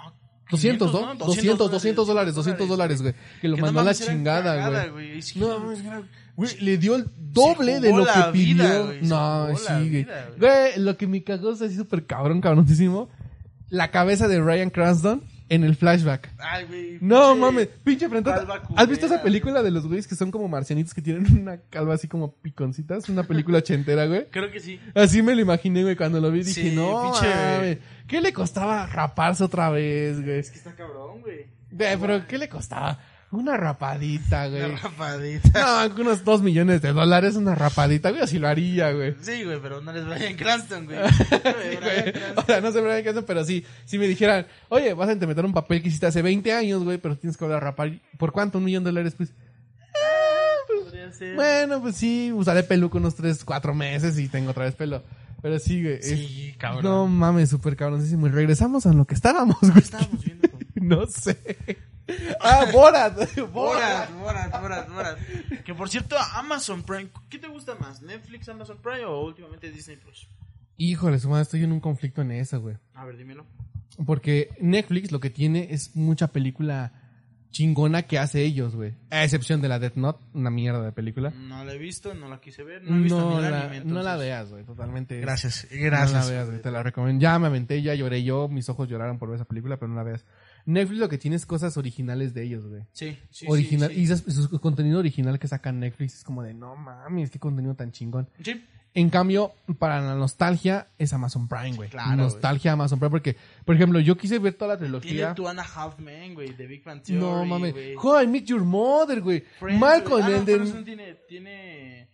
A: 200,
B: 500,
A: ¿no? 200, 200 dólares, 200 dólares, güey. Que lo
B: Que
A: mandó a la
B: nomás era
A: chingada,
B: cagada,
A: güey.
B: Y sí,
A: No,
B: güey,
A: mames, era- güey, le dio el doble
B: Se
A: de lo
B: jugó
A: que
B: la vida,
A: pidió.
B: güey, se
A: no,
B: jugó la
A: sí, güey.
B: vida, güey.
A: Güey, lo que me cagó es así súper cabrón, cabronísimo. La cabeza de Ryan Cranston en el flashback.
B: Ay, güey.
A: No
B: pinche-
A: mames, pinche frentota.
B: calva culera,
A: ¿Has visto esa película de los güeyes que son como marcianitos que tienen una calva así como piconcitas? Una
B: [LAUGHS]
A: película ochentera, güey.
B: Creo que sí.
A: Así me lo imaginé, güey, cuando lo vi dije,
B: Sí,
A: no,
B: pinche-
A: mames, ¿qué le costaba raparse otra vez, güey?
B: Es que está cabrón, güey.
A: Güey, pero ¿qué le costaba? Una rapadita, güey.
B: Una rapadita.
A: No, con unos dos millones de dólares, una rapadita, güey, así lo haría, güey.
B: Sí, güey, pero no eres Brian
A: [LAUGHS]
B: Cranston, güey.
A: Sí,
B: Güey, Bryan
A: güey.
B: Cranston.
A: O sea, no sé Brian Cranston, pero sí, si me dijeran, oye, vas a interpretar un papel que hiciste hace 20 años, güey, pero tienes que volver a rapar. ¿Por cuánto? ¿Un millón de dólares? Pues,
B: Podría ser.
A: bueno, pues sí, usaré peluco unos 3, 4 meses y tengo otra vez pelo. Pero sí, güey. es-
B: Sí, cabrón.
A: No mames, súper cabroncísimo. Y regresamos a lo que estábamos, [LAUGHS] güey.
B: Estábamos viendo con...
A: No sé. Ah, Borat. [LAUGHS] Borat.
B: Borat, Borat, Borat, Borat. Que por cierto, Amazon Prime. ¿Qué te gusta más? ¿Netflix, Amazon Prime o últimamente Disney Plus?
A: Híjole, su madre, estoy en un conflicto en eso, güey.
B: A ver, dímelo.
A: Porque Netflix lo que tiene es mucha película chingona que hace ellos, güey. A excepción de la Death Note, una mierda de película.
B: No la he visto, no la quise ver, Mm, no he visto
A: No
B: ni el
A: la,
B: anime.
A: no la
B: entonces.
A: veas, güey, totalmente.
B: Gracias,
A: No la
B: gracias.
A: veas, güey, te la recomiendo. Ya me aventé, ya lloré yo, mis ojos lloraron por ver esa película, pero no la veas. Netflix lo que tiene es cosas originales de ellos, güey.
B: sí, sí,
A: original,
B: sí, sí.
A: y esas- su su contenido original que saca Netflix es como de, no mames, qué contenido tan chingón.
B: Sí,
A: En cambio, para la nostalgia es Amazon Prime, güey.
B: Claro,
A: nostalgia Amazon Prime, porque, por ejemplo, yo quise ver toda la
B: Tiene
A: trilogía.
B: tu Anna Halfman, güey, de Big Bang Theory,
A: No mames.
B: güey.
A: Joder, Meet Your Mother, güey.
B: Friends,
A: Malcolm,
B: güey. Ah, no,
A: el de-
B: Friends no tiene, tiene,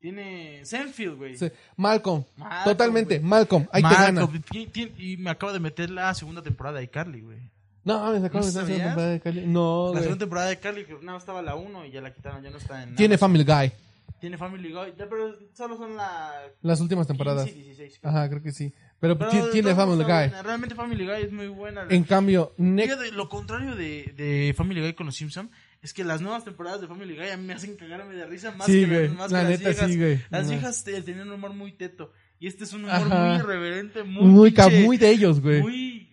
B: tiene Seinfeld, güey.
A: se- Malcolm.
B: Malcolm,
A: Totalmente,
B: güey.
A: Malcolm. Ahí te
B: Malcolm,
A: gana.
B: y- tien- Y me acabo de meter la segunda temporada de Carly, güey.
A: No mames, acabo
B: ¿No
A: de estar haciendo
B: sabías?
A: temporada de Cali. No,
B: La
A: güey.
B: segunda temporada de Carly, que nada más estaba la 1 y ya la quitaron, ya no está en
A: Tiene
B: nada.
A: Family Guy.
B: Tiene Family Guy, ya, pero solo son la
A: Las últimas temporadas.
B: 15 y 16. creo.
A: Ajá, creo que sí. Pero,
B: Pero
A: ti-
B: de
A: tiene
B: todos modos
A: Family
B: está
A: Guy.
B: buena. Realmente Family Guy es muy buena.
A: En cambio, Nick.
B: Fíjate, lo contrario de, de Family Guy con los Simpsons es que las nuevas temporadas de Family Guy a mí me hacen cagarme de risa más
A: Sí,
B: que, las-
A: güey,
B: más
A: la
B: que
A: neta,
B: las viejas.
A: sí, güey.
B: Las
A: No.
B: viejas te- tenían un humor muy teto. Y este es un humor
A: Ajá.
B: muy irreverente, muy.
A: Muy, ca-
B: pinche-
A: muy de ellos, güey.
B: muy,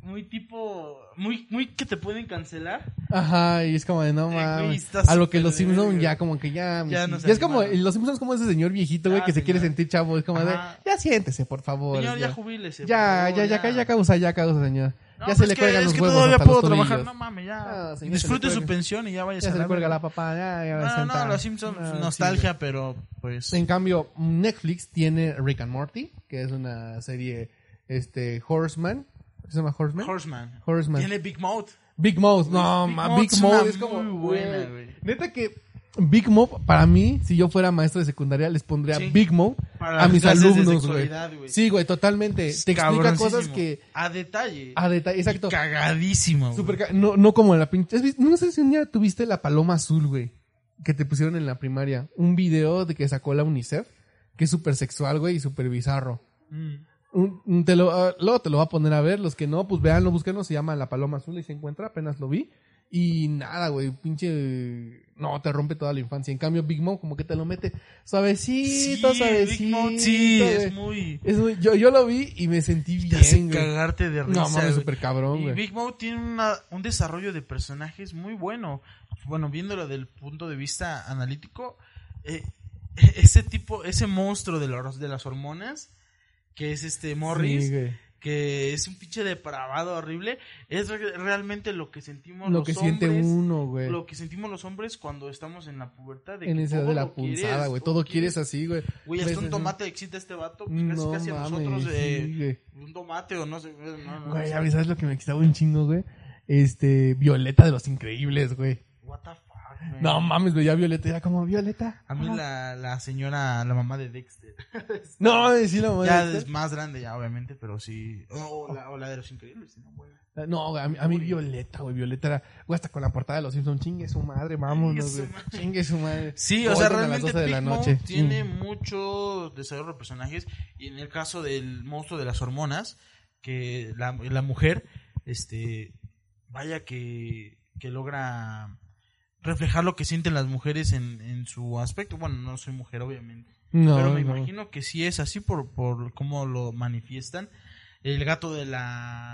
B: muy tipo. Muy, muy que te pueden cancelar.
A: Ajá, y es como de no
B: Eh, güey,
A: mames.
B: está
A: A lo que
B: súper
A: los Simpsons
B: verga.
A: ya como que ya...
B: Ya no
A: sí.
B: se
A: es como,
B: animaron.
A: los Simpsons como ese señor viejito, güey,
B: Ya,
A: que se quiere
B: señor.
A: sentir chavo. Es como de,
B: Ajá.
A: ya siéntese, por favor.
B: Señor, ya
A: ya,
B: jubílese. por
A: ya,
B: favor,
A: ya, ya, ca- ya causa, ya causa, señor.
B: No,
A: ya
B: pues
A: se
B: es
A: le
B: que-
A: cuelgan
B: es
A: los
B: que
A: huevos
B: todavía
A: hasta
B: puedo
A: los
B: trabajar.
A: tobillos.
B: No mames, ya.
A: Ah, sí, ya se le
B: Disfrute su
A: cuelga.
B: pensión y ya vaya
A: Ya se le cuelga la papá. ya, ya
B: No, no,
A: senta.
B: los Simpsons,
A: Ah,
B: nostalgia, pero pues.
A: sí. En cambio, Netflix tiene Rick and Morty, que es una serie, este, Horseman. ¿Se llama Horseman?
B: Horseman.
A: Horseman.
B: Tiene Big Mouth.
A: Big Mouth, no,
B: Big
A: ma,
B: Mouth
A: Big
B: es
A: Mouth
B: una
A: es como
B: muy buena, güey.
A: Neta que Big Mouth para mí, si yo fuera maestro de secundaria les pondría
B: Sí.
A: Big Mouth
B: Para
A: a
B: las
A: mis
B: clases de
A: alumnos, güey.
B: sexualidad, güey.
A: Sí, güey, totalmente. Te explica
B: Cabroncísimo.
A: cosas que
B: A detalle.
A: a detalle, exacto.
B: Cagadísimo. güey.
A: Super ca- no, no como en la pinche. ¿has visto? No sé si un día tuviste la paloma azul, güey. Que te pusieron en la primaria. Un video de que sacó la UNICEF. Que es súper sexual, güey, y súper bizarro.
B: Mm.
A: Un- un- te lo, ah, luego te lo voy a poner a ver. Los que no, pues véanlo, búsquenlo. Se llama La Paloma Azul y se encuentra. Apenas lo vi. Y nada, güey, pinche. No, te rompe toda la infancia. En cambio, Big Mom, como que te lo mete suavecito,
B: Big
A: suavecito.
B: Mouth, sí,
A: güey.
B: es muy.
A: Es muy- yo, yo lo vi y me sentí
B: Te hace
A: bien, güey.
B: cagarte de risa.
A: No, mames,
B: güey.
A: súper cabrón,
B: Y
A: güey.
B: Big Mouth tiene una- un desarrollo de personajes muy bueno. Bueno, viéndolo del punto de vista analítico, eh, [LAUGHS] ese tipo, ese monstruo de, los- de las hormonas, que es este Morris,
A: Sí, güey.
B: que es un pinche depravado horrible, es re- realmente lo que sentimos
A: Lo
B: los
A: que
B: hombres.
A: siente uno, güey.
B: Lo que sentimos los hombres cuando estamos en la pubertad. De
A: en
B: que
A: esa
B: todo
A: de la
B: lo quieres,
A: punzada, güey. Todo quieres así, güey.
B: Güey,
A: Ves
B: hasta un
A: así.
B: tomate excita a este vato. Pues casi,
A: No
B: casi a nosotros.
A: mames,
B: eh,
A: sí, güey.
B: un tomate o no sé. no, no, no
A: Güey,
B: sé.
A: a mí sabes lo que me quitaba un chingo, güey. Este, Violeta de los Increíbles, güey.
B: What the fuck, man.
A: No mames, veía a Violeta, era como Violeta.
B: Mm. A mí
A: ah".
B: la, la señora, la mamá de Dexter. [LAUGHS]
A: No, mames, sí la madre.
B: ya es más grande, ya obviamente, pero sí. O, o la, o la de los increíbles, ¿no, güey?
A: No, güey, a mí, a mí Violeta, güey. Violeta era, güey, hasta con la portada de los Simpsons. Chingue su madre, vámonos,
B: Chingue
A: güey.
B: su madre.
A: Chingue su madre.
B: Sí, o
A: Golden a
B: sea,
A: las
B: realmente
A: 12 de la
B: Big Mouth
A: noche.
B: tiene
A: Mm.
B: mucho desarrollo de personajes. Y en el caso del monstruo de las hormonas, que la, la mujer, este, vaya que, que logra reflejar lo que sienten las mujeres en, en su aspecto. Bueno, no soy mujer, obviamente.
A: No,
B: pero me
A: no.
B: imagino que sí es así por, por cómo lo manifiestan. El gato de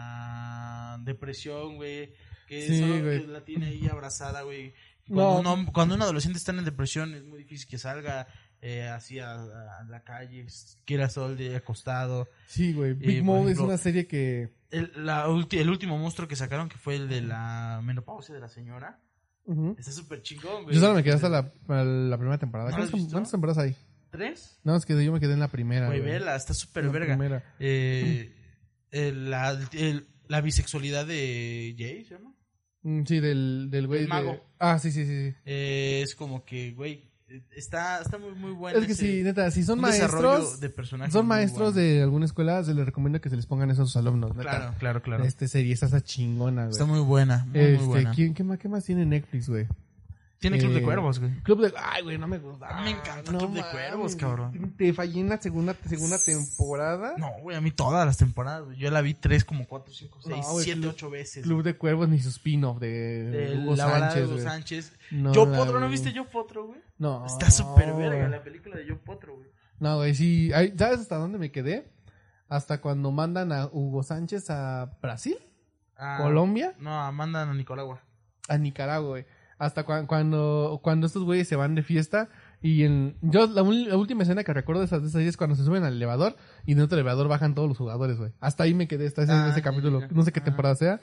B: la depresión, güey. Que
A: Sí,
B: solo
A: güey.
B: que la tiene ahí abrazada, güey.
A: No.
B: Cuando, un hom- cuando un adolescente está en depresión es muy difícil que salga eh, así a, a la calle, s- quiera sol de acostado.
A: Sí, güey. Big
B: eh, por
A: Mom es
B: ejemplo,
A: una serie que.
B: El, la ulti- el último monstruo que sacaron, que fue el de la menopausia de la señora,
A: Ujú.
B: está súper chingón, güey. este
A: Yo solo me quedé hasta la, a la primera temporada.
B: ¿No la has
A: ¿Cuántas tem-
B: visto?
A: ¿Cuántas temporadas hay?
B: ¿Tres?
A: No, es que yo me quedé en la primera.
B: Güey,
A: Ah, güey.
B: vela, está súper
A: La
B: verga.
A: primera.
B: Eh, el- la, el- la bisexualidad de Jay, ¿se llama?
A: Mm, Sí, del, del güey.
B: Del
A: de-
B: mago.
A: Ah, sí, sí, sí. sí.
B: Eh, es como que, güey, eh, está, está muy, muy bueno.
A: Es que sí, neta, si son
B: un desarrollo
A: maestros,
B: de personajes
A: son
B: muy
A: maestros
B: bueno.
A: de alguna escuela, se les recomienda que se les pongan eso a sus alumnos, neta.
B: Claro, claro, claro.
A: Este serie, esta está chingona, güey.
B: Está muy buena, muy, muy
A: Este,
B: buena.
A: ¿quién- qué, más, ¿Qué más tiene Netflix, güey?
B: Tiene Club
A: eh,
B: de Cuervos, güey.
A: Club de... Ay, güey, no me gusta.
B: Me encanta
A: No
B: Club de
A: mames,
B: Cuervos, cabrón.
A: Te fallé en la segunda, segunda temporada.
B: No, güey, a mí todas las temporadas. güey. Yo la vi tres, como cuatro, cinco, seis,
A: No, güey,
B: siete,
A: Club-
B: ocho veces.
A: Club de Cuervos ni su spin-off de,
B: güey. De
A: Hugo
B: la balada de
A: Sánchez,
B: Hugo
A: güey.
B: Sánchez.
A: No,
B: Yo
A: la
B: Potro, ¿no
A: vi.
B: viste Yo Potro, güey?
A: No.
B: Está súper verga
A: güey.
B: la película de Yo Potro, güey.
A: No, güey, sí. Ay, ¿Sabes hasta dónde me quedé? Hasta cuando mandan a Hugo Sánchez a Brasil,
B: Ah,
A: Colombia,
B: No, mandan a Nicaragua.
A: a Nicaragua, güey. Hasta cuan- cuando, cuando estos güeyes se van de fiesta. Y en, yo, la, ul- la última escena que recuerdo de esas de esa serie es cuando se suben al elevador y dentro del elevador bajan todos los jugadores, güey. Hasta ahí me quedé, hasta ese,
B: Ah,
A: ese
B: ya,
A: capítulo.
B: ya.
A: No sé qué
B: Ah.
A: temporada sea.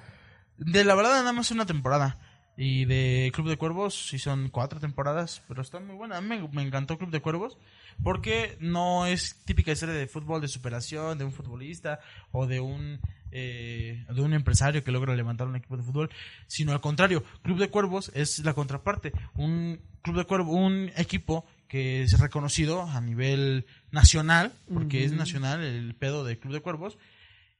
B: De la verdad, nada más una temporada. Y de Club de Cuervos, sí son cuatro temporadas, pero está muy buena. A mí me, me encantó Club de Cuervos porque no es típica serie de fútbol de superación, de un futbolista o de un, eh, de un empresario que logra levantar un equipo de fútbol, sino al contrario. Club de Cuervos es la contraparte. Un Club de Cuervos, un equipo que es reconocido a nivel nacional, porque es
A: Ujú.
B: nacional el pedo de Club de Cuervos,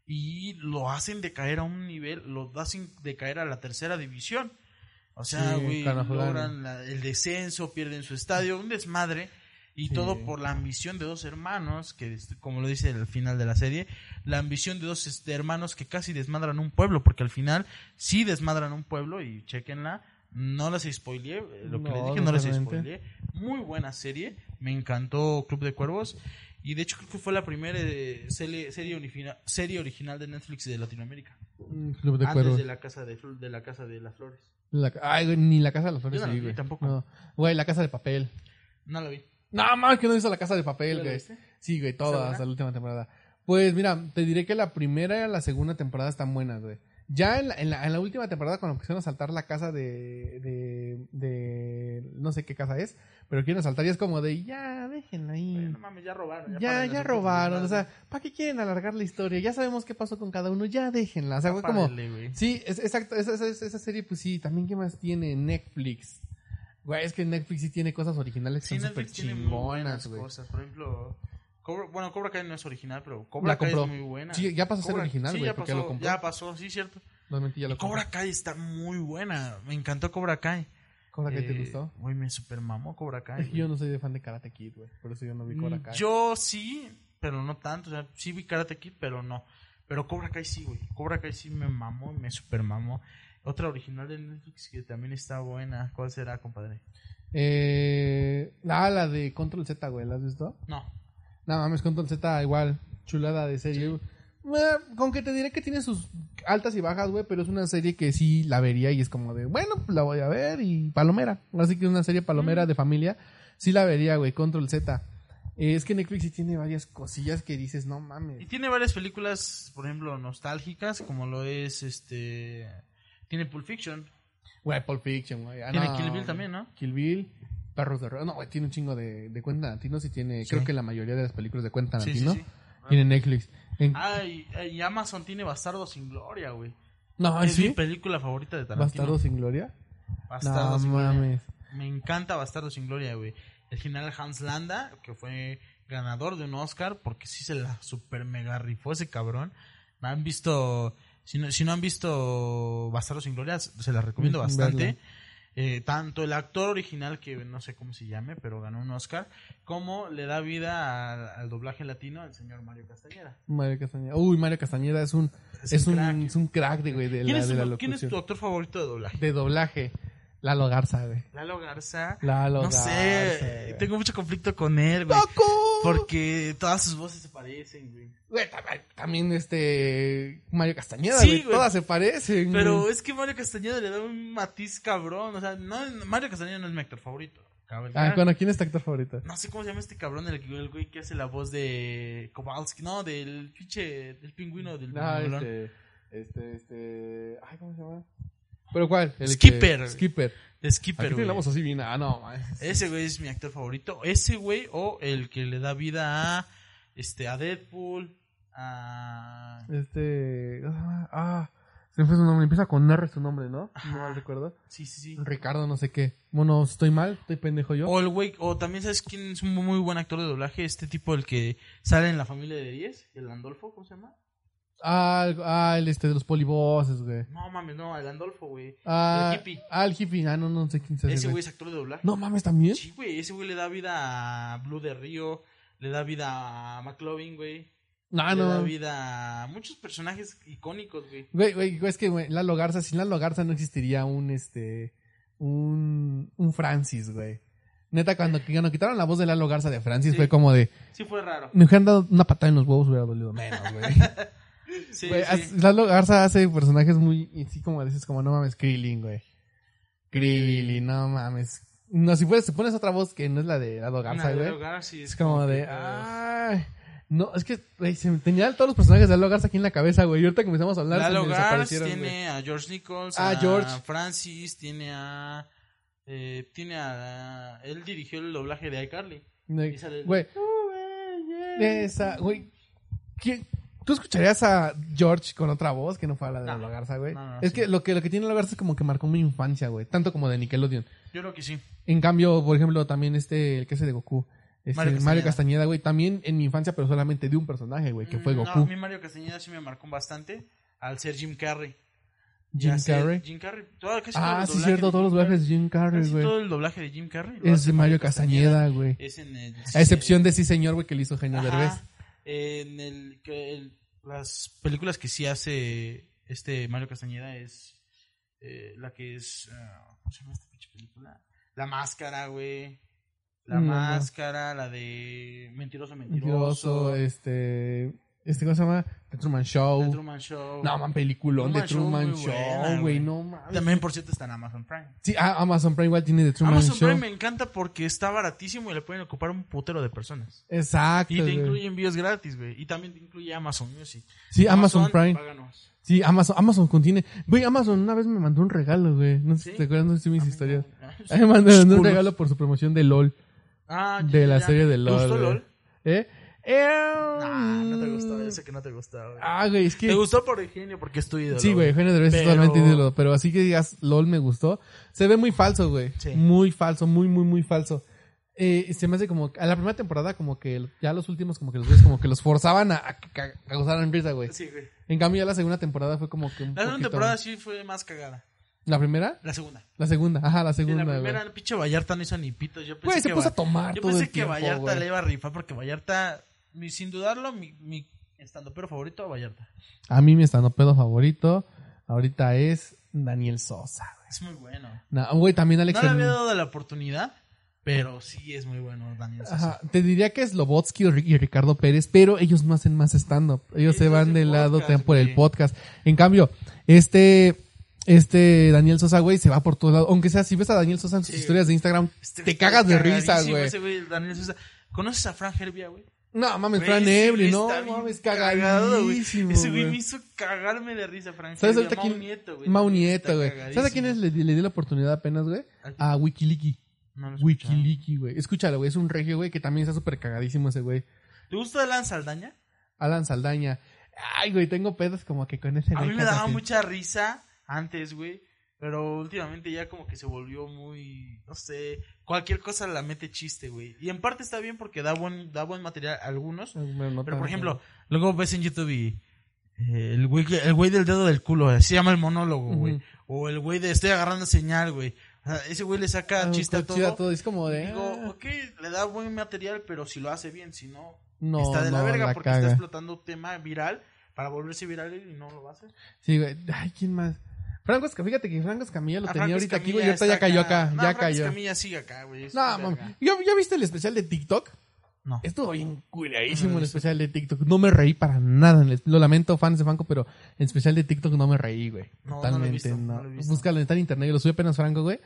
B: y lo hacen decaer a un nivel, lo hacen decaer a la tercera división. O sea,
A: Sí,
B: güey,
A: Carnafolano.
B: logran la- el descenso, pierden su estadio, un desmadre. Y
A: Sí.
B: todo por la ambición de dos hermanos, que es- como lo dice el final de la serie, la ambición de dos este, hermanos que casi desmadran un pueblo, porque al final sí desmadran un pueblo y chequenla. No las spoileé, eh, lo que
A: No,
B: les dije no las
A: totalmente.
B: spoileé. Muy buena serie, me encantó Club de Cuervos. Y de hecho creo que fue la primera eh, serie, serie, origina- serie original de Netflix de Latinoamérica.
A: Mm, Club de
B: antes
A: Cuervos.
B: de la casa de, Fl- de la casa de las flores.
A: La ca- ay, güey, ni la casa de las flores.
B: Yo no la
A: sí,
B: vi
A: güey.
B: tampoco.
A: No. Güey, la casa de papel.
B: No la vi.
A: No, más que no hizo la casa de papel,
B: ¿Tú la
A: güey.
B: viste?
A: Sí, güey,
B: buena?
A: todas, hasta la última temporada. Pues mira, te diré que la primera y la segunda temporada están buenas, güey. Ya en la, en la- en la última temporada, cuando quisieron asaltar la casa de, de, de- No sé qué casa es, pero quieren asaltar y es como de. Ya, déjenla
B: Oye,
A: ahí.
B: No mames, ya robaron.
A: Ya,
B: párenle a
A: ya
B: su puta
A: robaron. O
B: madre.
A: sea, ¿para qué quieren alargar la historia? Ya sabemos qué pasó con cada uno. Ya déjenla. O sea, fue como.
B: Párenle, güey.
A: Sí, es, exacto. Esa, esa- esa- esa serie, pues sí. También, ¿qué más tiene Netflix? Güey, es que Netflix sí tiene cosas originales que
B: Sí,
A: son súper
B: Netflix tiene muy
A: chingonas,
B: buenas
A: güey.
B: cosas. Por ejemplo, Cobra- bueno, Cobra Kai no es original, pero
A: La
B: Cobra Kai
A: compró.
B: es muy buena.
A: Sí, ya pasó a ser
B: Cobra-
A: original,
B: sí,
A: güey,
B: ya
A: porque lo
B: pasó,
A: compró.
B: Ya pasó, sí, cierto.
A: Realmente ya lo
B: Cobra Kai está muy buena. Me encantó Cobra Kai.
A: Cobra Kai te
B: Eh,
A: gustó.
B: Güey, me super mamó Cobra Kai.
A: Es que [LAUGHS] yo
B: güey. Mm,
A: no soy de fan de Karate Kid, güey. Por eso yo no vi Cobra Kai.
B: Yo sí, pero no tanto. O sea, sí vi Karate Kid, pero no. Pero Cobra Kai sí, güey. Cobra Kai sí me mamó, me super mamó. Otra original de Netflix que también está buena. ¿Cuál será, compadre?
A: Eh, la, la de Control Z, güey. ¿La has visto?
B: No.
A: No mames, Control Z igual. Chulada de serie. Eh, Con que te diré que tiene sus altas y bajas, güey. Pero es una serie que sí la vería y es como de, bueno, pues la voy a ver y palomera. Así que es una serie
B: Mm.
A: palomera de familia. Sí la vería, güey. Control Z. Eh, es que Netflix sí tiene varias cosillas que dices, no
B: Y
A: mames.
B: tiene varias películas, por ejemplo, nostálgicas, como lo es este. Tiene Pulp Fiction.
A: Güey, Pulp Fiction, güey. Ah,
B: Tiene
A: no,
B: Kill Bill
A: güey.
B: también, ¿no?
A: Kill Bill, Perros de Re- No, güey, tiene un chingo de, de Quentin Tarantino. Sí tiene, creo que la mayoría de las películas de Quentin
B: Sí, sí,
A: Tarantino
B: sí.
A: tiene Netflix. En-
B: Ah, y, y Amazon tiene Bastardo sin Gloria, güey.
A: no,
B: es mi
A: ¿Ah, ¿sí?
B: película favorita de Tarantino.
A: ¿Bastardos sin Gloria?
B: Bastardo
A: no,
B: sin Gloria.
A: mames.
B: Me encanta Bastardo sin Gloria, güey. El general Hans Landa, que fue ganador de un Oscar, porque sí se la super mega rifó ese cabrón. ¿No han visto, si no, si no han visto Bastardo sin Gloria, se la recomiendo
A: Mm,
B: bastante.
A: verla.
B: Eh, tanto el actor original, que no sé cómo se llame, pero ganó un Oscar, como le da vida al, al doblaje latino el señor Mario Castañeda.
A: Mario Castañeda. Uy, Mario Castañeda es un, es un,
B: crack.
A: es un crack de, güey, de
B: ¿Quién,
A: la,
B: es
A: de
B: tu,
A: la
B: quién es tu
A: locución.
B: actor favorito de doblaje?
A: De doblaje. Lalo Garza, güey.
B: Lalo Garza.
A: Lalo
B: no
A: Garza.
B: sé,
A: güey.
B: tengo mucho conflicto con él, güey.
A: ¡Taco!
B: Porque todas sus voces se parecen, güey.
A: Güey, tam- también este. Mario Castañeda,
B: Sí,
A: güey.
B: güey.
A: Todas se parecen.
B: Pero
A: güey.
B: es que Mario Castañeda le da un matiz cabrón. O sea, no, Mario Castañeda no es mi actor favorito. cabe
A: Ah,
B: aclarar.
A: bueno, ¿quién es tu actor favorito?
B: No sé cómo se llama este cabrón, el, el güey que hace la voz de Kowalski. No, del pinche, del pingüino, del
A: No,
B: mongolón.
A: este, este, este. Ay, ¿cómo se llama? ¿Pero cuál? El que-
B: Skipper.
A: Skipper.
B: De Skipper,
A: Aquí
B: güey.
A: tenemos así bien. Ah, no, man.
B: Ese güey es mi actor favorito. Ese güey o el que le da vida a, este, a Deadpool, a...
A: Este. Ah, ah, se me fue su nombre. Empieza con R su nombre, ¿no? No mal recuerdo.
B: Sí, sí, sí.
A: Ricardo, no sé qué. Bueno, estoy mal, estoy pendejo yo.
B: O el güey, o también sabes quién es un muy buen actor de doblaje, este tipo el que sale en la familia de 10, el Andolfo, ¿cómo se llama?
A: Ah, el- ah, el este de los polivoces, güey.
B: No mames, no, el Andolfo, güey.
A: Ah,
B: El hippie.
A: Ah, el hippie. Ah, no, no sé quién se
B: Ese güey es actor de doblaje.
A: No mames, también.
B: Sí, güey, ese güey le da vida a Blue de Río, le da vida a McLovin, güey.
A: Ah, No,
B: Le da
A: no.
B: vida a muchos personajes icónicos, güey.
A: Güey, güey, güey, es que, güey, Lalo Garza, sin Lalo Garza no existiría un, este, un, un Francis, güey. Neta, cuando, cuando quitaron la voz de Lalo Garza de Francis,
B: Sí.
A: fue como de,
B: Sí fue raro.
A: me hubieran dado una patada en los huevos, hubiera dolido
B: [LAUGHS]
A: menos, güey.
B: Sí,
A: Güey,
B: sí.
A: as- Lalo Garza hace personajes muy, y sí, como dices, como, no mames, Krillin, güey. Krillin, no mames. No, si puedes, si pones otra voz que no es la de Lalo Garza,
B: Una de
A: güey.
B: Leo Garza y
A: Es como
B: que,
A: de,
B: eh,
A: ay. No, es que, güey, se me tenían todos los personajes de Lalo Garza aquí en la cabeza, güey. Y ahorita que empezamos a hablar, se
B: Lalo
A: me
B: Garza
A: desaparecieron, güey.
B: tiene a George Nichols,
A: Ah,
B: a
A: George.
B: Francis, tiene a... eh, tiene a... Él dirigió el doblaje de iCarly.
A: No,
B: Y sale el-
A: Güey, esa, güey. ¿quién- ¿Tú escucharías a George con otra voz que no fuera la de
B: No.
A: Lalo Garza, güey?
B: No, no,
A: es
B: sí.
A: que lo que lo que tiene Lalo Garza es como que marcó mi infancia, güey. Tanto como de Nickelodeon.
B: Yo creo que sí.
A: En cambio, por ejemplo, también este, el que hace de Goku. Este,
B: Mario
A: Mario,
B: Castañeda.
A: Castañeda. güey. También en mi infancia, pero solamente de un personaje, güey, que fue
B: Mm,
A: Goku.
B: No, a mí Mario Castañeda sí me marcó bastante al ser Jim Carrey. Y
A: Jim
B: al ser
A: Carrey.
B: Jim Carrey. Todo, casi todo
A: ah,
B: el
A: sí,
B: doblaje
A: cierto.
B: de
A: Todos los
B: Jim
A: doblajes de Jim Carrey,
B: Casi
A: güey.
B: todo el doblaje de Jim Carrey. lo
A: Es
B: hace
A: de Mario Castañeda, güey.
B: Es en el...
A: A excepción de Sí, señor, güey, que le hizo Genio
B: Ajá,
A: Derbez.
B: En el, que el- las películas que sí hace este Mario Castañeda es eh, la que es. ah, ¿Cómo se llama esta pinche película? La Máscara, güey. La
A: Mm, No, no.
B: Máscara, la de Mentiroso,
A: eh, Mentiroso,
B: Mentiroso.
A: este. Este, ¿cómo se llama? The Truman Show.
B: The Truman Show.
A: oh. No, man, peliculón de
B: Truman
A: Truman
B: Show, muy buena,
A: Show,
B: güey.
A: güey, no mames.
B: También, por cierto, está en Amazon Prime.
A: Sí, ah, Amazon Prime igual tiene The Truman
B: Amazon
A: Show.
B: Prime me encanta porque está baratísimo y le pueden ocupar un putero de personas.
A: Exacto.
B: Y te
A: güey.
B: incluye envíos gratis, güey. Y también te incluye Amazon Music.
A: Sí, Amazon, Prime.
B: páganos.
A: Sí, Amazon, Amazon contiene. Güey, Amazon una vez me mandó un regalo, güey. No sé si
B: ¿Sí?
A: te acuerdas, no sé si mis
B: [LAUGHS]
A: historias.
B: Ah,
A: Ahí me mandó me mandó un
B: Culos.
A: regalo por su promoción de LOL.
B: Ah, ya,
A: De la
B: ya.
A: serie de
B: ¿Te
A: LOL,
B: gustó
A: güey.
B: LOL?
A: ¿Eh? Eh,
B: Nah, no te gustó. Yo sé que no te gustó, güey.
A: Ah, güey, es que.
B: Te gustó por Eugenio porque es tu ídolo.
A: Sí, güey, Eugenio Derbez es
B: Pero-
A: totalmente ídolo, pero así que digas, LOL me gustó. Se ve muy falso, güey.
B: Sí.
A: Muy falso, muy, muy, muy falso. Eh, se me hace como, a la primera temporada como que ya los últimos como que los ves como que los forzaban a, a que ca- causaran risa, güey.
B: Sí, güey.
A: En cambio ya la segunda temporada fue como que un
B: La segunda
A: poquito-
B: temporada sí fue más cagada.
A: ¿La primera?
B: La segunda.
A: La segunda, ajá, la
B: Sí,
A: segunda,
B: la
A: güey.
B: primera, el pinche Vallarta no hizo ni pito. Yo pensé
A: Güey, se
B: que
A: puso
B: Va-
A: a tomar
B: Yo
A: todo
B: pensé
A: el
B: que
A: tiempo,
B: Vallarta
A: güey.
B: le iba a rifar porque Vallarta, mi- sin dudarlo, mi, mi estandopero favorito, Vallarta.
A: A mí mi pedo favorito ahorita es Daniel Sosa. güey.
B: Es muy bueno.
A: Nah, güey, también Alex
B: No le había
A: Hernández.
B: dado la oportunidad, pero sí es muy bueno Daniel Sosa.
A: Ajá, te diría que es Lobotsky y Ricardo Pérez, pero ellos no hacen más stand-up. Ellos
B: Ellos
A: se van
B: hacen
A: del lado
B: podcast,
A: por el
B: güey.
A: podcast. En cambio, este, este Daniel Sosa, güey, se va por todos lados. Aunque sea, si ves a Daniel Sosa en sus
B: Sí.
A: historias de Instagram,
B: Este
A: te
B: güey está
A: cagas de risa,
B: cagadísimo
A: güey.
B: ese Daniel Sosa. ¿Conoces a Fran Herbia, güey?
A: No, mames,
B: Güey,
A: Fran
B: ese
A: Ebri,
B: güey
A: no,
B: está bien
A: mames,
B: cagado, güey.
A: cagadísimo,
B: Ese güey
A: güey.
B: me hizo cagarme de risa, Fran
A: ¿Sabes
B: Herbia.
A: ahorita quién?
B: Mau Nieto, güey.
A: Mau
B: también
A: Nieto,
B: está
A: güey. ¿Sabes a
B: cagadísimo.
A: quiénes le, le di la oportunidad apenas, güey?
B: ¿A-
A: A Wikiliki.
B: no lo he escuchado.
A: Wikiliki, güey. Escúchalo, güey. Es un regio, güey, que también está súper cagadísimo ese güey.
B: ¿Te gusta Alan Saldaña?
A: Alan Saldaña. Ay, güey, tengo pedos como que con ese
B: A mí
A: güey,
B: me daba
A: cátate.
B: mucha risa antes, güey. Pero últimamente ya como que se volvió muy, no sé, cualquier cosa la mete chiste, güey. Y en parte está bien porque da buen, da buen material a algunos.
A: Bueno, no
B: Pero
A: tanto.
B: por ejemplo, luego ves en YouTube y eh, el güey que- el güey del dedo del culo, así se llama el monólogo, güey.
A: Ujú.
B: O el güey de estoy agarrando señal, güey. O sea, ese güey le saca
A: Ah,
B: chiste a
A: co- chiste
B: todo.
A: Es como de.
B: Digo,
A: ah,
B: ok, le da buen material, pero si lo hace bien, si no,
A: no,
B: está de la
A: no,
B: verga
A: la
B: porque
A: caga.
B: está explotando tema viral para volverse viral y no lo hace.
A: Sí, güey. Ay, ¿quién más? Franco Escamilla, fíjate que Franco Escamilla lo
B: A
A: tenía
B: Franco
A: ahorita aquí,
B: Escamilla
A: güey. y Ahorita
B: está
A: ya cayó acá.
B: No,
A: ya
B: Franco
A: cayó.
B: Escamilla sigue acá, güey. es
A: No,
B: un
A: mami.
B: verga.
A: ¿Ya, ya viste el especial de TikTok?
B: No.
A: Estuvo bien culeadísimo
B: No,
A: el
B: no,
A: especial de TikTok. No me reí para nada. en el- Lo lamento, fans de Franco, pero el especial de TikTok no me reí, güey.
B: No, no lo he
A: Totalmente.
B: visto,
A: No
B: no lo he visto.
A: Búscalo, está en internet. Lo subí apenas Franco, güey.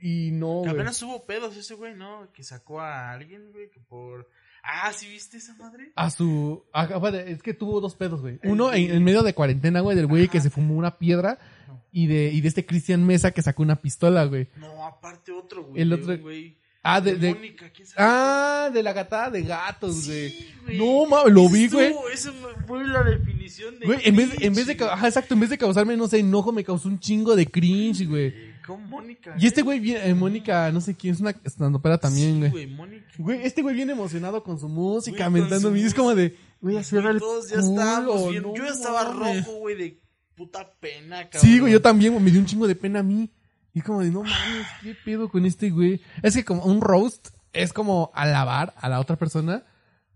A: Y no,
B: Que
A: güey.
B: Apenas hubo pedos ese güey, ¿no? Que sacó a alguien, güey, que por... Ah, ¿sí viste esa madre?
A: A su. a- aparte, es que tuvo dos pedos, güey.
B: El
A: Uno en,
B: de-
A: en medio de cuarentena, güey, del güey
B: Ajá.
A: que se fumó una piedra.
B: No.
A: Y de, y de este Cristian Mesa que sacó una pistola, güey.
B: No, aparte otro, güey.
A: El
B: de
A: otro-
B: un güey.
A: Ah,
B: De,
A: de. de-
B: Mónica, ¿quién sabe?
A: ah, de la gatada de gatos, güey.
B: Sí,
A: No, mames, lo vi,
B: Estuvo-
A: güey.
B: Esa fue la definición de...
A: Güey, en vez, en vez de.
B: cringe,
A: ca- Ajá, exacto, en vez de causarme, no sé, enojo, me causó un chingo de cringe, güey.
B: güey. Con Mónica.
A: Y este güey, bien- eh, Mónica, no sé quién, es una estandopera también,
B: Sí,
A: güey.
B: güey, Mónica.
A: Güey, este güey bien emocionado con su música,
B: Güey, con
A: mentando.
B: su
A: y es como de. Güey, así era el
B: Todos ya
A: culo,
B: estábamos bien.
A: no
B: Yo ya estaba
A: mames.
B: rojo, güey, de puta pena, cabrón.
A: Sí, güey, yo también, güey, me dio un chingo de pena a mí. Y como de, no mames, ¿qué pedo con este güey? Es que como un roast es como alabar a la otra persona,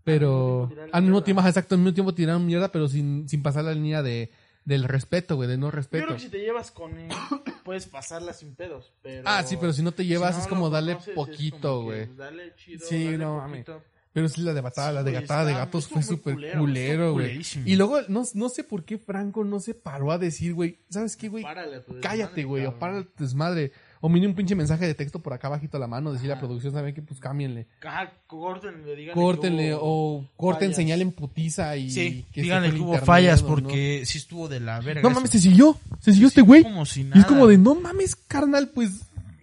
A: pero al mismo tiempo, ajá, exacto, al mismo tiempo tirar mierda, pero sin, sin pasar la línea de, del respeto, güey, de no
B: Yo
A: respeto.
B: creo que si te llevas con él, [COUGHS] puedes pasarla sin pedos. Pero...
A: Ah, sí, pero si no te llevas
B: no
A: es
B: lo
A: como darle
B: conoces, es
A: poquito,
B: como que,
A: güey.
B: pues, Dale chido.
A: Sí,
B: dale
A: no,
B: poquito.
A: Pero sí, la de Batalla, la de
B: Sí,
A: Gatada de
B: está-
A: Gatos
B: estuvo
A: fue
B: muy
A: súper
B: culero,
A: culero,
B: estuvo
A: güey.
B: culerísimo.
A: Y luego, no, no sé por qué Franco no se paró a decir, güey, ¿sabes qué, güey?
B: Párale a tu desmadre,
A: cállate, güey, o
B: cabrón.
A: para el desmadre. O mínimo un pinche mensaje de texto por acá bajito a la mano, decir a la
B: Ajá.
A: producción, ¿saben qué? Pues cámbienle.
B: Ajá, córtenle, díganle.
A: Córtenle
B: que hubo-
A: o corten
B: fallas.
A: señal en putiza y
B: Sí,
A: se
B: díganle
A: fue
B: que
A: el
B: hubo
A: internet,
B: fallas
A: ¿no?
B: porque sí estuvo de la verga.
A: No
B: eso.
A: mames, se siguió, se siguió este güey.
B: Como si nada.
A: Y es como de, no mames, carnal, pues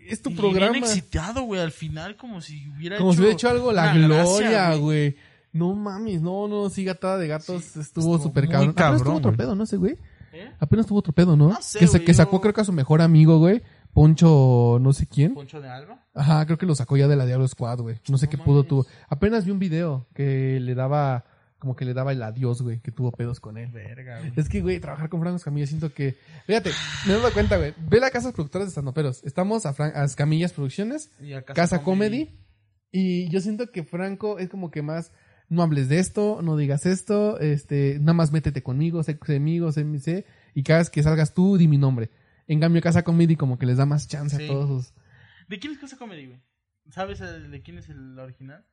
A: es tu
B: Y
A: programa.
B: Bien excitado, güey, al final, como si hubiera
A: Como
B: hecho.
A: si hubiera hecho algo la
B: una
A: gloria,
B: gracia,
A: güey. No mames, no, no, sí, gatada de gatos estuvo
B: estuvo
A: súper
B: muy
A: cabrón. Apenas
B: cabrón,
A: tuvo otro
B: güey.
A: pedo, ¿no? Ese güey.
B: ¿Eh?
A: Apenas tuvo otro pedo, ¿no?
B: No sé,
A: que, sa-
B: güey,
A: que
B: yo-
A: sacó, creo que a su mejor amigo, güey. Poncho, no sé quién.
B: Poncho de Alba.
A: Ajá, creo que lo sacó ya de la Diablo Squad, güey. No sé
B: No
A: qué pudo
B: mames.
A: tuvo. Apenas vi un video que le daba, como que le daba el adiós, güey, que tuvo pedos con él.
B: Verga, güey.
A: Es que, güey, trabajar con Franco Escamilla siento que... Fíjate, me he dado cuenta, güey. Ve la Casa Productoras de Sandoperos. Estamos a, Fran... a Escamillas Producciones,
B: Y a
A: Casa Comedy. Y yo siento que Franco es como que más... No hables de esto, no digas esto, este... Nada más métete conmigo, sé conmigo, sé, sé. Y cada vez que salgas tú, di mi nombre. En cambio, Casa Comedy como que les da más chance
B: Sí.
A: a todos sus...
B: ¿De quién es Casa Comedy, güey? ¿Sabes el- de quién es el original?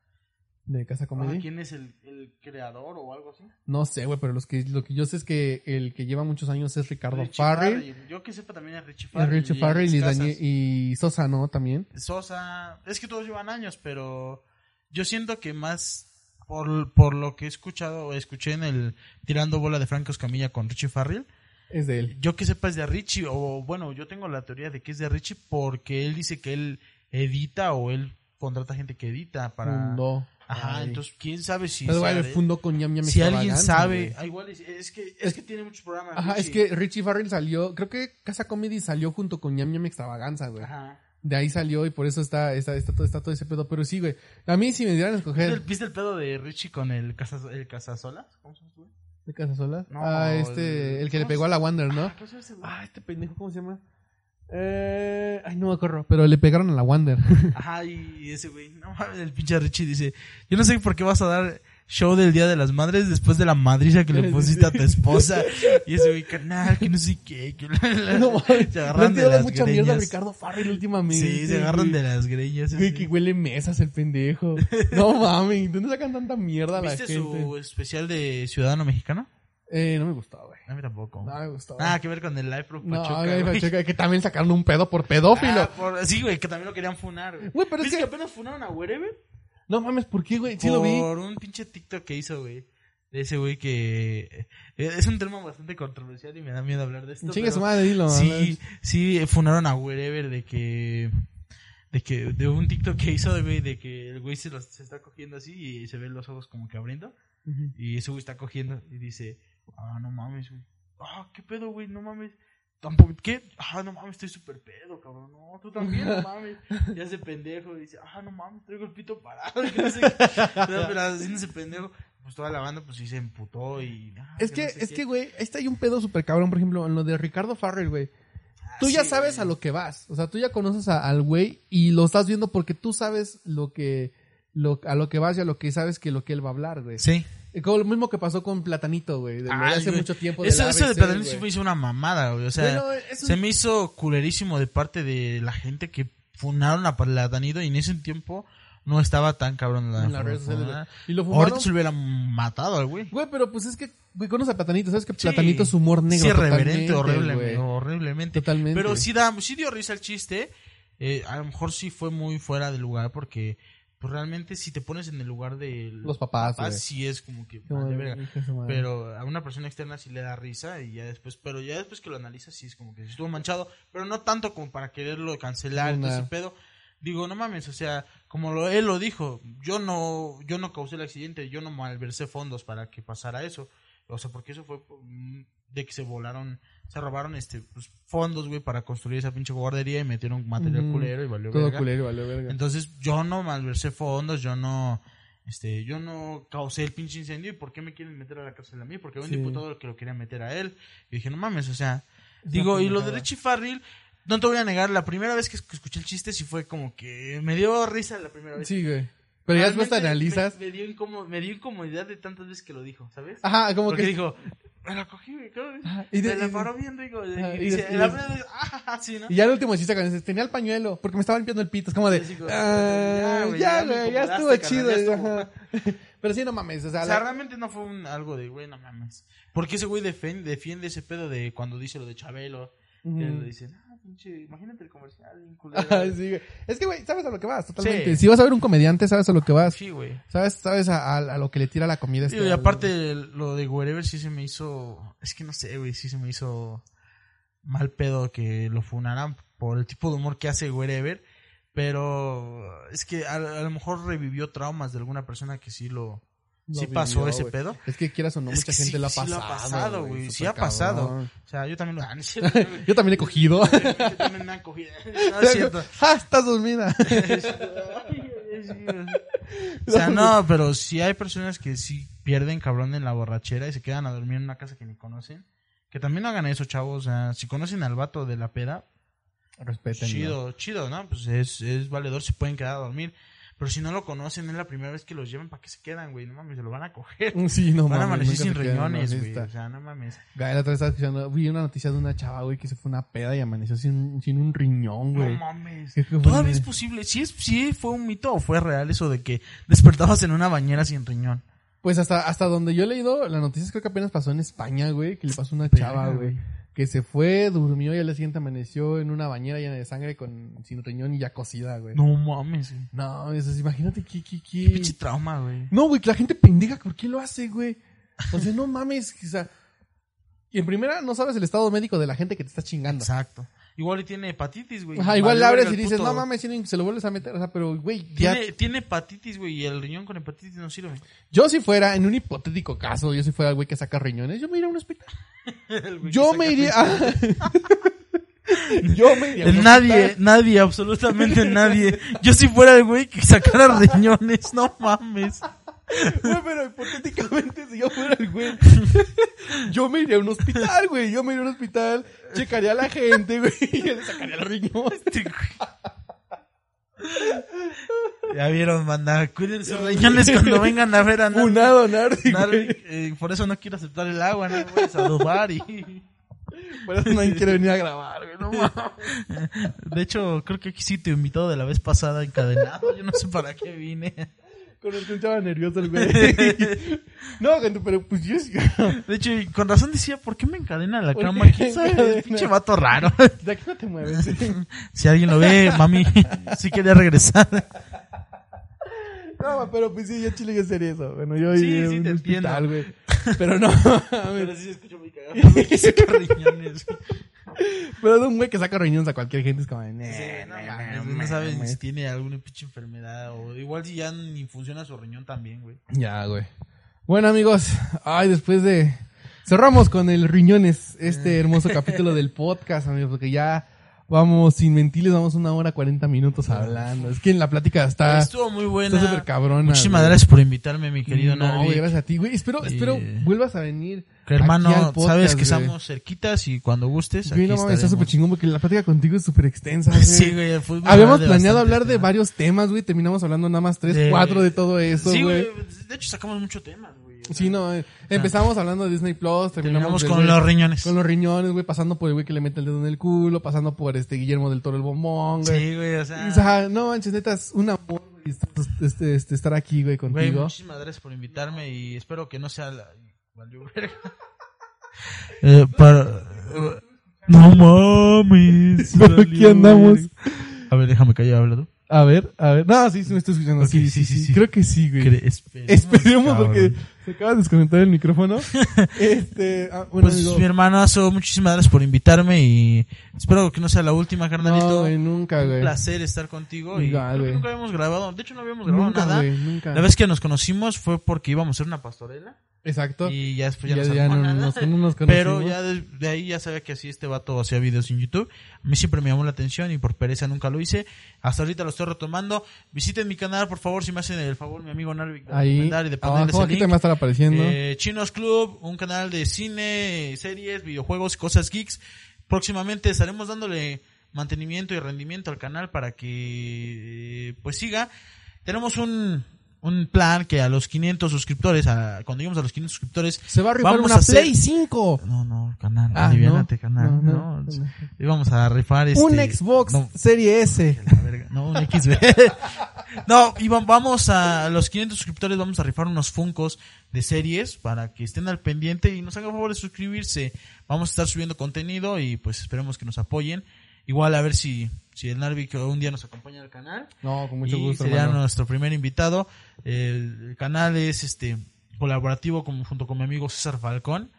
A: de Casa Comedy.
B: Ajá, ¿Quién es el, el creador o algo así?
A: No sé, güey, pero los que, lo que yo sé es que el que lleva muchos años es Ricardo
B: Richie
A: Farrell.
B: Yo que sepa también es Richie
A: Es
B: Farrell.
A: Richie
B: y
A: Farrell y,
B: Casas.
A: Daniel- y Sosa, ¿no? También.
B: Sosa. Es que todos llevan años, pero yo siento que más por, por lo que he escuchado, escuché en el Tirando Bola de Franco Escamilla con Richie Farrell.
A: Es de él.
B: Yo que sepa es de Richie, o bueno, yo tengo la teoría de que es de Richie porque él dice que él edita o él contrata gente que edita para.
A: Fundó.
B: Ajá,
A: Ay.
B: entonces quién sabe si.
A: Pero, güey,
B: sea de-
A: fundó con Ñam Ñam
B: si alguien
A: Extravaganza,
B: sabe.
A: güey.
B: Ah, igual es, es que, es que tiene muchos programas.
A: Ajá, es
B: Richie.
A: que Richie Farrell salió, creo que Casa Comedy salió junto con Ñam Ñam Extravaganza, güey.
B: Ajá.
A: De ahí salió y por eso está, está, está, todo, está todo ese pedo. Pero sí, güey. A mí si me dieran a
B: ¿Viste el,
A: escoger
B: viste el pedo de Richie con el, casas, el Casasola? ¿Cómo se llama? ese güey?
A: de Casa Sola,
B: No,
A: ah, este,
B: el-
A: el que le
B: ¿cómo
A: pegó a la Wander, ¿no?
B: ¿Cómo se llama ese güey?
A: Ah, este pendejo, ¿cómo se llama? Eh, ay, no me acuerdo. Pero le pegaron a la Wander.
B: Ajá, y ese güey, no mames, el pinche Richie dice, yo no sé por qué vas a dar show del Día de las Madres después de la madriza
A: [LAUGHS]
B: que le pusiste a tu esposa. Y ese güey, carnal, que no sé qué, que bla, bla,
A: [LAUGHS]
B: bla".
A: no mames.
B: se
A: Le
B: agarran
A: han
B: de
A: tirado
B: las
A: mucha mierda a
B: greñas.
A: Ricardo Farrell últimamente.
B: Sí, se agarran de las greñas.
A: Güey,
B: así.
A: que huele mesas el pendejo. No
B: [LAUGHS]
A: mames, ¿dónde sacan tanta mierda a la
B: ¿Viste
A: gente?
B: su especial de Ciudadano Mexicano?
A: Eh, no me gustó, güey.
B: A mí tampoco.
A: No me gustó.
B: Nada que ver con el Life Pro
A: no,
B: Ah, Pachuca,
A: güey,
B: güey.
A: Pachuca, que también sacaron un pedo por pedófilo.
B: [LAUGHS] Ah, por- sí, güey, que también lo querían funar. güey.
A: Güey, pero es
B: ¿Viste
A: que-
B: apenas funaron a Wherever?
A: No mames, ¿por qué, güey? Sí lo vi.
B: Por un pinche TikTok que hizo, güey. De ese güey que. eh, Es un tema bastante controversial y me da miedo hablar de esto.
A: Chingue
B: pero
A: su madre, dilo.
B: Sí, sí, eh, funaron a Wherever de que. De que. De un TikTok que hizo, güey, de que el güey se, los- se está cogiendo así y se ven los ojos como que abriendo.
A: Ujú.
B: Y ese güey está cogiendo y dice: Ah, no mames, güey. Ah, qué pedo, güey, no mames. Tampoco, ¿qué? Ah, no mames, estoy súper pedo, cabrón. No, tú también, no mames. Y hace pendejo y dice, ah, no mames, traigo el pito parado. [LAUGHS] que no sé qué. Pero, pero haciéndose pendejo, pues toda la banda, pues sí se emputó y. ah,
A: Es que,
B: no sé
A: es
B: qué.
A: que, güey, ahí está hay un pedo súper cabrón, por ejemplo, en lo de Ricardo Farrell, güey. Tú
B: Ah,
A: ya
B: sí,
A: sabes
B: güey.
A: a lo que vas. O sea, tú ya conoces a- al güey y lo estás viendo porque tú sabes lo que, lo, a lo que vas y a lo que sabes que lo que él va a hablar, güey.
B: Sí.
A: Eh, Como lo mismo que pasó con Platanito, güey. de lo de
B: Ay,
A: hace
B: güey.
A: mucho tiempo.
B: Eso,
A: del
B: eso de
A: ABC,
B: Pedro sí
A: güey.
B: me hizo una mamada, güey. O sea,
A: Bueno, es un-
B: se me hizo culerísimo de parte de la gente que funaron a Platanido y en ese tiempo no estaba tan cabrón la
A: en las redes sociales,
B: funada.
A: güey. Y lo
B: Ahorita
A: fumaron.
B: se lo hubieran matado al güey.
A: Güey, pero pues es que, güey, conoces a Platanito. Sabes que
B: Sí.
A: Platanito es humor negro.
B: Sí,
A: totalmente,
B: irreverente, horrible,
A: güey.
B: horriblemente.
A: Totalmente.
B: Pero sí, da, sí dio risa el chiste. eh, a lo mejor sí fue muy fuera de lugar porque pues, realmente si te pones en el lugar de
A: Los papás, güey.
B: sí es como que...
A: Como
B: vale
A: de-
B: verga.
A: hija de su madre.
B: Pero a una persona externa sí le da risa y ya después, pero ya después que lo analizas sí es como que sí estuvo manchado, pero no tanto como para quererlo cancelar,
A: Sí,
B: todo ese
A: nada.
B: pedo. Digo, no mames, o sea, como lo, él lo dijo, yo no yo no causé el accidente, yo no malversé fondos para que pasara eso. O sea, porque eso fue mm, de que se volaron, se robaron este pues, fondos, güey, para construir esa pinche guardería y metieron material
A: Ujú.
B: culero y valió
A: Todo
B: verga.
A: culero, vale, verga.
B: Entonces, yo no malversé fondos, yo no este, yo no causé el pinche incendio y ¿por qué me quieren meter a la cárcel a mí? Porque había un
A: Sí.
B: diputado que lo quería meter a él. Y dije, no mames, o sea,
A: Es
B: digo,
A: una
B: y lo de
A: pendejada.
B: Richie Farrell, no te voy a negar, la primera vez que esc- escuché el chiste sí fue como que me dio risa la primera vez.
A: Sí, güey. Pero ya después te
B: Realmente
A: analizas.
B: Me, me dio incomo- me dio incomodidad de tantas veces que lo dijo, ¿sabes?
A: Ajá, como
B: Porque
A: que.
B: dijo, me la cogí, güey, cabrón".
A: Ajá, y de-
B: me la
A: y-
B: paró bien rico. Y,
A: Ajá, y
B: dice,
A: des- y
B: la
A: des-
B: primera vez, [LAUGHS] "Ah, sí, ¿no?
A: Y ya el último chiste con ese, tenía el pañuelo, porque me estaba limpiando el pito. Es como de,
B: Sí, sí, güey. Ya,
A: "Ah,
B: güey, ya
A: ya,
B: me
A: güey, ya
B: incomodaste,
A: estuvo
B: carnal,
A: chido.
B: ya estuvo".
A: ajá. Pero sí, no mames, o sea,
B: O sea,
A: la-
B: realmente no fue un, algo de, güey, no mames. Porque ese güey defen- defiende ese pedo de cuando dice lo de Chabelo.
A: Ujú.
B: Que
A: [LAUGHS]
B: le dicen, ah, pinche, imagínate el comercial, bien culero".
A: Ajá, Mm. sí, güey. Es que, güey, sabes a lo que vas, totalmente.
B: Sí.
A: Si vas a ver un comediante, sabes a lo que vas.
B: Sí, güey.
A: Sabes, sabes a, a- a lo que le tira la comida.
B: Digo,
A: este,
B: y
A: al-
B: aparte, lo de Wherever sí se me hizo. Es que no sé, güey, sí se me hizo mal pedo que lo funaran por el tipo de humor que hace Wherever. Pero es que a, a lo mejor revivió traumas de alguna persona que sí lo.
A: lo
B: sí
A: vivió,
B: pasó ese
A: güey.
B: pedo.
A: Es que quieras o no,
B: Es
A: mucha
B: que
A: gente
B: sí,
A: lo ha
B: sí
A: pasado.
B: lo ha pasado, güey, sí
A: súper
B: ha pasado.
A: cabrón.
B: O sea, yo también lo. Ah, no es cierto, güey.
A: Yo también he cogido.
B: [LAUGHS] Yo también me han cogido. [LAUGHS] No es cierto.
A: [LAUGHS] ah, estás
B: [LAUGHS]
A: dormida.
B: o sea, no, pero sí hay personas que sí pierden cabrón en la borrachera y se quedan a dormir en una casa que ni conocen. Que también no hagan eso, chavos. O sea, si conocen al vato de la peda,
A: Respeten.
B: chido, chido, ¿no? Pues es, es valedor, se pueden quedar a dormir. Pero si no lo conocen, es la primera vez que los llevan, ¿para qué se quedan, güey? No mames, se lo van a coger.
A: [LAUGHS] Sí, no
B: van a
A: mames.
B: amanecer
A: nunca
B: sin
A: se quedan, no,
B: riñones,
A: sí
B: güey.
A: está.
B: O sea, no mames.
A: Güey, La otra vez estaba escuchando, vi una noticia de una chava, güey, que se fue a una peda y amaneció sin, sin un riñón, güey.
B: No mames.
A: Es que fue
B: Todavía
A: un-
B: es posible. Si es, si fue un mito o fue real eso de que despertabas en una bañera sin riñón.
A: Pues hasta, hasta donde yo he leído, la noticia es creo que apenas pasó en España, güey, que le pasó una
B: Verga,
A: chava, güey. Que se fue, durmió y al día siguiente amaneció en una bañera llena de sangre con sin riñón y ya cocida, güey.
B: No mames, güey.
A: No, eso es- imagínate qué, qué,
B: Qué
A: qué.
B: pinche trauma, güey.
A: No, güey, que la gente pendeja, ¿por qué lo hace, güey? O sea, no mames, o sea. Y en primera, no sabes el estado médico de la gente que te está chingando.
B: Exacto. Igual y tiene hepatitis, güey.
A: Ajá, igual
B: Vale,
A: le abres
B: verga
A: y
B: el
A: dices,
B: puto-
A: no mames, tienen- se lo vuelves a meter. O sea, pero, güey, ya.
B: Tiene, tiene hepatitis, güey, y el riñón con hepatitis no sirve. [LAUGHS]
A: Yo si fuera, en un hipotético caso, yo si fuera el güey que saca riñones, yo me iría a un hospital.
B: El güey
A: Yo
B: que
A: me
B: saca-
A: iría. [LAUGHS] yo me iría. a un
B: Nadie,
A: hospital.
B: nadie, [LAUGHS] absolutamente nadie. Yo si fuera el güey que [LAUGHS] sacara riñones, no mames.
A: Güey, pero hipotéticamente, si yo fuera el güey, [LAUGHS] yo me iría a un hospital, güey. Yo me iría a un hospital, checaría a la gente, güey, [LAUGHS] y le sacaría el riñón.
B: Este güey. Ya vieron, banda. Cuiden sus riñones cuando vengan a ver [LAUGHS] a Narvi.
A: Funado, Nardi,
B: Narvi,
A: güey.
B: eh, por eso no quiero aceptar el agua, no voy a saludar y...
A: Por eso nadie quiere venir a grabar, güey.
B: [LAUGHS]
A: No mames.
B: De hecho, creo que aquí sí te invitó de la vez pasada encadenado. Yo no sé para qué
A: [LAUGHS]
B: vine.
A: Con el que estaba nervioso el güey. [LAUGHS] No, gente, pero pues yo sí. [LAUGHS]
B: De hecho, y con razón decía, ¿por qué me encadena la
A: ¿Por
B: cama?
A: qué
B: ¿Quién
A: me
B: sabe?
A: encadena?
B: Pinche vato raro.
A: De aquí no te mueves.
B: Si alguien lo ve, mami, sí quería regresar.
A: No, pero pues sí, yo chile yo sería eso. Bueno, yo
B: Sí,
A: iría a
B: sí,
A: un
B: te entiendo.
A: hospital, güey.
B: [LAUGHS]
A: Pero no.
B: Pero sí se escucha muy cagado. porque saca riñones.
A: Pero de un güey que saca riñones a cualquier gente es como. "Nee,
B: no,
A: no
B: mames,
A: mames,
B: no
A: no
B: saben
A: mames".
B: si tiene alguna pinche enfermedad o igual si ya ni funciona su riñón también, güey.
A: Ya, güey. Bueno, amigos. Ay, después de. Cerramos con el riñones
B: Eh.
A: este hermoso capítulo del podcast, amigos, porque ya vamos sin mentirles, vamos una hora cuarenta minutos hablando. Es que en la plática está.
B: Estuvo muy buena.
A: Ah, Está súper cabrona.
B: Muchísimas
A: güey.
B: gracias por invitarme, mi querido
A: No,
B: Narvi.
A: güey, gracias a ti, güey. Espero,
B: Y-
A: espero vuelvas a venir.
B: Que, hermano,
A: aquí al podcast,
B: sabes que
A: güey.
B: estamos cerquitas y cuando gustes
A: Güey,
B: aquí
A: no mames, está
B: estaremos.
A: súper
B: [LAUGHS]
A: chingón porque la plática contigo es súper extensa, güey.
B: Sí, güey, el fútbol
A: Habíamos
B: vale
A: planeado
B: bastante,
A: hablar de
B: ¿no?
A: varios temas, güey. Terminamos hablando nada más tres,
B: De-
A: cuatro de todo eso,
B: Sí,
A: güey.
B: güey, de hecho sacamos mucho tema, güey. o sea,
A: Sí, no. eh, Empezamos hablando de Disney Plus, terminamos,
B: Terminamos
A: del
B: con
A: güey-
B: los riñones.
A: Con los riñones, güey, pasando por el güey que le mete el dedo en el culo, pasando por este Guillermo del Toro el bombón, güey.
B: Sí, güey, o sea,
A: O sea, no manches, neta, es un amor, güey, est- este, este, estar aquí, güey,
B: güey,
A: contigo.
B: muchísimas gracias por invitarme y espero que no sea la valió verga. [LAUGHS] Eh, para eh, no
A: [LAUGHS]
B: mames.
A: Pero aquí
B: valió
A: andamos.
B: verga. A ver, déjame callar, habla tú.
A: A ver, a ver. No, sí, sí me estoy escuchando.
B: Ok,
A: sí, sí, sí,
B: sí.
A: Creo que sí, güey.
B: Cre-
A: [LAUGHS]
B: Esperemos,
A: Esperemos
B: cabrón.
A: porque se acaba de desconectar el
B: [LAUGHS]
A: micrófono. este, ah, bueno,
B: Pues
A: digo,
B: mi hermanazo, muchísimas gracias por invitarme y espero que no sea la última, carnalito.
A: no, güey, nunca,
B: un
A: güey.
B: placer estar contigo y
A: Igual,
B: creo que
A: güey.
B: nunca habíamos grabado, de hecho no habíamos grabado
A: Nunca,
B: nada.
A: güey, nunca.
B: La vez que nos conocimos fue porque íbamos a hacer una pastorela
A: Exacto.
B: y ya después
A: ya,
B: ya, nos
A: ya
B: armó
A: no,
B: nada.
A: nos, no nos conocimos.
B: Pero ya de, de ahí ya sabía que así este vato hacía videos en YouTube. A mí siempre me llamó la atención y por pereza nunca lo hice. Hasta ahorita lo estoy retomando. Visiten mi canal, por favor, si me hacen el favor, mi amigo Narvik, de
A: Ahí,
B: recomendar y de ponerles
A: abajo,
B: el
A: aquí te
B: link.
A: va a estar apareciendo.
B: Eh, Chinos Club, un canal de cine, series, videojuegos, cosas geeks. Próximamente estaremos dándole mantenimiento y rendimiento al canal para que eh, pues siga. Tenemos un, un plan que a los 500 suscriptores, a- cuando lleguemos a los 500 suscriptores,
A: se va a rifar
B: vamos
A: una
B: a hacer-
A: Play 5.
B: no, no, canal,
A: Ah,
B: aliviánate,
A: no,
B: canal.
A: no, no,
B: No,
A: no.
B: Íbamos a rifar este,
A: un Xbox
B: No,
A: Serie S.
B: la verga, no, un XB. [LAUGHS] no, y va- vamos a a los 500 suscriptores, vamos a rifar unos Funcos de series para que estén al pendiente y nos hagan favor de suscribirse. Vamos a estar subiendo contenido y pues esperemos que nos apoyen. Igual a ver si, si el Narvi que un día nos acompaña al canal.
A: No, con mucho
B: Y
A: gusto,
B: sería
A: hermano.
B: nuestro primer invitado. El, el canal es este colaborativo con- junto con mi amigo César Falcón,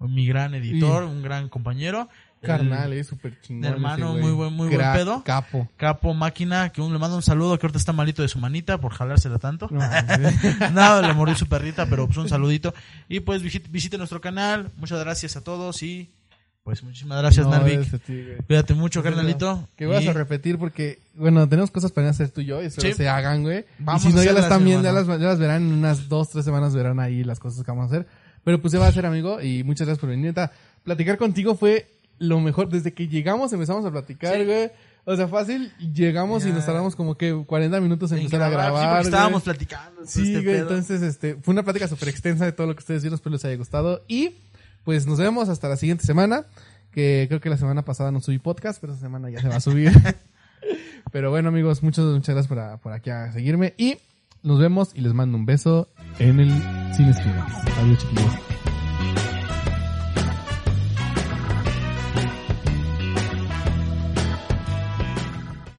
B: mi gran editor,
A: Y-
B: un gran compañero. El
A: Carnal, es súper chingón. ese
B: hermano,
A: güey.
B: muy buen- muy buen
A: Crack,
B: pedo.
A: Capo.
B: Capo Máquina, que un, le mando un saludo, que ahorita está malito de su manita por jalársela tanto. [LAUGHS]
A: No, güey.
B: Nada, le mordió su perrita, pero pues un saludito. Y pues visite, visite nuestro canal. Muchas gracias a todos y pues muchísimas gracias,
A: No,
B: Narvik.
A: gracias a ti, güey.
B: Cuídate mucho, carnalito.
A: Que vas
B: Y-
A: a repetir porque, bueno, tenemos cosas planeadas hacer tú y yo, y espero
B: Sí.
A: que se hagan, güey. Y
B: Vamos
A: si
B: a
A: no, ya las
B: hacerlas,
A: están viendo, ya las,
B: hermano.
A: ya las verán en unas dos, tres semanas, verán ahí las cosas que vamos a hacer. Pero pues se va a hacer, amigo, y muchas gracias por venir. Neta, platicar contigo fue lo mejor. Desde que llegamos empezamos a platicar,
B: Sí.
A: güey. O sea, fácil, llegamos y
B: Ya.
A: nos tardamos como que 40 minutos en
B: En
A: empezar
B: grabar,
A: a
B: sí, porque
A: grabar. güey.
B: estábamos platicando.
A: Sí,
B: este
A: güey,
B: pedo.
A: entonces este, fue una plática súper extensa de todo lo que ustedes vieron, espero les haya gustado. Y pues nos vemos hasta la siguiente semana, que creo que la semana pasada no subí podcast, pero esta semana ya se va a subir. pero bueno amigos, muchas, muchas gracias por, a- por aquí a seguirme y nos vemos y les mando un beso en el Cine Esquina. Adiós chiquillos.